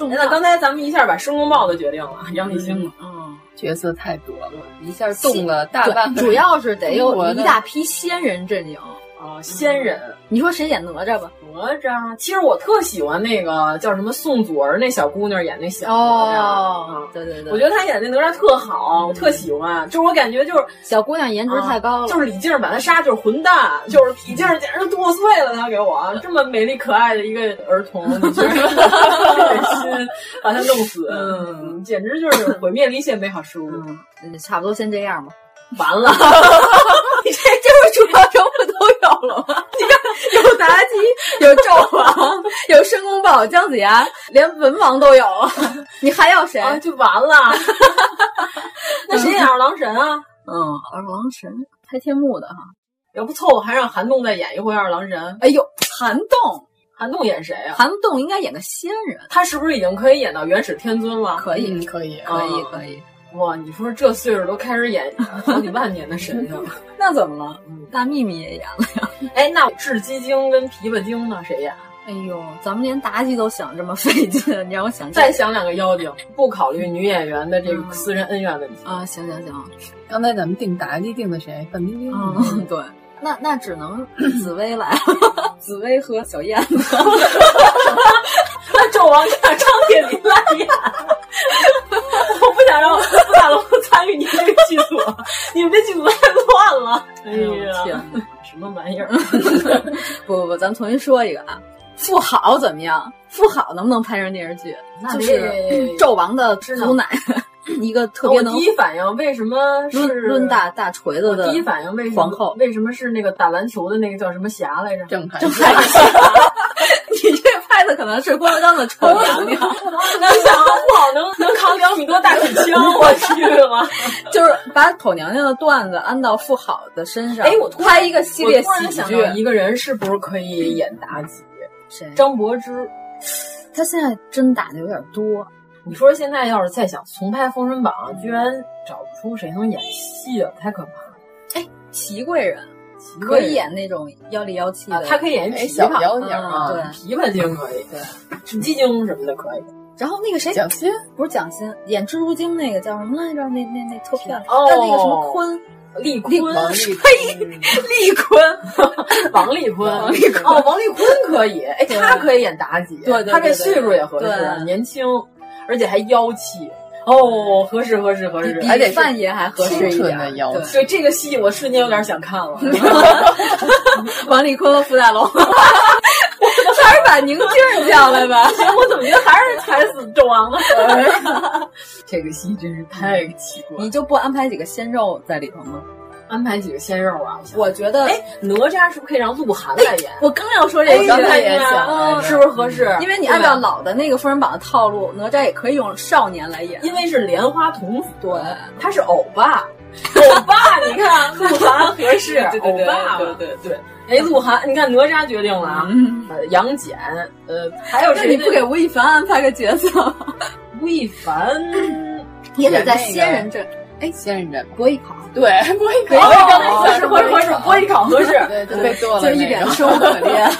Speaker 3: 那刚才咱们一下把申公豹的决定了，杨立新了。
Speaker 13: 嗯，角色太多了，一下动了大半。
Speaker 5: 主要是得有一大批仙人阵营
Speaker 3: 啊，仙人。
Speaker 5: 你说谁演哪吒吧？
Speaker 3: 哪吒，其实我特喜欢那个叫什么宋祖儿那小姑娘演那小哦，
Speaker 5: 对对对，
Speaker 3: 我觉得她演那哪吒特好，我特喜欢。就是我感觉就是
Speaker 5: 小姑娘嗯颜值太高了，
Speaker 3: 啊就是李静把她杀就是混蛋，就是李静简直剁碎了她给我啊这么美丽可爱的一个儿童，你 觉 得？把他弄死，嗯，简直就是毁灭了一切美好事物。
Speaker 5: 嗯，差不多先这样吧。
Speaker 3: 完了，
Speaker 5: 你这这主要人物都有了吗？你看，有妲己，有纣王，有申公豹、姜子牙，连文王都有了。你还要谁？
Speaker 3: 啊就完 了。那谁演二郎神啊？
Speaker 5: 嗯，二郎神拍天幕的哈。
Speaker 3: 要不凑合还让韩栋再演一回二郎神？
Speaker 5: 哎呦，韩栋。
Speaker 3: 韩栋演谁啊？
Speaker 5: 韩栋应该演个仙人，
Speaker 3: 他是不是已经可以演到元始天尊了？嗯
Speaker 5: 可以，
Speaker 13: 可以，
Speaker 5: 可以，可以。
Speaker 3: 哇，你说这岁数都开始演好几万年的神了，
Speaker 5: 那怎么了？大秘密也演了呀？
Speaker 3: 哎，那雉鸡精跟琵琶精呢？谁演？
Speaker 5: 哎呦，咱们连妲己都想这么费劲，你 让我想
Speaker 3: 再想两个妖精，不考虑女演员的这
Speaker 5: 嗯
Speaker 3: 个私人恩怨问题
Speaker 5: 啊？行行行，
Speaker 13: 刚才咱们定妲己定的谁？范冰冰。
Speaker 5: 嗯，对。那那只能紫薇来了，紫薇和小燕 子。
Speaker 3: 那纣王让张铁林来演，我不想让大龙
Speaker 14: 你们这句子太乱了！哎
Speaker 5: 呀
Speaker 14: 呀，什么玩意儿？
Speaker 5: 不不不，咱们重新说一个啊。富好怎么样？富好能不能拍成电视剧？
Speaker 3: 那
Speaker 5: 就
Speaker 3: 得
Speaker 5: 是纣王的祖奶， 一个特别能
Speaker 3: 哦我第一反应为什么是
Speaker 5: 抡抡大大锤子
Speaker 3: 我
Speaker 5: 的
Speaker 3: 第一反应为什
Speaker 5: 皇
Speaker 3: 么
Speaker 5: 后？
Speaker 3: 为什么是那个打篮球的那个叫什么侠来着？
Speaker 15: 郑恺
Speaker 3: 郑
Speaker 5: 恺 你这拍的可能是郭德纲的丑娘娘，
Speaker 14: 能想
Speaker 3: 啊
Speaker 14: 不好能能扛两 米多大铁枪，我去了！
Speaker 5: 就是把丑娘娘的段子安到富好的身上。
Speaker 3: 哎，我突然
Speaker 5: 拍一个系列
Speaker 3: 我突然
Speaker 5: 喜
Speaker 3: 想
Speaker 5: 剧，
Speaker 3: 到一个人是不是可以演妲己？
Speaker 5: 谁？
Speaker 3: 张柏芝。
Speaker 5: 他现在真打的有点多。
Speaker 3: 你说现在要是再想重拍《封神榜》，居然找不出谁能演戏了，太可怕了。
Speaker 5: 祺哎贵人
Speaker 3: 祺
Speaker 5: 可
Speaker 3: 贵人
Speaker 5: 以演那种妖里妖气
Speaker 3: 啊
Speaker 5: 的，，
Speaker 3: 他可以演
Speaker 5: 哎
Speaker 3: 琵琶，
Speaker 5: 小妖精
Speaker 3: 啊，
Speaker 5: 对。
Speaker 3: 琵琶精可以，对，鸡精什么的可以。
Speaker 5: 然后那个谁，
Speaker 3: 蒋
Speaker 5: 欣不是蒋欣，演蜘蛛精那个叫什么来着？那那那特漂亮，
Speaker 3: 哦
Speaker 5: 叫那个什么坤，
Speaker 3: 丽
Speaker 5: 坤，
Speaker 3: 王丽
Speaker 5: 呸，丽坤，
Speaker 3: 王丽坤，
Speaker 5: 王丽坤
Speaker 3: 哦，王丽坤可以，哎，
Speaker 5: 对
Speaker 3: 他可以演妲己，
Speaker 5: 对对对
Speaker 3: 他这岁数也合适，
Speaker 5: 对
Speaker 3: 年轻，而且还妖气，哦，合适合适合适，
Speaker 5: 比
Speaker 3: 还得
Speaker 5: 比范爷还合适一
Speaker 15: 清
Speaker 5: 点
Speaker 15: 纯的妖
Speaker 5: 对
Speaker 15: 气
Speaker 3: 对这个戏，我瞬间有点想看 了。
Speaker 5: 王丽坤和傅大龙， 差点把宁静儿叫来吧。
Speaker 3: 我怎么觉得还是踩死纣王呢？
Speaker 5: 这个戏真是
Speaker 3: 太奇怪了
Speaker 5: 你就不安排几个鲜肉在里头吗？
Speaker 3: 安排几个鲜肉啊！想
Speaker 5: 我觉得，
Speaker 3: 哎，哪吒是不是可以让鹿晗来演？
Speaker 5: 我刚要说这个，
Speaker 3: 哎刚才也想
Speaker 5: 嗯
Speaker 3: 是不是合适？
Speaker 5: 因为你按照老的那个《封神榜》的套路，哪吒也可以用少年来演。
Speaker 3: 因为是莲花童子，
Speaker 5: 对，
Speaker 3: 他是欧 巴，欧巴，你看鹿晗合适，
Speaker 14: 对对
Speaker 3: 欧
Speaker 14: 对
Speaker 3: 巴，
Speaker 14: 对
Speaker 3: 对对。哎，鹿晗，你看哪吒决定了啊，呃杨戬，呃，还有
Speaker 5: 嗯那
Speaker 3: 谁？
Speaker 5: 你不给吴亦凡安排个角色吗？
Speaker 3: 吴亦凡？
Speaker 5: 也得在仙人镇，
Speaker 15: 哎，仙人镇
Speaker 5: 国艺考，
Speaker 15: 对，国艺
Speaker 3: 哦
Speaker 15: 考
Speaker 3: 合适合适合适，博艺考合适，
Speaker 15: 对，就被剁了，
Speaker 5: 就一脸生无可恋。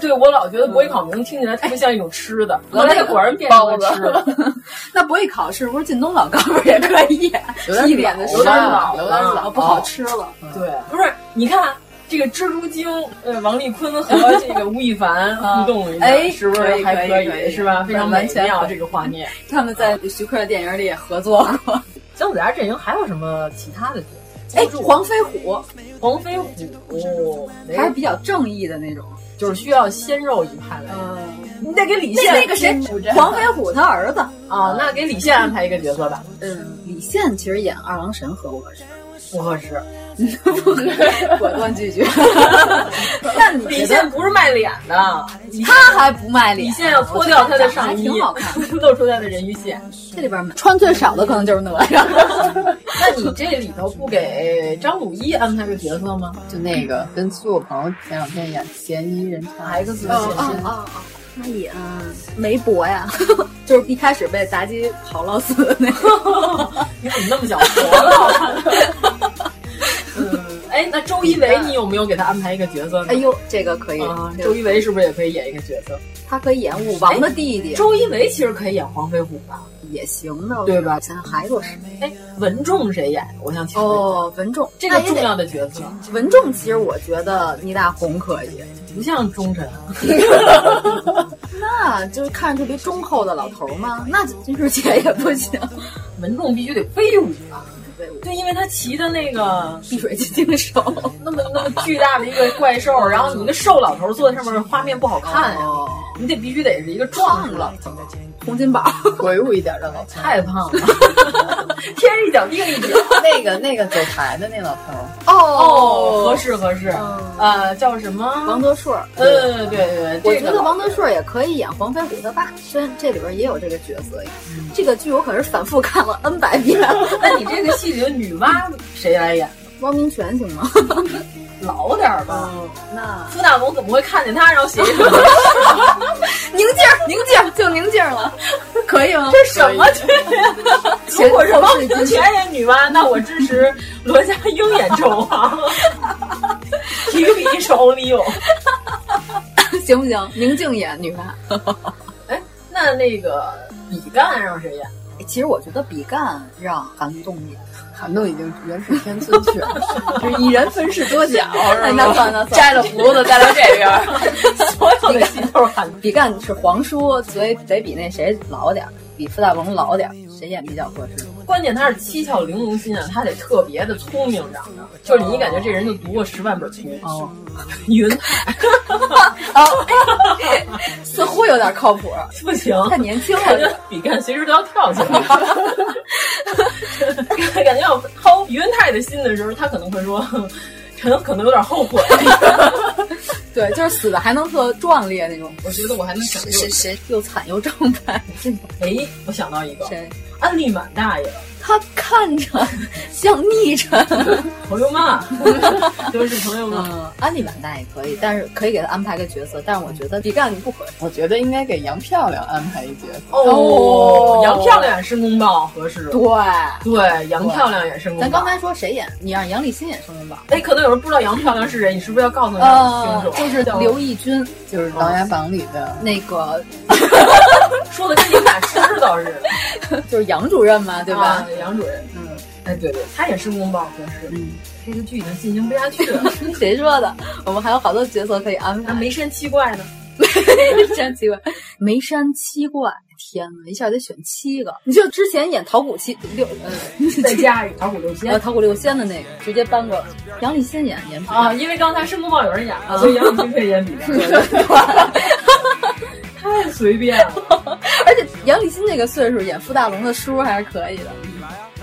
Speaker 3: 对我老觉得博艺考名听起来特别像一种吃的，
Speaker 5: 嗯
Speaker 3: 后来果然变成了吃
Speaker 5: 包
Speaker 3: 的，
Speaker 5: 那博艺考试不是靳东老哥们儿也可以演，
Speaker 15: 有点
Speaker 5: 一脸的
Speaker 15: 老
Speaker 5: 生
Speaker 15: 了有点
Speaker 3: 老
Speaker 5: 不好吃了。
Speaker 3: 对，不是，你看这个蜘蛛精，呃，王丽坤和这个吴亦凡互动一下，
Speaker 5: 哎
Speaker 3: 是不是还
Speaker 5: 可以可以
Speaker 3: 以？是吧？
Speaker 5: 对
Speaker 3: 非常
Speaker 5: 完
Speaker 3: 美
Speaker 5: 全
Speaker 3: 妙
Speaker 5: 可以
Speaker 3: 这个画面。
Speaker 5: 他们在徐克的电影里也合作过。
Speaker 3: 姜子牙阵营还有什么其他的角色？
Speaker 5: 哎，黄飞虎
Speaker 3: 黄飞虎
Speaker 5: 还是比较正义的那种。
Speaker 3: 就是需要鲜肉一派来。你得给李
Speaker 5: 那
Speaker 3: 现
Speaker 5: 那个谁，黄飞虎他儿子，
Speaker 3: 啊，那给李现安排一个角色吧，
Speaker 5: 嗯，李现其实演二郎神合不合适？
Speaker 3: 不合适。
Speaker 5: 果断拒绝。 那你
Speaker 3: 李
Speaker 5: 觉
Speaker 3: 现
Speaker 5: 得
Speaker 3: 不是卖脸 的，
Speaker 5: 他还不卖脸？
Speaker 3: 李现要脱掉他的上衣
Speaker 5: 我觉得长得还挺好看。，
Speaker 3: 露出他的人鱼线。
Speaker 5: 这里边 哦穿最少的可能就是哪 吒。
Speaker 3: 那你这里头不给张鲁一安排个角色吗？
Speaker 15: 就那个跟苏有朋前两天演嫌疑人查
Speaker 3: X
Speaker 15: 哦
Speaker 3: 先生，
Speaker 5: 哦，他演
Speaker 3: 呃
Speaker 5: 梅博呀， 就是一开始被妲己刨涝死的那 个。
Speaker 3: 你怎么那么想活呢？ 嗯，哎，那周一围你有没有给他安排一个角色呢？
Speaker 5: 哎呦，这个可以，
Speaker 3: 啊，
Speaker 5: 这个
Speaker 3: 周一围是不是也可以演一个角色？
Speaker 5: 他可以演武王的弟弟，
Speaker 3: 周一围其实可以演黄飞虎吧？
Speaker 5: 也行的，
Speaker 3: 哎对吧
Speaker 5: 咱还有谁？
Speaker 3: 哎，文仲谁演？我想听。
Speaker 5: 哦，文仲，
Speaker 3: 这个
Speaker 5: 那也
Speaker 3: 重
Speaker 5: 得
Speaker 3: 要的角色
Speaker 5: 文仲，其实我觉得倪大红可以，
Speaker 3: 不像忠臣啊，
Speaker 5: 那就是看特别忠厚的老头儿嘛。那金世杰也不行，
Speaker 3: 文仲必须得威武啊！
Speaker 5: 威武
Speaker 3: 就因为他骑的那个
Speaker 5: 碧水金睛手。
Speaker 3: 那么那么巨大的一个怪兽，然后你一个瘦老头坐在上面，画面不好看呀。
Speaker 5: 哦，
Speaker 3: 你得必须得是一个壮老头，
Speaker 5: 洪金宝，
Speaker 15: 鬼舞一点的老头儿，
Speaker 3: 太胖了， 天一脚地一脚。
Speaker 15: 那个那个走台的那老头儿，
Speaker 3: 哦，合
Speaker 5: 哦，
Speaker 3: 适合适，
Speaker 5: 嗯
Speaker 3: 呃，叫什么？
Speaker 5: 王德顺。
Speaker 3: 呃，对对对，
Speaker 5: 我
Speaker 3: 这
Speaker 5: 觉
Speaker 3: 个
Speaker 5: 得王德顺也可以演黄飞虎他爸，虽然这里边也有这个角色，这个剧我可是反复看了 N 百 遍。
Speaker 3: 那你这个戏里的女娲谁来演？
Speaker 5: 汪明荃行吗？
Speaker 3: 老点儿吧。
Speaker 5: 那
Speaker 3: 傅大龙怎么会看见他，然后写一首歌？
Speaker 5: 宁静儿，宁静儿就宁静儿了，可以吗？这
Speaker 3: 什么剧？如果是王明荃演女娲，那我支持罗家英演纣王。提笔手里有。
Speaker 5: 行不行？宁静演女娲。
Speaker 3: 哎， 那那个比干让谁演？
Speaker 5: 哎其实我觉得比干让韩栋演，
Speaker 15: 韩栋已经元始天尊去了，
Speaker 5: 就一人分饰多角，
Speaker 15: 吧
Speaker 5: 哎，那算了那
Speaker 15: 摘
Speaker 5: 算了，
Speaker 15: 了
Speaker 5: 胡子再来这 边。所有
Speaker 3: 这个戏都是韩
Speaker 5: 比干是皇叔，所以得比那谁老点儿，比傅大龙老点儿。谁演比较合适？
Speaker 3: 关键他是七窍玲珑心啊，他得特别的聪明长着，就是你感觉这人就读过十万本书。
Speaker 5: 哦，
Speaker 3: 云，
Speaker 5: 哦，似乎有点靠谱，
Speaker 3: 不行，
Speaker 5: 太年轻
Speaker 3: 感觉
Speaker 5: 了。
Speaker 3: 比干随时都要跳 起来。感觉要掏于文泰的心的时候，他可能会说，陈可能有点后 悔。
Speaker 5: 对，就是死的还能特壮烈那种。
Speaker 3: 我觉得我还能想
Speaker 5: 谁谁又惨又正派，
Speaker 3: 哎，我想到一个，
Speaker 5: 谁？
Speaker 3: 安利满大爷，
Speaker 5: 他看着像逆着。
Speaker 3: 朋友们， 就是朋友们。
Speaker 5: 嗯，安利版大也可以，但是可以给他安排个角色，但是我觉得比干不合适。
Speaker 16: 我觉得应该给杨漂亮安排一角色。
Speaker 3: 哦，杨漂亮也申公豹合适。
Speaker 5: 对
Speaker 3: 对，杨漂亮也申公
Speaker 5: 咱
Speaker 3: 豹
Speaker 5: 刚。才说谁演？你让杨立新演申公豹。
Speaker 3: 哎，可能有人不知道杨漂亮是谁，你是嗯不是要告诉
Speaker 5: 呃
Speaker 3: 大家听，众？
Speaker 5: 就是刘奕君，
Speaker 16: 就是《琅琊榜》里的
Speaker 5: 那个
Speaker 3: 说的跟你们俩知道似的，
Speaker 5: 就是杨主任嘛， 对吧
Speaker 3: 啊？杨主任，
Speaker 5: 嗯，
Speaker 3: 哎，对对，他也申公豹合适。嗯，这个剧已经进行不下去了。
Speaker 5: 谁说的？我们还有好多角色可以安
Speaker 3: 那
Speaker 16: 啊
Speaker 5: 排。
Speaker 3: 眉山七怪 呢？
Speaker 5: 眉山七怪，眉山七怪，天呐，一下得选七个。你就之前演桃谷七六， 呃，
Speaker 3: 再加一个桃谷六
Speaker 5: 呃
Speaker 3: 仙
Speaker 5: 桃谷六仙的那个，直接搬过来。杨立新演演
Speaker 3: 啊，因为刚才申公豹有人演了，所以杨丽君可以演比干。太 随便了。
Speaker 5: 而且杨立新这个岁数演傅大龙的叔还是可以的。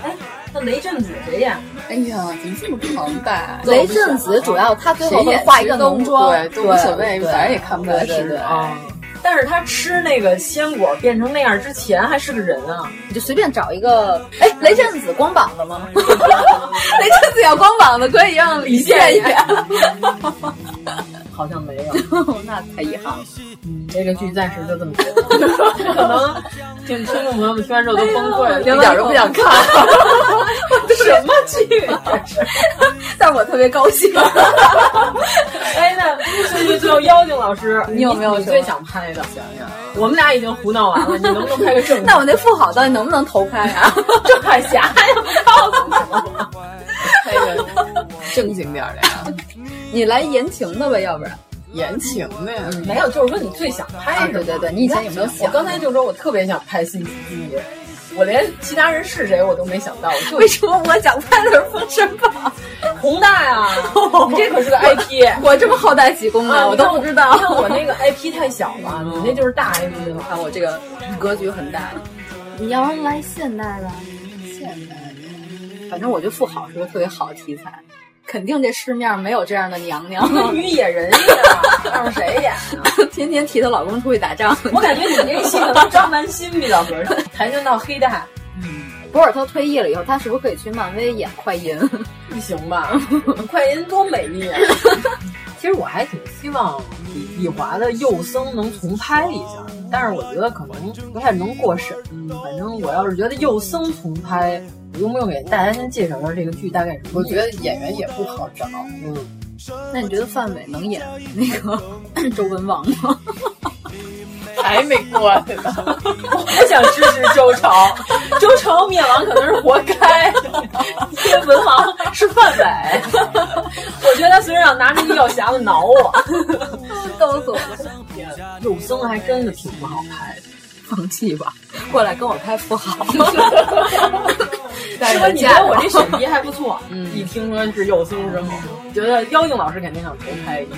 Speaker 3: 哎，那雷震子谁演？
Speaker 16: 哎呀，怎么这么庞大？
Speaker 5: 雷震子主要他最后
Speaker 16: 谁
Speaker 5: 会
Speaker 16: 演
Speaker 5: 化一
Speaker 16: 谁
Speaker 5: 个
Speaker 16: 都
Speaker 5: 浓
Speaker 16: 无
Speaker 5: 妆，
Speaker 16: 对都无所谓
Speaker 5: 对
Speaker 16: 反正也看不出来
Speaker 5: 对对
Speaker 16: 是
Speaker 5: 对
Speaker 3: 啊。但是他吃那个鲜果变成那样之前还是个人啊！
Speaker 5: 你就随便找一个。哎，雷震子光膀子吗？ 雷震子要光膀子，可以让李现演。
Speaker 3: 好像没有，
Speaker 5: 那太遗憾了。
Speaker 3: 嗯这个剧暂时就这么 定了。可能听听众朋友们听完之后都崩溃了，
Speaker 5: 哎一点都不想看，
Speaker 3: 什么剧？
Speaker 5: 但我特别高兴。
Speaker 3: 哎，那最 后最后妖精老师，
Speaker 5: 你有没有
Speaker 3: 你
Speaker 5: 什么？
Speaker 3: 最想拍的？想想，我们俩已经胡闹完了，你能不能拍个正
Speaker 5: 那我那富好到底能不能投拍啊？
Speaker 3: 郑海霞 呀，告诉我，
Speaker 16: 那个正经点儿的呀，
Speaker 5: 你来言情的吧，要不然
Speaker 16: 言情的呀。
Speaker 3: 嗯没有，就是说你最想
Speaker 5: 啊
Speaker 3: 拍什么？
Speaker 5: 对对对你以前有没有想
Speaker 3: 我刚才就说我特别想拍《新喜剧》，我连其他人是谁我都没想到，我
Speaker 5: 为
Speaker 3: 就
Speaker 5: 什么我想拍的是《封神榜》？
Speaker 3: 宏大 呀、你这可是个 IP。
Speaker 5: 我这么好大喜功
Speaker 3: 啊
Speaker 5: 嗯吗？，我都不知道。
Speaker 3: 你看我那个 IP 太小了，你那就是大 IP 了。
Speaker 5: 看我这个格局很大。你要是来现代吧，
Speaker 16: 现代
Speaker 5: 反正我觉得富好是个特别好的题材，肯定这市面没有这样的娘 娘，
Speaker 3: 跟于野人一样， 让谁演啊？
Speaker 5: 天天提她老公出去打仗。
Speaker 3: 我感觉你这个戏可能张南新比较合 适，跆拳道黑带
Speaker 5: 博尔特退役了以后，他是不是可以去漫威演快银？
Speaker 3: 不行吧？ 快银多美丽 啊！其实我还挺希望李李华的《幼僧》能重拍一下，但是我觉得可能不太能过审。反正我要是觉得《幼僧》重拍，我用不用给大家先介绍一下这个剧大概是什么
Speaker 16: 我？觉得演员也不好找，
Speaker 3: 嗯，
Speaker 5: 那你觉得范伟能演那个 周文王吗？
Speaker 16: 还没过呢。
Speaker 3: 我不想支持 周朝，周朝灭亡可能是活该，因为文王是范伟。我觉得他随时想拿着一药匣子挠我。
Speaker 5: 告诉我，
Speaker 3: 幼僧还真的挺不好拍的。
Speaker 5: 放弃吧，过来跟我拍富豪。 啊
Speaker 3: 说你觉得我这选题还不错，嗯，一听说是幼僧之后，觉得妖精老师肯定想重拍一个，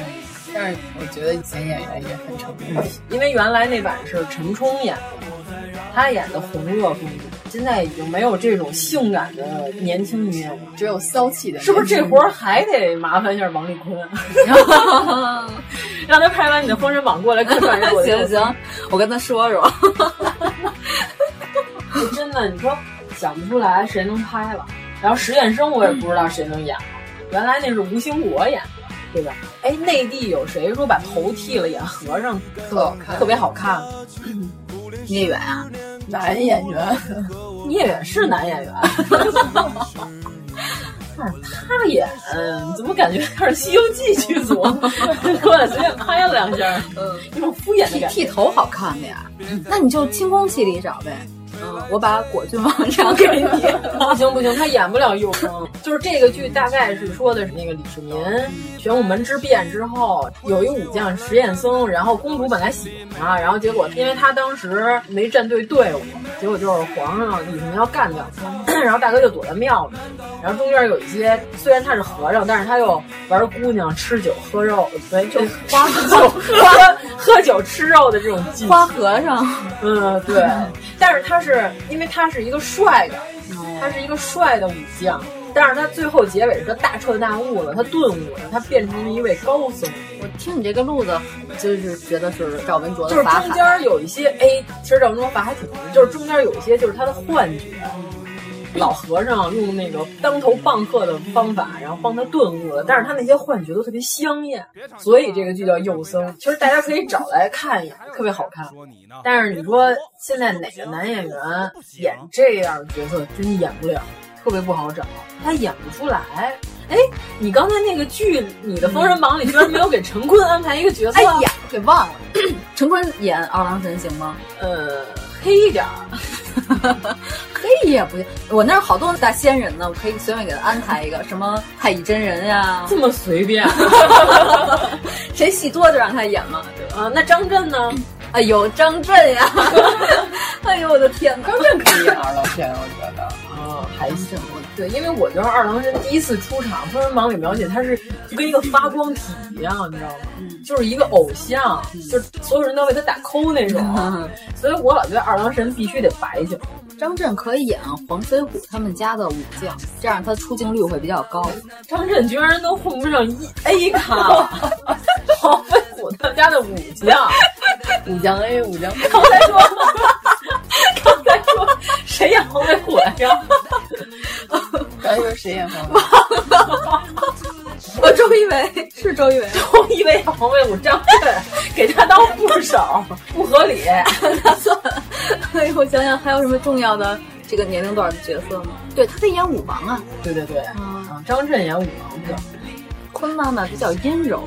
Speaker 16: 但是我觉得以前演员也很成功。
Speaker 3: 因为原来那版是陈冲演的，他演的红恶公主，现在已经没有这种性感的年轻女演员了，
Speaker 16: 只有骚气的，
Speaker 3: 是不是这活儿还得麻烦一下王丽坤，啊 让他拍完你的《封神榜》过来客串一下我的幼
Speaker 5: 行
Speaker 3: 僧
Speaker 5: 行，我跟他说说。
Speaker 3: 真的，你说想不出来谁能拍了。然后实验生我也不知道谁能演了，原来那是吴兴国演的，对吧？哎，内地有谁说把头剃了演和尚
Speaker 16: 特好看
Speaker 3: 特别好看？
Speaker 5: 聂远啊，
Speaker 16: 男演 员，
Speaker 3: 聂远是男演员， 但是他演怎么感觉他是《西游记》剧组 过来随便拍了两下，嗯，一种敷衍的
Speaker 5: 剃
Speaker 3: 感觉。嗯
Speaker 5: 剃头好看的呀，那你就清宫戏里找呗。嗯我把果郡王 让给你。
Speaker 3: 不行不行，他演不了幼风。就是这个剧大概是说的是那个李世民玄武门之变之后，有一武将石彦僧，然后公主本来喜欢他，然后结果因为他当时没站对队伍，结果就是皇上李世民要干掉他， 然后大哥就躲在庙里，然后中间有一些虽然他是和尚，但是他又玩姑娘、吃酒喝肉，所以就花酒 花喝酒吃肉的这种技
Speaker 5: 花和尚，
Speaker 3: 嗯 对，但是他是因为他是一个帅的。他是一个帅的武将，但是他最后结尾是他大彻大悟了，他顿悟了，他变成了一位高僧。
Speaker 5: 我听你这个路子，就是觉得是赵文卓
Speaker 3: 就是
Speaker 5: 的法
Speaker 3: 中间有一些哎，其实赵文卓法还挺多，就是中间有一些就是他的幻觉。老和尚用那个当头棒喝的方法，然后帮他顿悟了，但是他那些幻觉都特别香艳，所以这个剧叫幼僧。其实大家可以找来看一眼，特别好看。但是你啊说现在哪个男演员演这样的角色，真演不了，特别不好找，他演不出来。哎，你刚才那个剧《你的封神榜》里居然没有给陈坤安排一个角色、啊，
Speaker 5: 哎呀，给忘了。 陈坤演二郎神行吗？
Speaker 3: 呃，黑一点儿。
Speaker 5: 黑也不行，我那儿好多大仙人呢，我可以随便给他安排一个，什么太乙真人呀、
Speaker 3: 这么随 便，
Speaker 5: 谁戏多就让他演嘛，对吧？
Speaker 3: 啊，那张震呢？
Speaker 5: 哎呦，张震呀！ 哎呦，我的天哪！
Speaker 3: 张震可以演二郎神，我觉得。啊，还行。对，因为我觉得二郎神第一次出场，《封神榜》里描写他是就跟一个发光体一样，你知道吗？就是一个偶像，就是所有人都为他打 call 那种。 所以我老觉得二郎神必须得白净。
Speaker 5: 张震可以演黄飞虎他们家的武将，这样他出镜率会比较高。
Speaker 3: 张震居然都混不上一 A 咖， 黄飞虎他们家的武将，
Speaker 17: 武将 A 武将 B，
Speaker 3: 刚才说，刚才说 谁演黄飞虎来着？
Speaker 17: 刚才说谁演 黄飞虎？
Speaker 5: 我周一围是周一围，啊
Speaker 3: 周一围演黄飞虎，张震给他当副手，不合 理。
Speaker 5: 那算了。哎呦，我想想还有什么重要的这个年龄段的角色吗？对他可以演武王啊。
Speaker 3: 对对对，啊，张震演武王比较
Speaker 5: 坤妈妈比较阴柔，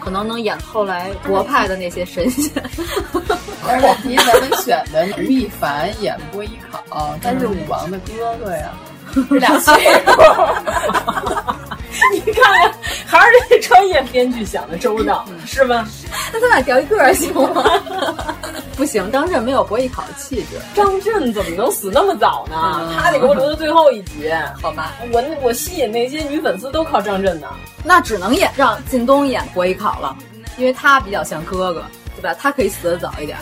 Speaker 5: 可能能演后来国派的那些神仙。
Speaker 17: 但是问题咱们选的吴亦凡演波依 考，他哦是武王的哥哥呀，
Speaker 3: 这 俩岁数。 你看看，还是这专业编剧想的周到，是吧？
Speaker 5: 那咱俩调一个儿行吗？ 不行，张震没有博弈考的气质。
Speaker 3: 张震怎么能死那么早
Speaker 17: 啊
Speaker 3: 呢？他得给我留到最后一集，
Speaker 5: 好吧？
Speaker 3: 我我吸引那些女粉丝都靠张震呢。
Speaker 5: 那只能演让靳东演博弈考了，因为他比较像哥哥，对吧？他可以死的早一点。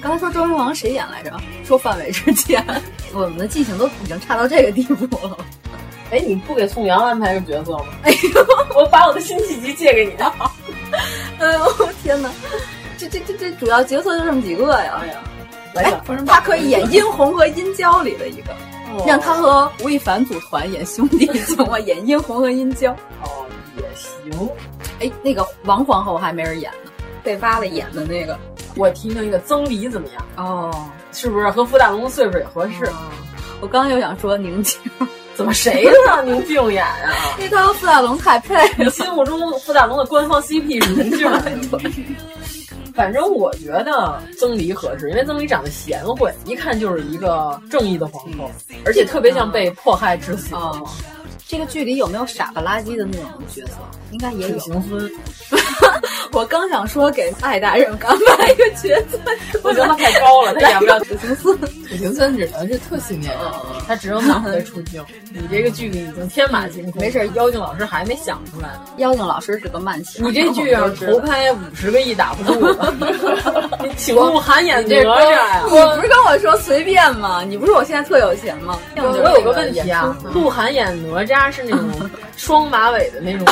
Speaker 5: 刚才说周幽王谁演来着？说范伟之前，我们的记性都已经差到这个地步了。
Speaker 3: 哎，你不给宋阳安排个角色吗？哎呦， 我把我的辛弃疾借给你了。
Speaker 5: 哎呦，天哪！这这这这主要角色就这么几个呀。
Speaker 3: 哎 呀，
Speaker 5: 哎，他可以演殷红和殷郊里的一个，
Speaker 3: 哦
Speaker 5: 让他和吴亦凡组团演兄弟行吗？演殷红和殷郊。
Speaker 3: 哦，也行。
Speaker 5: 哎，那个王皇后还没人演呢，被挖了演的那个，
Speaker 3: 我提那个曾黎怎么样？
Speaker 5: 哦，
Speaker 3: 是不是和傅大龙岁数也合适？
Speaker 5: 我刚刚又想说宁静，
Speaker 3: 怎么谁 让宁静演啊？
Speaker 5: 因为他和傅大龙太配
Speaker 3: 你
Speaker 5: 了。
Speaker 3: 心目中傅大龙的官方 CP 是宁 静。反正我觉得曾黎合适，因为曾黎长得贤惠，一看就是一个正义的皇后，而且特别像被迫害致死的皇后。
Speaker 5: 这个剧里有没有傻不拉几的那种角色？应该也有
Speaker 3: 楚。行孙，
Speaker 5: 我刚想说给艾大人安排一个角色，
Speaker 3: 我觉得他太高了，他演不了楚行孙，
Speaker 17: 楚行孙只能是特型演员。
Speaker 3: 他只有脑袋出镜。你这个剧已经天马行空，没事，妖精老师还没想出来呢。
Speaker 5: 妖精老师是个慢型。
Speaker 3: 你这剧要是投拍五十个亿打不住了，你请鹿晗演
Speaker 5: 你
Speaker 3: 哪
Speaker 5: 这
Speaker 3: 吒
Speaker 5: 呀
Speaker 3: 呀？？
Speaker 5: 你不是跟我说随便吗？你不是我现在特有钱吗？
Speaker 3: 我有个问题啊，鹿晗演哪吒是那种双马尾的那种，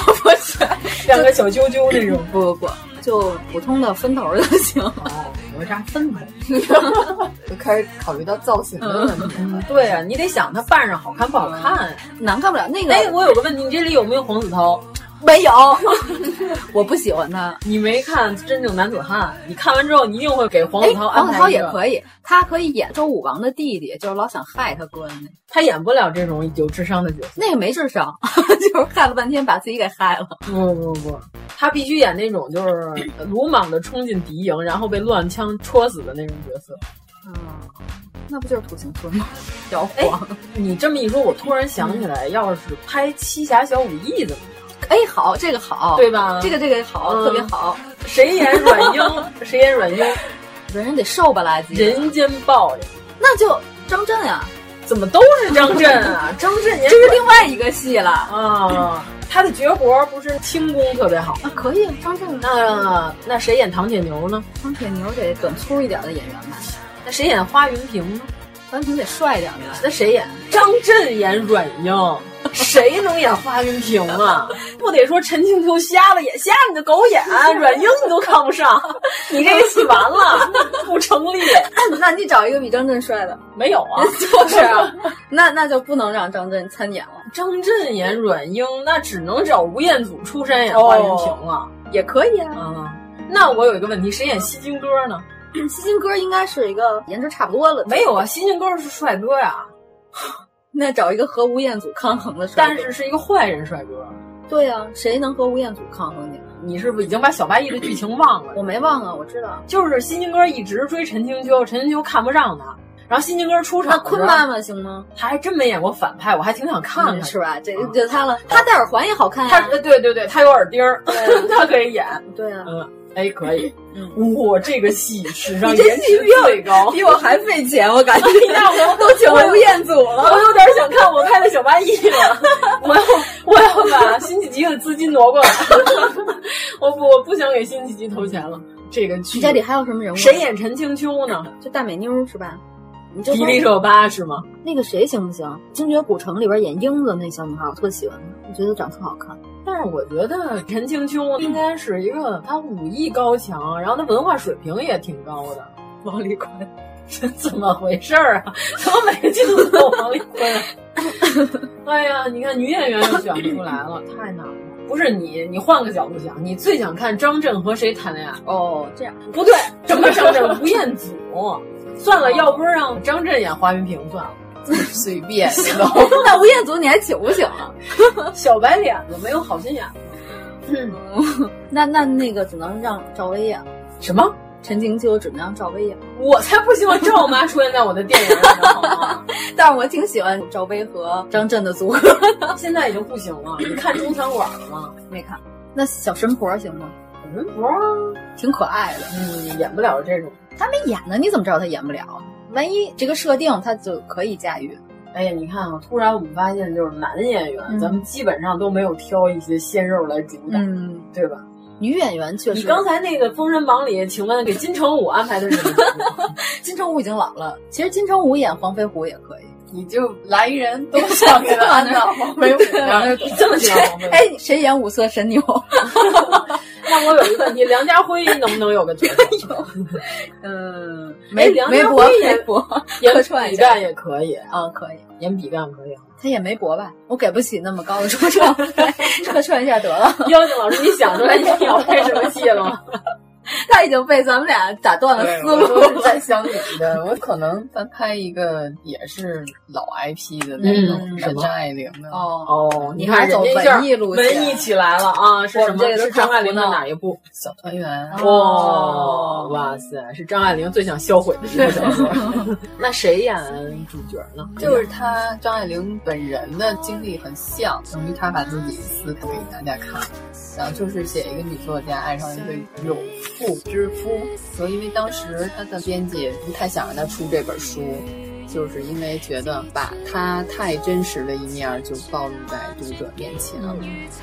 Speaker 3: 两个小揪揪那种。
Speaker 5: 不不不，就普通的分头就行。
Speaker 3: 哪吒分头，
Speaker 17: 就开始考虑到造型的问题。
Speaker 3: 对啊，你得想他扮上好看不好看。
Speaker 5: 嗯难看不了那个，
Speaker 3: 哎，我有个问题，你这里有没有黄子韬？
Speaker 5: 没有， 我不喜欢他。
Speaker 3: 你没看《真正男子汉》，你看完之后你一定会给黄
Speaker 5: 哎
Speaker 3: 子，韬安
Speaker 5: 黄
Speaker 3: 排一
Speaker 5: 子
Speaker 3: 个。
Speaker 5: 韬也可以，他可以演周武王的弟弟，就是老想害他哥的那个。
Speaker 3: 他演不了这种有智商的角色。
Speaker 5: 那个没智商， 就是害了半天把自己给害了。
Speaker 3: 不不不，他必须演那种就是鲁莽的冲进敌营，然后被乱枪戳死的那种角色。
Speaker 5: 那不就是土行孙吗？
Speaker 3: 小黄，你这么一说，我突然想起来，要是拍《七侠小五义》怎么样？
Speaker 5: 哎，好，这个好，
Speaker 3: 对吧？
Speaker 5: 这个这个好，
Speaker 3: 嗯
Speaker 5: 特别好。
Speaker 3: 谁演阮英？谁演阮英？
Speaker 5: 人家得瘦吧唧的，
Speaker 3: 人间暴力，
Speaker 5: 那就张震呀、
Speaker 3: 怎么都是张震啊？张震也
Speaker 5: 这是另外一个戏了
Speaker 3: 啊，他的绝活不是轻功特别好。
Speaker 5: 啊，可以，张震
Speaker 3: 那那谁演唐铁牛呢？
Speaker 5: 张铁牛得短粗一点的演员吧，
Speaker 3: 那谁演花云平呢？
Speaker 5: 咱平得帅一点的。
Speaker 3: 那谁演？张震演阮英，谁能演花云平啊？ 不得说陈庆秋瞎了眼，瞎你的狗眼，阮英你都看不上，你这个戏完了，不成立。
Speaker 5: 那你找一个比张震帅的，
Speaker 3: 没有 啊，
Speaker 5: 就是啊，那那就不能让张震参演了。
Speaker 3: 张震演阮英，那只能找吴彦祖出山演花云平啊。
Speaker 5: 也可以啊，
Speaker 3: 啊，那我有一个问题，谁演西京哥呢？
Speaker 5: 西京哥应该是一个颜值差不多了的，
Speaker 3: 没有啊，西京哥是帅哥呀、
Speaker 5: 那找一个和吴彦祖抗衡的帅哥。
Speaker 3: 但是是一个坏人帅哥。
Speaker 5: 对呀、谁能和吴彦祖抗衡你？
Speaker 3: 你是不是已经把小八义的剧情忘了？
Speaker 5: 我没忘啊，我知道。
Speaker 3: 就是新京哥一直追陈清秋，陈清秋看不上他，然后新京哥出场
Speaker 5: 那
Speaker 3: 的时候，
Speaker 5: 坤妈妈行啊吗？
Speaker 3: 他还真没演过反派，我还挺想看看
Speaker 5: 嗯
Speaker 3: 的
Speaker 5: 是？吧？这个就他了，他戴耳环也好看
Speaker 3: 他
Speaker 5: 呀。
Speaker 3: 呃，对对对，他有耳钉儿， 他可以演。
Speaker 5: 对啊，
Speaker 3: 嗯，哎，可以。
Speaker 5: 嗯
Speaker 3: 哇，这个戏史上
Speaker 5: 你这
Speaker 3: 颜值最高，
Speaker 5: 嗯比 我还费钱，我 感觉
Speaker 3: 你让我
Speaker 5: 都请了吴彦祖
Speaker 3: 我
Speaker 5: 了。
Speaker 3: 有点想看我拍的小八一了，我要我要把辛弃疾的资金挪过来， 我不我不想给辛弃疾投钱了。这个剧
Speaker 5: 你家里还有什么人物？
Speaker 3: 谁？演陈青秋呢？
Speaker 5: 就大美妞是吧？你就
Speaker 3: 迪
Speaker 5: 说
Speaker 3: 丽热巴是吗？
Speaker 5: 那个谁行不行？《精绝古城》里边演英子那小女孩，我特喜欢她，我觉得长得特好看。
Speaker 3: 但是我觉得陈青秋应该是一个他武艺高强，然后他文化水平也挺高的。王丽坤，这怎么回事儿啊？怎么每个剧都有王丽坤、啊？ 哎呀，你看女演员又选不出来了，太难了。不是你，你换个角度想，你最想看张震和谁谈恋爱？
Speaker 5: 哦，这样
Speaker 3: 不对，什么张震？吴彦祖。算了，要不让张震演花云平算了。
Speaker 9: 随便
Speaker 5: 那吴彦祖你还请不请啊？
Speaker 3: 小白脸子没有好心眼子。
Speaker 5: 那那那个只能让赵薇演了，
Speaker 3: 什么？
Speaker 5: 陈情秋只能让赵薇演了。
Speaker 3: 我才不希望赵妈出现在我的电影里呢好吗？
Speaker 5: 但是我挺喜欢赵薇和张震的组 合。
Speaker 3: 现在已经不行了。你看中餐馆了吗？
Speaker 5: 没看，那小神婆行吗？
Speaker 3: 小神婆，啊
Speaker 5: 挺可爱的。
Speaker 3: 嗯，演不了这种。
Speaker 5: 她没演呢，你怎么知道她演不了啊？万一这个设定她就可以驾驭。
Speaker 3: 哎呀，你看啊，突然我们发现，就是男演员，
Speaker 5: 嗯
Speaker 3: 咱们基本上都没有挑一些鲜肉来主打，
Speaker 5: 嗯，
Speaker 3: 对吧？
Speaker 5: 女演员确实。
Speaker 3: 你刚才那个《封神榜》里，请问给金城武安排的是什 么？
Speaker 5: 金城武已经老了，其实金城武演黄飞虎也可以。
Speaker 9: 你就来一人都 想给他按照黄飞
Speaker 5: 啊
Speaker 3: 你这么喜欢黄飞虎
Speaker 5: 哎，谁演五色神牛？
Speaker 3: 那我有一个问题，梁家辉能不能有个角 色？
Speaker 5: 嗯，
Speaker 3: 哎
Speaker 5: 梅
Speaker 3: 梁
Speaker 5: 梅
Speaker 3: 家
Speaker 5: 博
Speaker 3: 辉也
Speaker 5: 梅博
Speaker 3: 演
Speaker 5: 客串一
Speaker 3: 比
Speaker 5: 下
Speaker 3: 干也可以，
Speaker 5: 啊，可以。
Speaker 3: 演比干可以啊。
Speaker 5: 他演梅博吧，我给不起那么高的出场费， 客串一下得了。
Speaker 3: 妖精老师，你想出来你要拍什么戏了吗？
Speaker 5: 他已经被咱们俩打断了
Speaker 9: 对，
Speaker 5: 思
Speaker 9: 我
Speaker 5: 路
Speaker 9: 都是在想你的，我可能咱拍一个也是老 IP 的那种，
Speaker 3: 嗯
Speaker 9: 什么张爱玲的，
Speaker 5: 哦，
Speaker 3: 哦，你
Speaker 5: 你
Speaker 3: 看
Speaker 5: 还
Speaker 3: 人
Speaker 5: 走
Speaker 3: 家一
Speaker 5: 文
Speaker 3: 下
Speaker 5: 艺路线
Speaker 3: 文艺起来了啊！是
Speaker 5: 我
Speaker 3: 什
Speaker 5: 们
Speaker 3: 么？
Speaker 5: 这个都
Speaker 3: 是张
Speaker 5: 太
Speaker 3: 爱玲的
Speaker 5: 胡闹
Speaker 3: 哪一部？
Speaker 9: 小团圆，
Speaker 3: 哇、
Speaker 5: 哦
Speaker 3: 哇塞，是张爱玲最想销毁的一个角 色。 那谁演主角呢？
Speaker 9: 就是她张爱玲本人的经历很像，等于她把自己撕开给大家看。然后就是写一个女作家爱上一个有妇之夫，所以因为当时她的编辑不太想让她出这本书，就是因为觉得把她太真实的一面就暴露在读者面前了。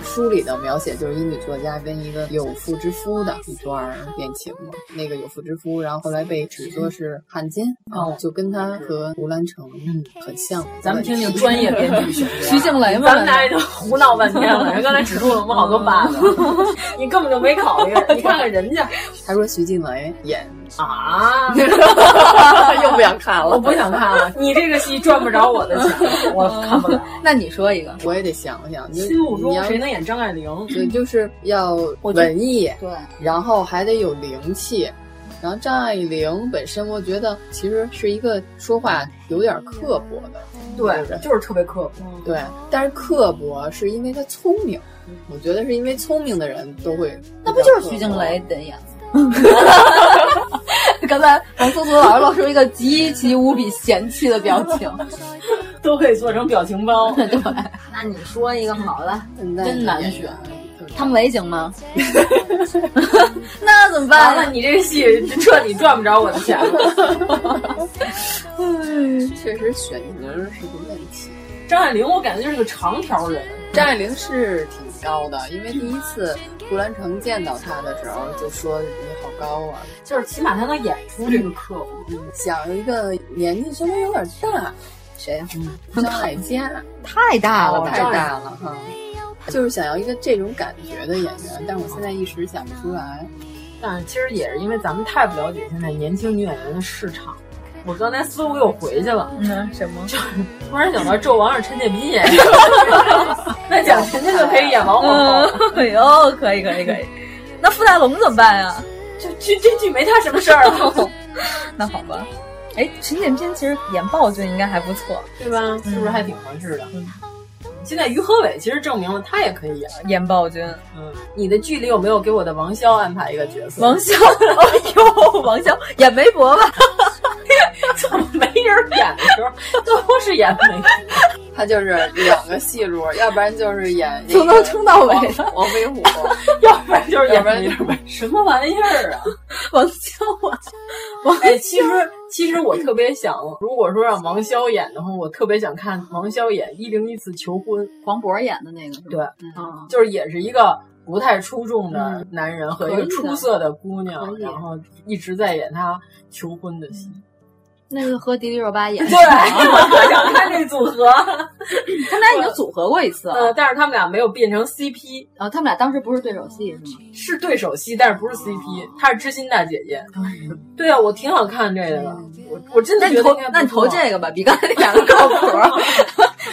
Speaker 9: 书里的描写就是一女作家跟一个有妇之夫的一段恋情嘛，那个有妇之夫，然后后来被指作是汉奸，然后就跟他和胡兰成很像。
Speaker 3: 咱们听听专业编剧选择。
Speaker 5: 徐静蕾嘛
Speaker 3: 咱们俩也都胡闹半天了，人刚才指出了我们好多 bug，你根本就没考虑。你看看人家
Speaker 9: 他说徐静蕾演，
Speaker 3: 啊，
Speaker 9: 又不想看
Speaker 3: 我不想看了，你这个戏赚不着我的钱，我看不了。
Speaker 5: 那你说一个，
Speaker 9: 我也得想想，
Speaker 4: 嗯
Speaker 9: 就
Speaker 3: 心目
Speaker 9: 你
Speaker 3: 中
Speaker 9: 要
Speaker 3: 谁能演张爱玲？
Speaker 9: 对，
Speaker 3: 嗯
Speaker 9: 就是要
Speaker 5: 觉得
Speaker 9: 文艺，
Speaker 5: 对，
Speaker 9: 然后还得有灵气。然后张爱玲本身，我觉得其实是一个说话有点刻薄的，
Speaker 3: 对，就是特别刻薄。
Speaker 9: 嗯对，但是刻薄是因为她聪明，我觉得是因为聪明的人都会比较刻薄。
Speaker 5: 那不就是徐静蕾得演吗？ 刚才王思聪老师露出一个极其无比嫌弃的表情，
Speaker 3: 都可以做成表情包。
Speaker 5: 对，那你说一个好的，真难选。汤唯行吗？ 那怎么办？
Speaker 3: 那你这
Speaker 9: 嗯
Speaker 3: 戏彻底赚不着我的钱了。
Speaker 9: 确实选名是个问题。
Speaker 3: 张爱玲，我感觉就是个长条人。
Speaker 9: 张爱玲是挺高的，因为第一次胡兰成见到她的时候就说你好高啊，
Speaker 3: 就是起码她能演出这个刻度。
Speaker 9: 嗯想一个年纪稍微有点大，谁呀、啊？张艾嘉，
Speaker 5: 嗯太大了，
Speaker 9: 太大了哈。就是想要一个这种感觉的演员，但我现在一时想不出来。
Speaker 3: 但是其实也是因为咱们太不了解现在年轻女演员的市场。我刚才思路又回去了，
Speaker 5: 嗯，什么？
Speaker 3: 就是突然想到纣王是陈建斌演 的，那蒋勤勤就可以演王
Speaker 9: 嗯
Speaker 3: 后。
Speaker 5: 哎呦，可以可以可以。那傅大龙怎么办呀？
Speaker 3: 这这这剧没他什么事儿了。
Speaker 5: 那好吧。哎，陈建斌其实演暴君应该还不错，
Speaker 3: 对吧？是不是还挺合适的？嗯。现在于和伟其实证明了他也可以演
Speaker 5: 演暴君。
Speaker 3: 嗯，你的剧里有没有给我的王骁安排一个角色？
Speaker 5: 王骁，哎呦，王骁演媒婆吧。
Speaker 3: 怎么没人演的时候都是演媒？
Speaker 9: 他就是两个戏路，要不然就是演
Speaker 5: 从头撑到尾
Speaker 9: 的王飞虎，
Speaker 3: 要不然就是演
Speaker 9: 不然就是
Speaker 3: 什么玩意儿啊？
Speaker 5: 王骁啊！
Speaker 3: 王哎，其实其实我特别想，如果说让王骁演的话，我特别想看王骁演《一零一次求婚》，
Speaker 5: 黄渤演的那个。
Speaker 3: 对，嗯，就是也是一个。不太出众
Speaker 5: 嗯
Speaker 3: 的男人和一个出色的姑娘，嗯、然后一直在演他求婚的戏。
Speaker 5: 那个和迪丽热巴 演，
Speaker 3: 对，我特想看这组合。
Speaker 5: 他们俩已经组合过一次了，
Speaker 3: 呃，但是他们俩没有变成 CP。
Speaker 5: 呃、哦，他们俩当时不是对手戏是吗？
Speaker 3: 是对手戏，但是不是 CP。她
Speaker 5: 哦
Speaker 3: 是知心大姐姐。嗯、对啊，我挺想看这个的。我我真的觉
Speaker 5: 得那你投这个吧，比刚才那两 个靠谱。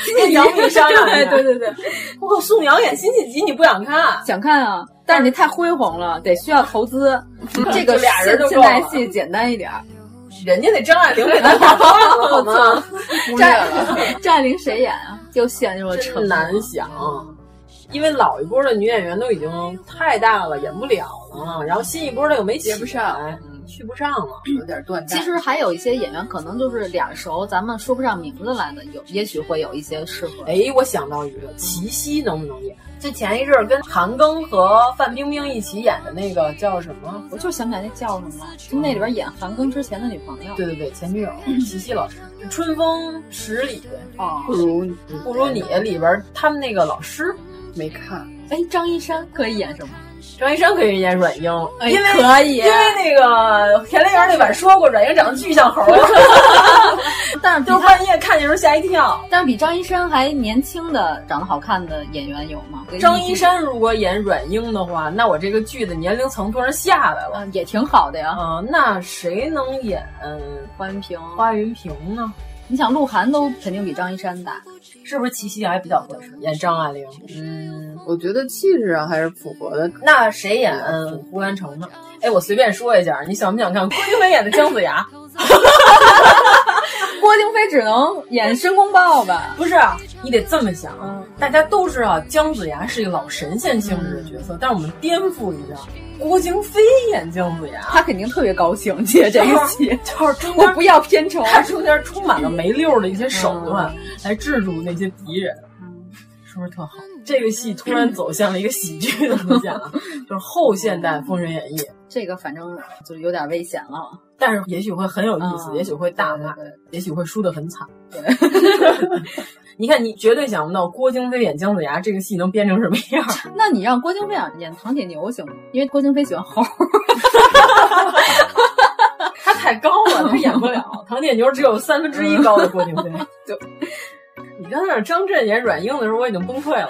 Speaker 3: 辛弃疾，你 商量
Speaker 5: 对对对对，
Speaker 3: 我宋阳演辛弃疾，你不想看？
Speaker 5: 想看啊，但是你太恢宏了，得需要 投资。这个
Speaker 3: 俩人
Speaker 5: 现代戏简单一点，
Speaker 3: 人家那张爱玲给咱打包了好吗？
Speaker 9: 张
Speaker 5: 张爱玲谁演啊？又陷入了沉
Speaker 3: 难
Speaker 9: 啊
Speaker 3: 想，因为老一波的女演员都已经太大了，演不了了，然后新一波的又没
Speaker 9: 接不上。嗯
Speaker 3: 续不上了，
Speaker 9: 有点断。
Speaker 5: 其实还有一些演员可能就是脸熟，咱们说不上名字来的，有也许会有一些适合。
Speaker 3: 哎，我想到一个，齐溪能不能演？就前一阵跟韩庚和范冰冰一起演的那个叫什么？
Speaker 5: 我就想起来那叫什么，就那里边演韩庚之前的女朋友。
Speaker 3: 对对对，前女友
Speaker 9: 嗯
Speaker 3: 齐溪老师，《春风十里》
Speaker 5: 啊，
Speaker 9: 不如
Speaker 3: 不如你
Speaker 9: 嗯
Speaker 3: 里边他们那个老师
Speaker 9: 没看。
Speaker 5: 哎，张一山可以演什么？哎
Speaker 3: 张一山可以演阮英， 因为
Speaker 5: 可以，
Speaker 3: 因为那个田雷园那版说过，阮英长得巨像猴，
Speaker 5: 但是
Speaker 3: 就半夜看见时候吓一跳。
Speaker 5: 但是比张一山还年轻的、长得好看的演员有吗？
Speaker 3: 张一山如果演阮英的话，那我这个剧的年龄层突然下来了，
Speaker 5: 嗯、也挺好的呀。
Speaker 3: 嗯、呃，那谁能演
Speaker 5: 花云平？
Speaker 3: 花云平呢？
Speaker 5: 你想鹿晗都肯定比张一山大，
Speaker 3: 是不是齐溪还比较合适演张爱玲？
Speaker 9: 嗯，我觉得气质啊上还是符合的。
Speaker 3: 那谁演胡兰成呢？哎，我随便说一下，你想不想看郭京飞演的姜子牙？
Speaker 5: 郭京飞只能演申公豹吧？
Speaker 3: 不是，啊你得这么想，嗯、大家都知道姜子牙是一个老神仙性质的角色，嗯、但是我们颠覆一下。郭京飞演姜子 牙，
Speaker 5: 他肯定特别高兴接 这一
Speaker 3: 戏，就是中
Speaker 5: 我不要片酬，
Speaker 3: 他中间充满了没溜的一些手段
Speaker 5: 嗯
Speaker 3: 来制住那些敌人，是不是特好？这个戏突然走向了一个喜剧的路线， 就是后现代《封神演义》。
Speaker 5: 这个反正就有点危险了，
Speaker 3: 但是也许会很有意思，也许会大卖，也许会输得很惨。
Speaker 5: 对，
Speaker 3: 你看，你绝对想不到郭京飞演姜子牙这个戏能编成什么 样。
Speaker 5: 那你让郭京飞啊演演唐铁牛行吗？因为郭京飞喜欢猴，
Speaker 3: 他太高了，他演不 了。唐铁牛只有三分之一高的郭京飞。
Speaker 5: 对，
Speaker 3: 你刚才让张震演阮英的时候，我已经崩溃了。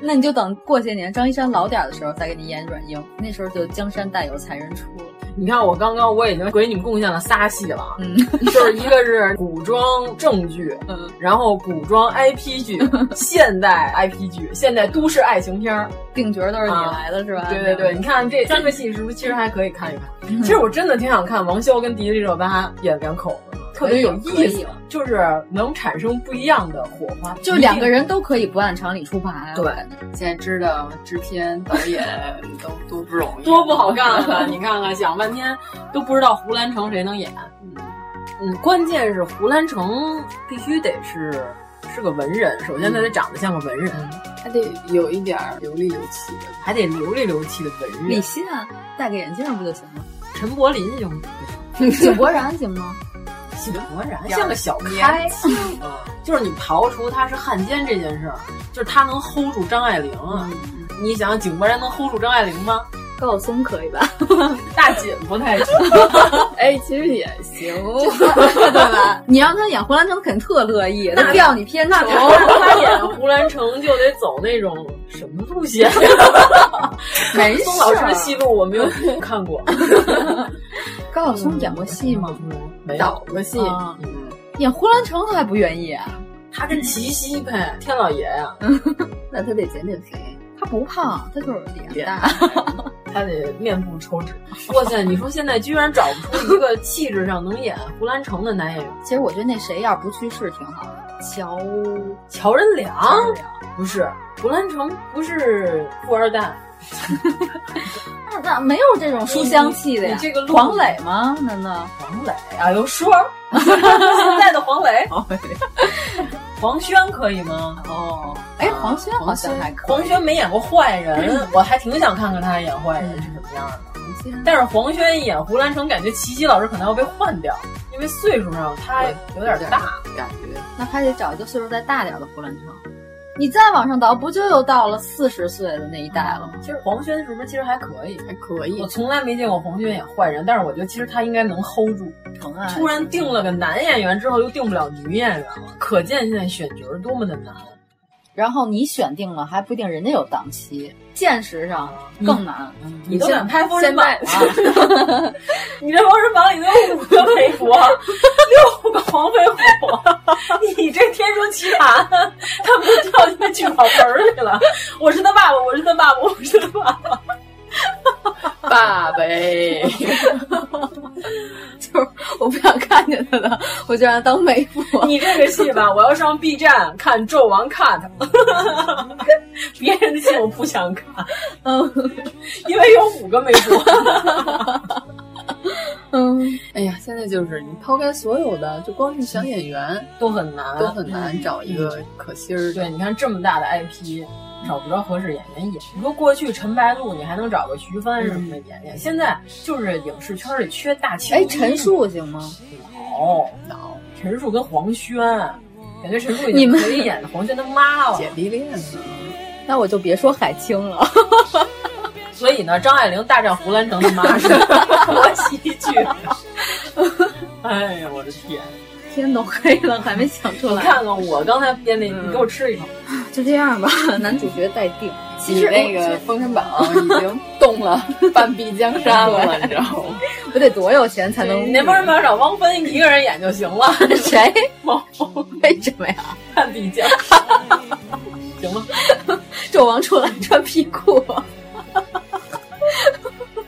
Speaker 5: 那你就等过些年张一山老点的时候再给你演阮英，那时候就江山代有才人出了。
Speaker 3: 你看我刚刚我已经给你们贡献了仨戏了，嗯， 就是一个是古装正剧，嗯，然后古装 IP 剧、现代 IP 剧、现代都市爱情片，
Speaker 5: 定角都是你来的是吧？
Speaker 3: 对对对，你看这
Speaker 5: 嗯
Speaker 3: 三个戏是不是其实还可以看一看？其实我真的挺想看王骁跟迪丽热巴演两口子。特别
Speaker 5: 哎
Speaker 3: 有意思，就是能产生不一样的火花。
Speaker 5: 就两个人都可以不按常理出牌。啊
Speaker 3: 对，
Speaker 9: 现在知道制片导演都多不容易，
Speaker 3: 多不好干啊！你看看，想半天都不知道胡兰成谁能演。嗯嗯，关键是胡兰成必须得是是个文人，首先他得长得像个文人，
Speaker 9: 还嗯得有一点流里流气的，
Speaker 3: 还得流里流气的文人。
Speaker 5: 李欣啊，戴个眼镜不就行了？
Speaker 3: 陈柏霖行吗？
Speaker 5: 井柏然 行吗？
Speaker 3: 井柏然像个小开，就是你刨除他是汉奸这件事儿，就是他能 hold 住张爱玲啊！嗯、你想井柏然能 hold 住张爱玲吗？
Speaker 5: 高晓松可以 吧？
Speaker 3: 大姐不太 行，
Speaker 9: 哎，其实也行，
Speaker 5: 对吧？你让他演胡兰成，肯定特乐意，那调你片酬。
Speaker 3: 他演胡兰成就得走那种什么路 线？
Speaker 5: 没啊
Speaker 3: 松老师的戏路我没有看过。
Speaker 5: 高晓松演过戏吗？
Speaker 3: 没嗯
Speaker 5: 导过戏，演胡兰成他还不愿意啊？
Speaker 3: 他跟齐溪配，天老爷啊呀！
Speaker 5: 那他得减减肥。他不胖，他就是脸大，
Speaker 3: 他得面部抽脂。 哇塞，你说现在居然找不出一个气质上能演胡兰成的男演员。
Speaker 5: 其实我觉得那谁要不去世挺好的，乔
Speaker 3: 乔任梁不是胡兰成，不是富二代。
Speaker 5: 那那没有这种书香气的呀？
Speaker 3: 这个
Speaker 5: 黄磊吗？难道
Speaker 3: 黄磊啊？刘 叔，现在的 黄磊，黄轩可以吗？
Speaker 5: 哦，哎，黄轩好像还可
Speaker 3: 以。黄轩没演过坏 人，我还挺想看看他演坏人是什么样的。但是嗯黄轩演胡兰成，感觉齐溪老师可能要被换掉，因为岁数上他有点大，
Speaker 9: 感觉。
Speaker 5: 那还得找一个岁数再大点的胡兰成。你再往上倒，不就又到了四十岁的那一代了吗？
Speaker 3: 其实黄轩是不是其实还可以，
Speaker 9: 还可以。
Speaker 3: 我从来没见过黄轩演坏人，但是我觉得其实他应该能 hold 住。突然定了个男演员之后，又定不了女演员了，可见现在选角多么的难。
Speaker 5: 然后你选定了，还不一定人家有档期，见识上更难。
Speaker 3: 嗯、你都敢拍《封神榜》 了？你这《封神榜》里有五个飞虎，六个黄飞虎，你这天书奇谈，他们都跳进那聚宝盆里了。我是他爸爸，我是他爸爸，我是他爸爸。
Speaker 9: 爸呗，
Speaker 5: 就是我不想看见他了，我就让他当媒婆。
Speaker 3: 你这个戏吧，我要上 B 站看《纣王 cut》，别人的戏我不想看，嗯，因为有五个媒婆。
Speaker 9: 嗯，哎呀，现在就是你抛开所有的，就光是小演员
Speaker 3: 都很难，
Speaker 9: 都很
Speaker 3: 嗯
Speaker 9: 难找一个可心儿。
Speaker 3: 对，你看这么大的 IP。找不着合适演员演。你说过去陈白露，你还能找个徐帆什么的演演，现在就是影视圈里缺大青。
Speaker 5: 哎，陈数行吗？
Speaker 3: 老老，陈数跟黄轩，感觉陈数已经可以演黄轩的妈了。
Speaker 9: 姐弟恋呢？
Speaker 3: 嗯
Speaker 5: 那我就别说海清了。
Speaker 3: 所以呢，张爱玲大战胡兰成的妈是多喜剧。哎呀，我的天！
Speaker 5: 天都黑了，还没想出来。
Speaker 3: 你看看我刚才编的，你给我吃一口。
Speaker 5: 就这样吧，男主角待定。
Speaker 9: 其实那个《封神榜》哦已经动了半壁江 山了，你知道 吗？
Speaker 5: 我得多有钱才能？
Speaker 3: 你那《封神榜》找汪峰一个人演就行了。
Speaker 5: 谁？
Speaker 3: 汪峰？
Speaker 5: 为什么呀？
Speaker 3: 半壁江山。行吗？
Speaker 5: 纣王出来穿屁股。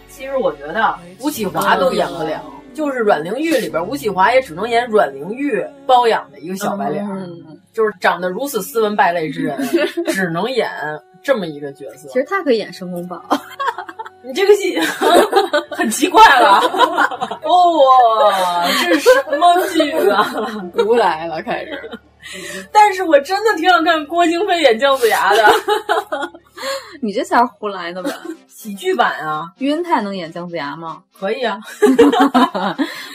Speaker 3: 其实我觉得吴启华都演不了。就是《阮玲玉》里边，吴启华也只能演阮玲玉包养的一个小白脸，嗯、就是长得如此斯文败类之 人，只能演这么一个角色。
Speaker 5: 其实他可以演申公 豹，
Speaker 3: 你这个戏 很奇怪了。 哦，这是什么剧啊？
Speaker 9: 胡来了，开 始。
Speaker 3: 但是我真的挺想看郭京飞演姜子牙的，
Speaker 5: 你这才是胡来的吧？
Speaker 3: 喜剧版啊，
Speaker 5: 于恩泰能演姜子牙吗？
Speaker 3: 可以啊，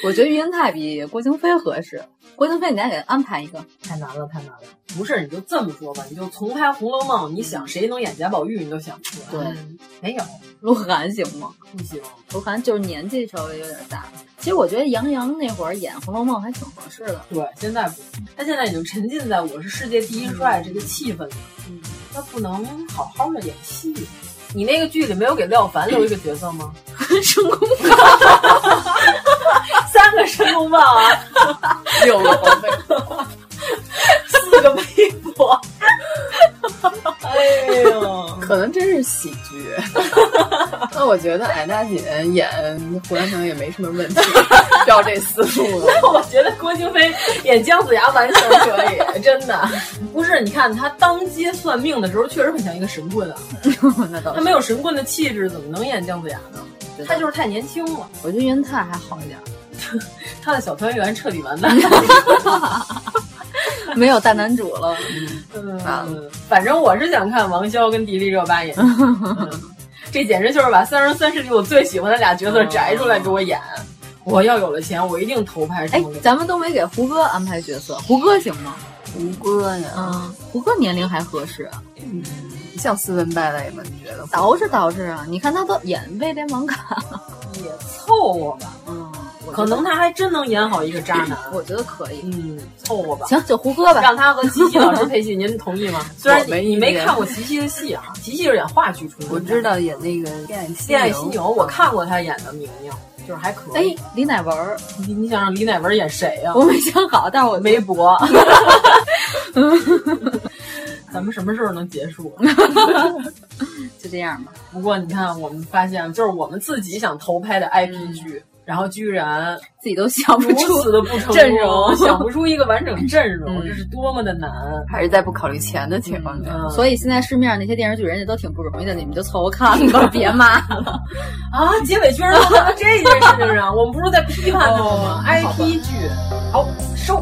Speaker 5: 我觉得于恩泰比郭京飞合适。郭京飞，你再给他安排一个，
Speaker 3: 太难了，太难了。不是，你就这么说吧，你就重拍《红楼梦》，你想谁能演贾宝玉，你都想不出
Speaker 5: 来。对，
Speaker 3: 没有。
Speaker 5: 鹿晗行吗？
Speaker 3: 不行，
Speaker 5: 鹿晗就是年纪稍微有点大。其实我觉得杨洋那会儿演《红楼梦》还挺合适的。
Speaker 3: 对，现在不，他现在已经沉浸在我是世界第一帅这个气氛里，嗯，他不能好好的演戏。你那个剧里没有给廖凡留一个角色 吗？
Speaker 5: 申公豹，
Speaker 3: 三个申公豹 啊，
Speaker 9: 六个黄飞，
Speaker 3: 四个媒婆，哎 可能真是喜 剧。那我觉得矮大紧演胡兰成也没什么问题， 照这思路。
Speaker 9: 我觉得郭京飞演姜子牙完全可 以，真的。不是，你看他当街算命的时候，确实很像一个神棍啊。
Speaker 18: 那倒
Speaker 9: 他
Speaker 18: 是
Speaker 9: 没有神棍的气质，怎么能演姜子牙呢？他就是太年轻了。
Speaker 18: 我觉得袁太还好一点，
Speaker 9: 他的小团圆彻底 完蛋。
Speaker 18: 没有大男主了。
Speaker 9: 嗯，反正我是想看王骁跟迪丽热巴 演，嗯这简直就是把三生三世里我最喜欢的俩角色摘出来给我演。我要有了钱，我一定投拍
Speaker 18: 嗯哎
Speaker 3: 嗯
Speaker 9: 中国，
Speaker 18: 咱们都没给胡歌安排角色，胡歌行吗？胡歌呀，嗯，胡歌年龄还合适、啊，
Speaker 3: 嗯，像斯文败类吗？你觉得？
Speaker 18: 捯饬捯饬啊！你看他都演《威廉王卡》，
Speaker 9: 也凑合吧。
Speaker 18: 嗯，我觉得
Speaker 9: 可能他还真能演好一个渣男，
Speaker 18: 我觉得可以。
Speaker 9: 嗯，凑合吧。
Speaker 18: 行，就胡歌吧。
Speaker 9: 让他和齐西老师配戏，您同 意吗？虽然
Speaker 18: 我
Speaker 9: 你
Speaker 18: 没
Speaker 9: 你
Speaker 18: 意
Speaker 9: 没
Speaker 18: 见
Speaker 9: 看过齐西的戏啊，齐西是演话剧出身的。
Speaker 3: 我知道演那个《恋爱
Speaker 9: 《
Speaker 3: 西
Speaker 9: 恋爱
Speaker 3: 游
Speaker 9: 犀牛》，我看过他演的宁宁，就是还可
Speaker 18: 哎
Speaker 9: 以。，
Speaker 18: 李乃文儿，
Speaker 9: 你你想让李乃文演谁呀、
Speaker 18: 我没想好，但是我
Speaker 9: 微 博。咱们什么时候能结束？
Speaker 18: 就这样吧。
Speaker 9: 不过你看，我们发现就是我们自己想投拍的 IP 剧，
Speaker 18: 嗯
Speaker 9: 然后居然
Speaker 18: 自己都想不出
Speaker 9: 如此的不成功
Speaker 18: 阵容嗯
Speaker 9: 想不出一个完整阵容，这是多么的难。
Speaker 18: 呃
Speaker 3: 还是在不考虑钱的情况下，
Speaker 18: 嗯
Speaker 9: 嗯
Speaker 18: 所以现在市面上那些电视剧，人家都挺不容易的，你们就凑合看 吧，别骂了。
Speaker 9: 啊，结尾居然落到了这件事情上，我们不是在批判他
Speaker 3: 哦
Speaker 9: 们吗、i p 剧，好收。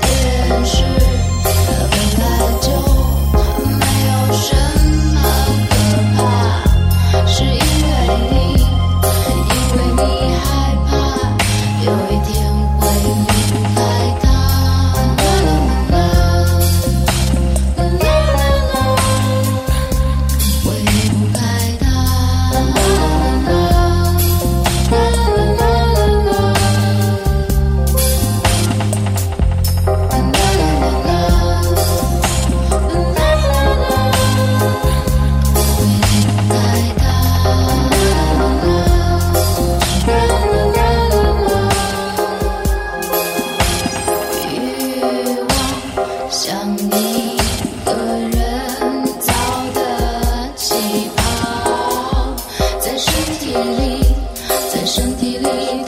Speaker 5: 电视本来就没有什么可怕，是因为你，因为你害怕，有一天会明白它。欲望像一个人造的气泡，在身体里，在身体里